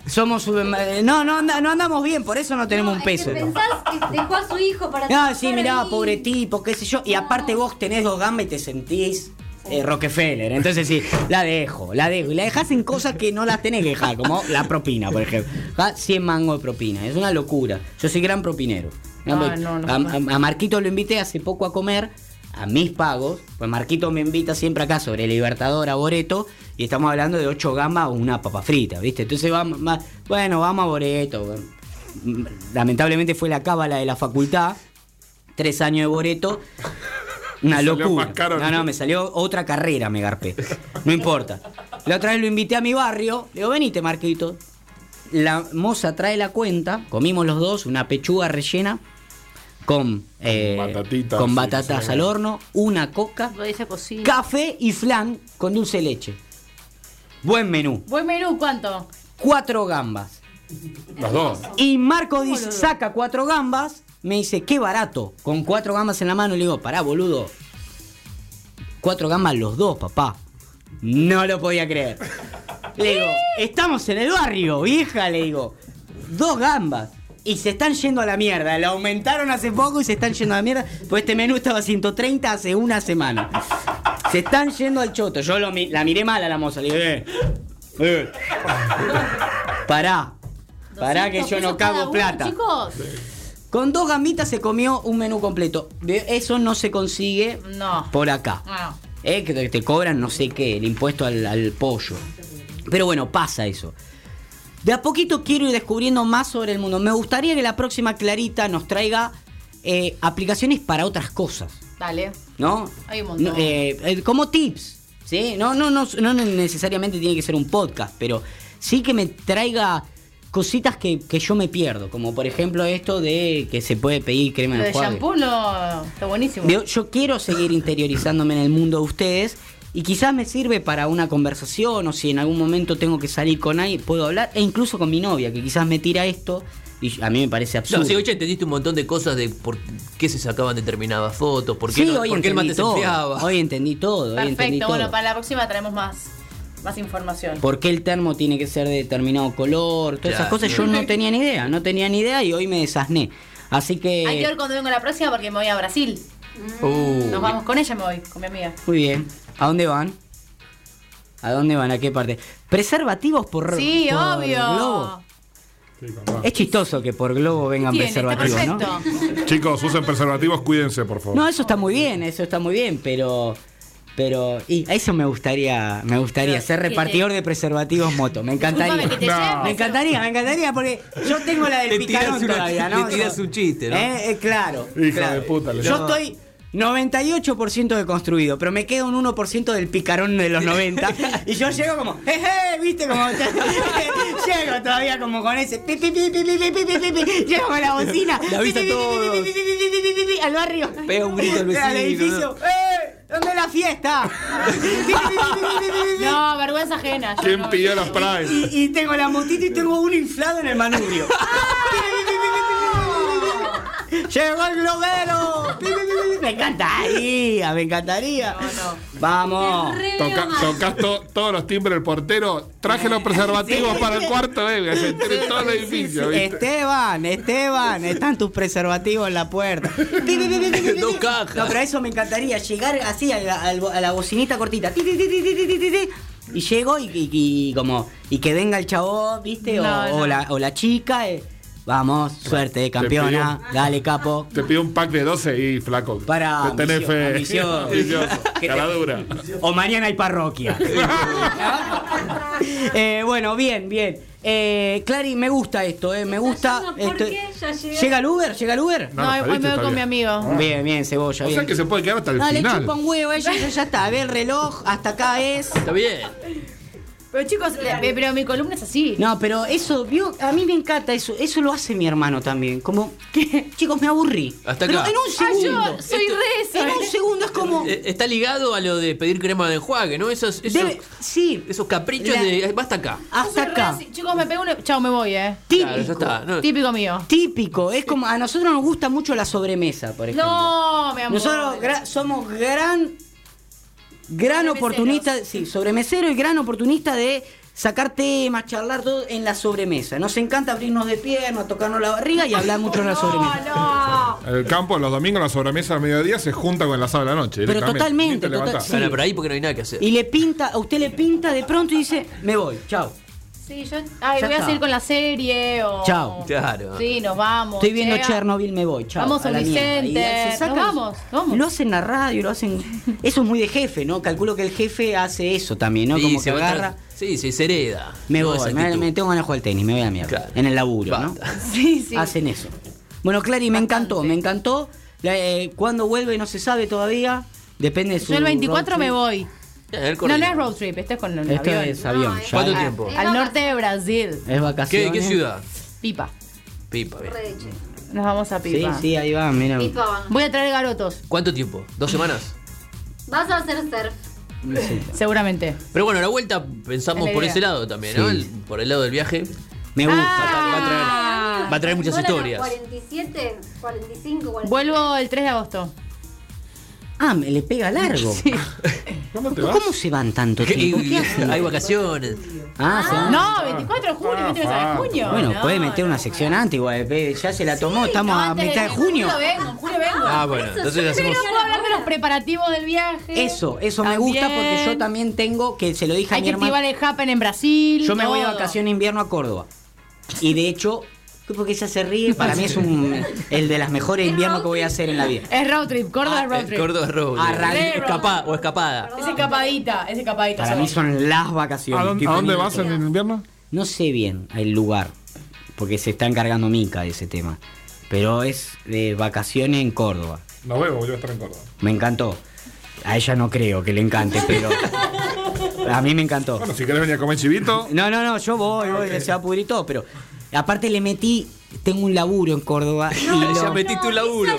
Speaker 2: Somos. eh, No, no, anda- no andamos bien, por eso no tenemos
Speaker 6: No,
Speaker 2: un
Speaker 6: es
Speaker 2: peso.
Speaker 6: Que pensás que dejó a su hijo para.
Speaker 2: Ah,
Speaker 6: trabajar
Speaker 2: sí, mirá,
Speaker 6: ahí.
Speaker 2: pobre tipo, qué sé yo. Y aparte vos tenés dos gambas y te sentís eh, Rockefeller. Entonces sí, la dejo, la dejo. Y la dejás en cosas que no las tenés que dejar, como la propina, por ejemplo. Dejá 100 mangos de propina, es una locura. Yo soy gran propinero.
Speaker 3: Ah, no, no.
Speaker 2: a, a- a Marquito lo invité hace poco a comer. A mis pagos, pues Marquito me invita siempre acá sobre Libertador a Boreto y estamos hablando de ocho gambas o una papa frita, ¿viste? Entonces vamos, va- bueno, vamos a Boreto. bueno. Lamentablemente fue la cábala de la facultad, tres años de Boreto. Una
Speaker 5: Me salió
Speaker 2: locura.
Speaker 5: más caro.
Speaker 2: no, no, me salió otra carrera, me garpé. No importa. La otra vez lo invité a mi barrio. Le digo, venite, Marquito. La moza trae la cuenta. Comimos los dos una pechuga rellena con, eh,
Speaker 5: batatitas,
Speaker 2: con
Speaker 5: sí,
Speaker 2: batatas
Speaker 5: sí.
Speaker 2: al horno, una coca,
Speaker 3: Lo dice cocina.
Speaker 2: café y flan con dulce de leche. Buen menú.
Speaker 3: Buen menú, ¿cuánto?
Speaker 2: Cuatro gambas.
Speaker 5: Las dos.
Speaker 2: Y Marco dice, saca cuatro gambas. Me dice, qué barato. Con cuatro gambas en la mano. Le digo, pará, boludo. Cuatro gambas los dos, papá. No lo podía creer. Le digo, estamos en el barrio, vieja. Le digo, dos gambas. Y se están yendo a la mierda. La aumentaron hace poco y se están yendo a la mierda. Pues este menú estaba a 130 hace una semana. Se están yendo al choto. Yo lo mi- la miré mal a la moza. Le digo, eh, eh. Pará. Pará que
Speaker 3: 200
Speaker 2: yo no
Speaker 3: pesos cada
Speaker 2: cago
Speaker 3: uno,
Speaker 2: plata.
Speaker 3: Chicos,
Speaker 2: Con dos gambitas se comió un menú completo. De- Eso no se consigue
Speaker 3: No.
Speaker 2: por acá.
Speaker 3: Ah,
Speaker 2: Eh, que te- te cobran no sé qué, el impuesto al, al pollo. Pero bueno, pasa eso. De a poquito quiero ir descubriendo más sobre el mundo. Me gustaría que la próxima Clarita nos traiga eh, aplicaciones para otras cosas,
Speaker 3: dale.
Speaker 2: ¿no?
Speaker 3: Hay un montón.
Speaker 2: No, eh, eh, como tips, ¿sí? No, no, no, no necesariamente tiene que ser un podcast, pero sí que me traiga cositas que, que yo me pierdo. Como por ejemplo esto de que se puede pedir crema
Speaker 3: Lo
Speaker 2: de
Speaker 3: de
Speaker 2: enjuague.
Speaker 3: shampoo no, está buenísimo.
Speaker 2: Digo, yo quiero seguir interiorizándome en el mundo de ustedes Y quizás me sirve para una conversación o si en algún momento tengo que salir con alguien, puedo hablar. E incluso con mi novia, que quizás me tira esto y a mí me parece absurdo.
Speaker 4: No, sí, hoy ya entendiste un montón de cosas de por qué se sacaban determinadas fotos, por qué,
Speaker 2: Sí,
Speaker 4: no-
Speaker 2: hoy
Speaker 4: por qué el
Speaker 2: entendí
Speaker 4: mate se
Speaker 2: todo.
Speaker 4: enfriaba.
Speaker 2: Hoy entendí todo. hoy entendí
Speaker 3: Perfecto, bueno,
Speaker 2: todo.
Speaker 3: para la próxima traemos más, más información.
Speaker 2: ¿Por qué el termo tiene que ser de determinado color? Todas esas
Speaker 4: Claro.
Speaker 2: cosas yo no tenía ni idea, no tenía ni idea y hoy me desasné. Así
Speaker 3: Hay que
Speaker 2: que...
Speaker 3: ver cuando vengo la próxima porque me voy a Brasil.
Speaker 4: Uh,
Speaker 3: Nos vamos con ella, me voy, con mi amiga.
Speaker 2: Muy bien. ¿A dónde van? ¿A dónde van? ¿A qué parte? Preservativos por,
Speaker 3: Sí,
Speaker 2: por
Speaker 3: obvio.
Speaker 2: globo.
Speaker 5: Sí, capaz.
Speaker 2: Es chistoso que por globo vengan
Speaker 3: Tiene, está
Speaker 2: preservativos, ¿no?
Speaker 3: perfecto.
Speaker 5: Chicos, usen preservativos, cuídense, por favor.
Speaker 2: No, eso está muy bien, eso está muy bien, pero... Pero... Y a eso me gustaría, me gustaría,
Speaker 3: Pero,
Speaker 2: ser
Speaker 3: ¿qué te-
Speaker 2: repartidor de preservativos moto, me encantaría.
Speaker 3: Disculpame que te
Speaker 5: No.
Speaker 3: lleve,
Speaker 5: Me
Speaker 2: Me
Speaker 3: pero-
Speaker 2: encantaría, me encantaría, porque yo tengo la
Speaker 4: Le
Speaker 2: del
Speaker 4: tirás
Speaker 2: picarón
Speaker 4: una-
Speaker 2: todavía, ¿no?
Speaker 4: le tirás un chiste, ¿no?
Speaker 2: Eh, eh, claro.
Speaker 5: Hija
Speaker 2: claro.
Speaker 5: de puta, le
Speaker 2: Yo
Speaker 5: tirás.
Speaker 2: estoy 98% de construido, pero me queda un 1% del picarón de los 90. y yo llego como, ¡eh, eh! ¿Viste? Como, llego todavía como con ese. Pi, pi, pi, pi, pi, pi, pi, pi, pi, pi. Llego con la bocina.
Speaker 4: Le avisa
Speaker 2: pi, pi,
Speaker 4: a todos.
Speaker 2: pi, pi, pi, pi, pi, pi, pi, pi, pi, Al barrio.
Speaker 4: Pega un grito al vecino,
Speaker 2: edificio. ¡Eh! ¿Dónde es la fiesta? Pi, pi, pi, pi, pi, pi, pi, pi.
Speaker 3: No, vergüenza ajena. yo
Speaker 5: ¿Quién
Speaker 3: no-
Speaker 5: pidió los
Speaker 2: Y,
Speaker 5: Pride?
Speaker 2: y tengo la motita y tengo uno inflado en el manubrio. ¡Llegó el globero! me encantaría, me encantaría.
Speaker 3: No, no.
Speaker 2: Vamos.
Speaker 5: Toca- tocás to- todos los timbres del portero. Traje los preservativos para el cuarto, eh. Se entere todo el edificio, ¿viste?
Speaker 2: Esteban, Esteban, están tus preservativos en la puerta. Pi, pi, pi, pi, pi, pi, pi.
Speaker 4: Dos cajas.
Speaker 2: No, pero a eso me encantaría, llegar así a la, al bo- a la bocinita cortita. Ti, ti, ti, ti, ti, ti, ti, ti. Y llego y, y- y como y que venga el chabón, ¿viste? O,
Speaker 3: No, no.
Speaker 2: o la, o la chica. eh. Vamos, suerte, campeona. Dale, capo.
Speaker 5: Te pido un pack de 12 y flaco.
Speaker 2: Pará,
Speaker 5: Te tenés
Speaker 2: ambicio-
Speaker 5: fe.
Speaker 2: ambicioso.
Speaker 5: Ambicioso.
Speaker 2: Que te-
Speaker 5: Caradura.
Speaker 2: O mañana hay parroquia. Eh, bueno, bien, bien. Eh, Clary, me gusta esto, eh, me gusta.
Speaker 6: Desayuno, ¿por
Speaker 2: esto-
Speaker 6: qué? Ya llegué.
Speaker 2: ¿Llega el Uber? ¿Llega el Uber?
Speaker 3: No,
Speaker 5: No, no,
Speaker 3: hoy me
Speaker 5: está
Speaker 3: voy con
Speaker 5: bien.
Speaker 3: mi amigo.
Speaker 2: Bien, bien, cebolla.
Speaker 5: O sea
Speaker 2: bien.
Speaker 5: que se puede quedar hasta el
Speaker 2: Ah. No, le
Speaker 5: final.
Speaker 2: chupa un huevo, ella yo ya está. Ve el reloj, hasta acá es.
Speaker 4: Está bien.
Speaker 3: Pero chicos, le- pe- pero mi columna es así.
Speaker 2: No, pero eso, vio, a mí me encanta eso. Eso lo hace mi hermano también. Como, que, chicos, me aburrí.
Speaker 4: Hasta
Speaker 2: Pero
Speaker 4: acá.
Speaker 2: en un
Speaker 3: Ah,
Speaker 2: segundo.
Speaker 3: yo soy re esa,
Speaker 2: en un
Speaker 3: ¿eh?
Speaker 2: segundo es como.
Speaker 4: Eh, Está ligado a lo de pedir crema de enjuague, ¿no? Esos, esos,
Speaker 2: debe- sí,
Speaker 4: esos caprichos
Speaker 2: La-
Speaker 4: de. Basta acá.
Speaker 2: hasta
Speaker 3: Soy re
Speaker 2: acá.
Speaker 3: así. Chicos, me pego una. Chao, me voy, eh.
Speaker 2: Típico.
Speaker 4: Claro, ya está. No,
Speaker 3: Típico mío.
Speaker 2: Típico, es como a nosotros nos gusta mucho la sobremesa, por ejemplo.
Speaker 3: No, mi amor.
Speaker 2: nosotros gra- somos gran gran
Speaker 3: Sobremeceros.
Speaker 2: oportunista, sí, sobremesero y gran oportunista de sacar temas, charlar todo en la sobremesa. Nos encanta abrirnos de piernas, tocarnos la barriga y hablar mucho en la sobremesa.
Speaker 3: No, no.
Speaker 5: En el campo, los domingos, la sobremesa al mediodía se junta con la sala de la noche.
Speaker 2: Pero
Speaker 5: directamente.
Speaker 2: totalmente,
Speaker 5: Ni te
Speaker 2: total-
Speaker 5: levantás.
Speaker 2: sí.
Speaker 4: Para, por ahí porque no hay nada que hacer.
Speaker 2: Y le pinta, a usted le pinta de pronto y dice, "Me voy, chao."
Speaker 3: Sí, yo. Ay,
Speaker 2: Ya
Speaker 3: voy a
Speaker 2: está.
Speaker 3: seguir con la serie o.
Speaker 2: Chao.
Speaker 4: Claro.
Speaker 3: Sí, nos vamos.
Speaker 2: Estoy viendo
Speaker 3: Che,
Speaker 2: Chernobyl, me voy, chao.
Speaker 3: Vamos a
Speaker 2: la mierda. Y
Speaker 3: Vicente.
Speaker 2: se sacan-
Speaker 3: Nos vamos, nos vamos.
Speaker 2: Lo hacen en la radio, lo hacen. Eso es muy de jefe, ¿no? Calculo que el jefe hace eso también, ¿no?
Speaker 4: Sí,
Speaker 2: Como que
Speaker 4: se va a
Speaker 2: agarra.
Speaker 4: tra- Sí, sí, se hereda.
Speaker 2: Me
Speaker 4: Toda
Speaker 2: voy,
Speaker 4: esa
Speaker 2: me,
Speaker 4: actitud.
Speaker 2: me tengo ganas de jugar al tenis, me voy a la mierda.
Speaker 4: Claro.
Speaker 2: En el laburo,
Speaker 4: Basta.
Speaker 3: Sí, sí.
Speaker 2: ¿no? Hacen eso. Bueno, Clary, me encantó, me encantó. La, eh, ¿Cuándo vuelve? No se sabe todavía. Depende de su.
Speaker 3: Yo el 24
Speaker 2: road
Speaker 3: me
Speaker 2: trip.
Speaker 3: voy.
Speaker 4: Ya, Eh, el
Speaker 3: No,
Speaker 4: correo.
Speaker 3: no es road trip, esto es con el
Speaker 2: Esto
Speaker 3: avión. Ah,
Speaker 2: es avión. ya
Speaker 4: ¿Cuánto
Speaker 2: es-
Speaker 4: tiempo?
Speaker 3: Al norte de Brasil.
Speaker 2: Es vacaciones.
Speaker 4: ¿Qué, qué ciudad?
Speaker 3: Pipa.
Speaker 4: Pipa, bien.
Speaker 3: Nos vamos a
Speaker 2: Sí,
Speaker 3: Pipa.
Speaker 2: sí, ahí va, mira.
Speaker 3: Voy a traer garotos,
Speaker 4: ¿Cuánto tiempo? ¿Dos semanas?
Speaker 6: Vas a hacer surf.
Speaker 3: seguramente.
Speaker 4: Pero bueno, a la vuelta pensamos
Speaker 3: Es la
Speaker 4: por
Speaker 3: idea.
Speaker 4: ese lado también, ¿no?
Speaker 2: Sí.
Speaker 4: El- por el lado del viaje.
Speaker 2: Me
Speaker 3: Ah.
Speaker 2: gusta.
Speaker 4: Va a traer, va a traer muchas
Speaker 6: Dólar a
Speaker 4: historias.
Speaker 6: 47, 45, 45.
Speaker 3: Vuelvo el 3 de agosto.
Speaker 2: Ah, me le pega largo.
Speaker 5: ¿Cuándo te vas?
Speaker 2: ¿Cómo se van tanto
Speaker 4: ¿Qué-
Speaker 2: tiempo? ¿Qué hacen?
Speaker 4: Hay vacaciones.
Speaker 2: Ah, se van.
Speaker 3: No, 24 de junio,
Speaker 5: Ah,
Speaker 3: 24 de
Speaker 5: ah,
Speaker 3: junio.
Speaker 2: Bueno,
Speaker 3: no,
Speaker 2: puede meter una
Speaker 3: no.
Speaker 2: sección antes, igual. eh, pe- Ya se la tomó,
Speaker 3: Sí,
Speaker 2: estamos
Speaker 3: no,
Speaker 2: a
Speaker 3: antes
Speaker 2: mitad de
Speaker 3: en
Speaker 2: junio.
Speaker 3: Julio vengo, en julio vengo.
Speaker 4: Ah, bueno, entonces hacemos.
Speaker 3: Pero puedo hablar de los preparativos del viaje.
Speaker 2: Eso, eso me
Speaker 3: También.
Speaker 2: gusta porque yo también tengo, que se lo dije a
Speaker 3: Hay
Speaker 2: mi
Speaker 3: que
Speaker 2: hermano.
Speaker 3: activar el Happen en Brasil.
Speaker 2: Yo me voy a
Speaker 3: todo.
Speaker 2: vacaciones de invierno a Córdoba. Y de hecho, porque ella se ríe, para mí es un, el de las mejores inviernos que voy a hacer en la vida.
Speaker 3: Es road trip, Córdoba
Speaker 2: Ah,
Speaker 3: es road
Speaker 4: Eh,
Speaker 3: trip.
Speaker 4: Córdoba es road trip.
Speaker 2: Arranca-
Speaker 4: Escapa- o escapada.
Speaker 3: Es escapadita, es escapadita.
Speaker 2: Para mí son las vacaciones.
Speaker 5: ¿A dónde,
Speaker 2: Estoy
Speaker 5: a dónde
Speaker 2: poniendo-
Speaker 5: vas en el invierno?
Speaker 2: No sé bien el lugar, porque se está encargando Mica de ese tema. Pero es de vacaciones en Córdoba.
Speaker 5: No veo, yo voy a estar en Córdoba.
Speaker 2: Me encantó. A ella no creo que le encante, pero a mí me encantó.
Speaker 5: Bueno, si querés venir a comer chivito,
Speaker 4: Ah,
Speaker 2: No, no, no, yo voy, voy, se va a pudrir todo, pero Aparte le metí, tengo un laburo en Córdoba. y lo-
Speaker 4: Ya metiste un laburo.
Speaker 2: o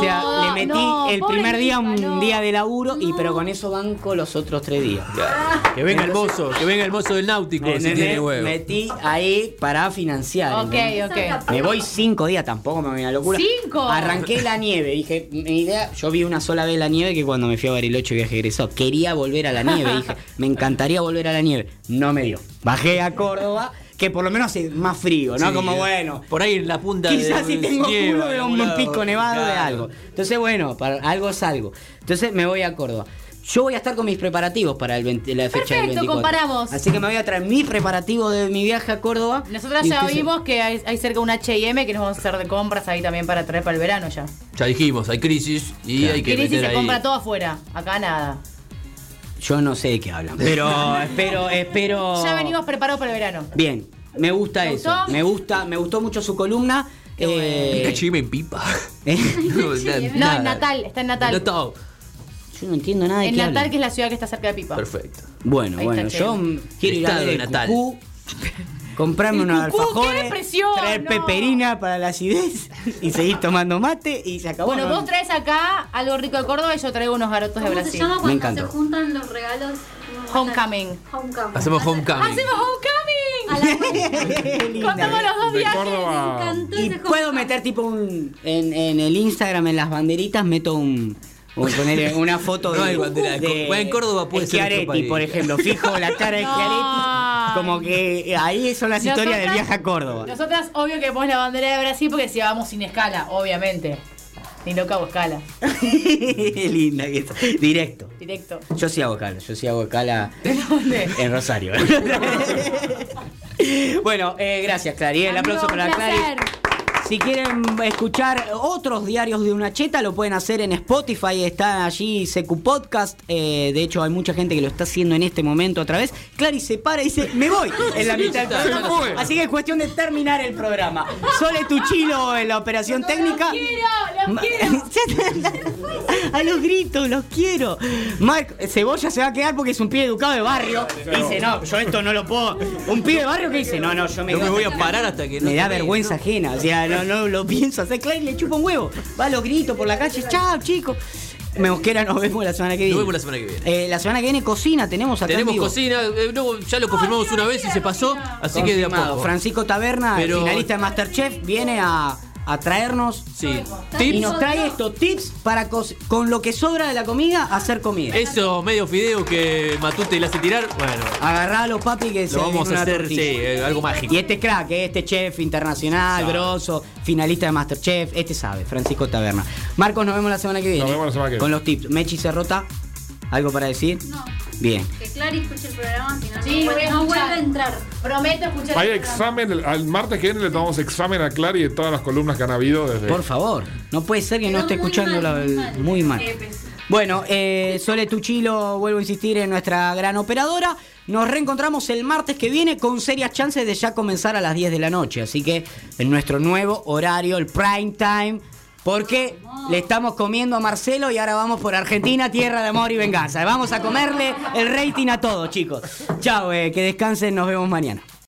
Speaker 2: sea,
Speaker 3: No,
Speaker 2: le metí
Speaker 3: no,
Speaker 2: el
Speaker 3: pobre
Speaker 2: primer día
Speaker 3: chica,
Speaker 2: un
Speaker 3: no.
Speaker 2: día de laburo, y pero con eso banco los otros tres días.
Speaker 4: Que venga el mozo, que venga el mozo del náutico si
Speaker 2: ¿Entendés?
Speaker 4: tiene huevo.
Speaker 2: Metí ahí para financiar.
Speaker 3: Ok,
Speaker 2: ¿entendés?
Speaker 3: ok.
Speaker 2: Me voy cinco días, tampoco me voy a la locura.
Speaker 3: ¿Cinco?
Speaker 2: Arranqué la nieve, dije, "Mm, mi idea, yo vi una sola vez la nieve que cuando me fui a Bariloche viaje egresado. Quería volver a la nieve, dije, me encantaría volver a la nieve. No me dio. Bajé a Córdoba, que por lo menos hace más frío, ¿no?
Speaker 4: Sí,
Speaker 3: eh.
Speaker 2: Como bueno.
Speaker 4: Por ahí en la punta
Speaker 2: Quizás
Speaker 4: de-
Speaker 2: si tengo
Speaker 4: nieva,
Speaker 2: culo veo
Speaker 4: algún
Speaker 2: un
Speaker 4: lado.
Speaker 2: pico nevado de
Speaker 4: Claro.
Speaker 2: algo. Entonces, bueno, para algo es algo. Entonces me voy a Córdoba. Yo voy a estar con mis preparativos para el 20 la fecha del
Speaker 3: Perfecto,
Speaker 2: 24.
Speaker 3: comparamos.
Speaker 2: Así que me voy a traer mi preparativo de mi viaje a Córdoba.
Speaker 3: Nosotras
Speaker 2: Y
Speaker 4: este
Speaker 3: ya
Speaker 2: entonces-
Speaker 3: vimos que hay, hay cerca un H&M que nos vamos a hacer de compras ahí también para traer para el verano ya.
Speaker 4: Ya dijimos, hay crisis y hay que
Speaker 3: Crisis
Speaker 4: meter
Speaker 3: se
Speaker 4: ahí.
Speaker 3: compra todo afuera, acá nada.
Speaker 2: Yo no sé de qué hablan, pero espero, espero.
Speaker 4: Oh.
Speaker 3: Ya venimos preparados para el verano.
Speaker 2: Bien, me gusta
Speaker 3: ¿Te
Speaker 2: eso.
Speaker 3: gustó?
Speaker 2: Me gusta, me gustó mucho su columna.
Speaker 3: Qué bueno.
Speaker 4: Un
Speaker 2: Eh,
Speaker 4: cachimbo en pipa.
Speaker 2: eh,
Speaker 4: No,
Speaker 3: No, en Natal, está en Natal.
Speaker 4: Natal.
Speaker 2: yo no entiendo nada de
Speaker 3: En
Speaker 2: qué
Speaker 3: Natal,
Speaker 2: hablan.
Speaker 3: que es la ciudad que está cerca de Pipa.
Speaker 4: Perfecto.
Speaker 2: Bueno,
Speaker 3: Ahí
Speaker 2: bueno,
Speaker 3: está
Speaker 2: yo
Speaker 3: lleno.
Speaker 2: quiero ir a
Speaker 4: Estado
Speaker 2: ver
Speaker 4: de
Speaker 2: el
Speaker 4: Natal.
Speaker 2: cucú, comprarme
Speaker 3: El
Speaker 2: unos
Speaker 3: cucú, qué
Speaker 2: alfajores,
Speaker 3: depresión,
Speaker 2: traer
Speaker 3: no.
Speaker 2: peperina para la acidez y seguir tomando mate y se acabó.
Speaker 3: Bueno,
Speaker 2: ¿no?
Speaker 3: vos traes acá algo rico de Córdoba y yo traigo unos garotos de
Speaker 6: ¿Cómo se
Speaker 3: Brasil.
Speaker 6: llama cuando
Speaker 2: encanta.
Speaker 6: se juntan los regalos?
Speaker 3: Homecoming.
Speaker 6: Homecoming.
Speaker 4: Hacemos homecoming.
Speaker 3: ¡Hacemos homecoming!
Speaker 6: A la vuelta.
Speaker 2: Linda.
Speaker 3: Contamos los dos
Speaker 5: De
Speaker 3: viajes.
Speaker 6: Me
Speaker 5: Córdoba.
Speaker 6: encantó
Speaker 2: Y
Speaker 6: ese
Speaker 2: puedo
Speaker 6: homecoming.
Speaker 2: meter tipo un. En, en el Instagram, en las banderitas, meto un. un- poner una foto
Speaker 4: No
Speaker 2: de.
Speaker 4: hay bandera, en en Córdoba puede ser otro
Speaker 2: Schiaretti,
Speaker 4: país.
Speaker 2: por ejemplo. Fijo la cara de
Speaker 3: No.
Speaker 2: Schiaretti. Como que eh, ahí son las historias del
Speaker 3: Nosotras-
Speaker 2: viaje a Córdoba.
Speaker 3: Nosotras, obvio que ponemos la bandera de Brasil porque si vamos sin escala, obviamente. Ni loca o escala.
Speaker 2: Linda que está. Directo.
Speaker 3: Directo.
Speaker 2: Yo sí hago cala, yo sí hago cala
Speaker 3: ¿De dónde?
Speaker 2: en Rosario. bueno, eh, gracias, Clary. El aplauso
Speaker 6: Amigo,
Speaker 2: para
Speaker 6: un
Speaker 2: Clary.
Speaker 6: placer.
Speaker 2: Si quieren escuchar otros diarios de una cheta, lo pueden hacer en Spotify, está allí CQ Podcast. Eh, de hecho, hay mucha gente que lo está haciendo en este momento otra vez. Clary se para y dice, me voy en la mitad del
Speaker 4: Se
Speaker 2: programa.
Speaker 5: fue.
Speaker 2: Así que es cuestión de terminar el programa. Sole Tuchilo en la operación técnica.
Speaker 3: quiero!
Speaker 2: Ma- a los gritos, los quiero. Marco, Cebolla se va a quedar porque es un pibe educado de barrio. Y dice, no, yo esto no lo puedo. Un pibe de barrio que dice, no, no, yo me
Speaker 4: No
Speaker 2: quedo
Speaker 4: me voy
Speaker 2: acá".
Speaker 4: a parar hasta que no
Speaker 2: Me da
Speaker 4: termine,
Speaker 2: vergüenza ajena, o sea, no, no lo pienso hacer. Clay le chupa un huevo. Va a los gritos por la calle, chao, chicos. Mosquera, nos vemos la semana que viene.
Speaker 4: Nos vemos la semana que viene.
Speaker 2: Eh, la semana que viene cocina tenemos acá en
Speaker 4: Tenemos
Speaker 2: vivo.
Speaker 4: cocina, eh, no, ya lo confirmamos una vez y se pasó, así que de a
Speaker 2: Confirmado.
Speaker 4: poco.
Speaker 2: Francisco Taberna, el
Speaker 4: Pero-
Speaker 2: finalista de Masterchef, viene a, a traernos
Speaker 4: Sí.
Speaker 2: y
Speaker 4: Tips,
Speaker 2: nos trae estos tips para co- con lo que sobra de la comida hacer comida.
Speaker 4: esos medios fideos que Matute le hace tirar, bueno,
Speaker 2: Agarralo, papi, que se
Speaker 4: lo vamos
Speaker 2: viene una
Speaker 4: a hacer, sí,
Speaker 2: tortilla.
Speaker 4: eh, algo mágico.
Speaker 2: Y este crack, eh, este chef internacional,
Speaker 4: Sabe.
Speaker 2: grosso, finalista de Masterchef, este sabe, Francisco Taberna. Marcos, nos vemos la semana que viene.
Speaker 5: Nos vemos la semana que
Speaker 2: Con los tips. Mechi Cerrota, ¿algo para decir?
Speaker 6: No,
Speaker 2: Bien.
Speaker 6: que Clary escuche el programa, si no,
Speaker 3: Sí, voy a
Speaker 6: no, vuelve- no
Speaker 3: escuchar.
Speaker 6: vuelve a entrar.
Speaker 3: Prometo escuchar.
Speaker 5: Hay
Speaker 3: el programa.
Speaker 5: examen, el- al martes que viene le tomamos examen a Clary de todas las columnas que han habido desde.
Speaker 2: Por favor, no puede ser que no
Speaker 6: Quedó
Speaker 2: esté
Speaker 6: muy
Speaker 2: escuchando
Speaker 6: mal,
Speaker 2: la-
Speaker 6: muy
Speaker 2: el-
Speaker 6: mal.
Speaker 2: muy mal.
Speaker 6: Eh, pues.
Speaker 2: Bueno, eh, Sole Tuchilo, vuelvo a insistir en nuestra gran operadora. Nos reencontramos el martes que viene con serias chances de ya comenzar a las 10 de la noche. Así que en nuestro nuevo horario, el prime time, porque le estamos comiendo a Marcelo y ahora vamos por Argentina, tierra de amor y venganza. Vamos a comerle el rating a todos, chicos. Chao, eh, que descansen, nos vemos mañana.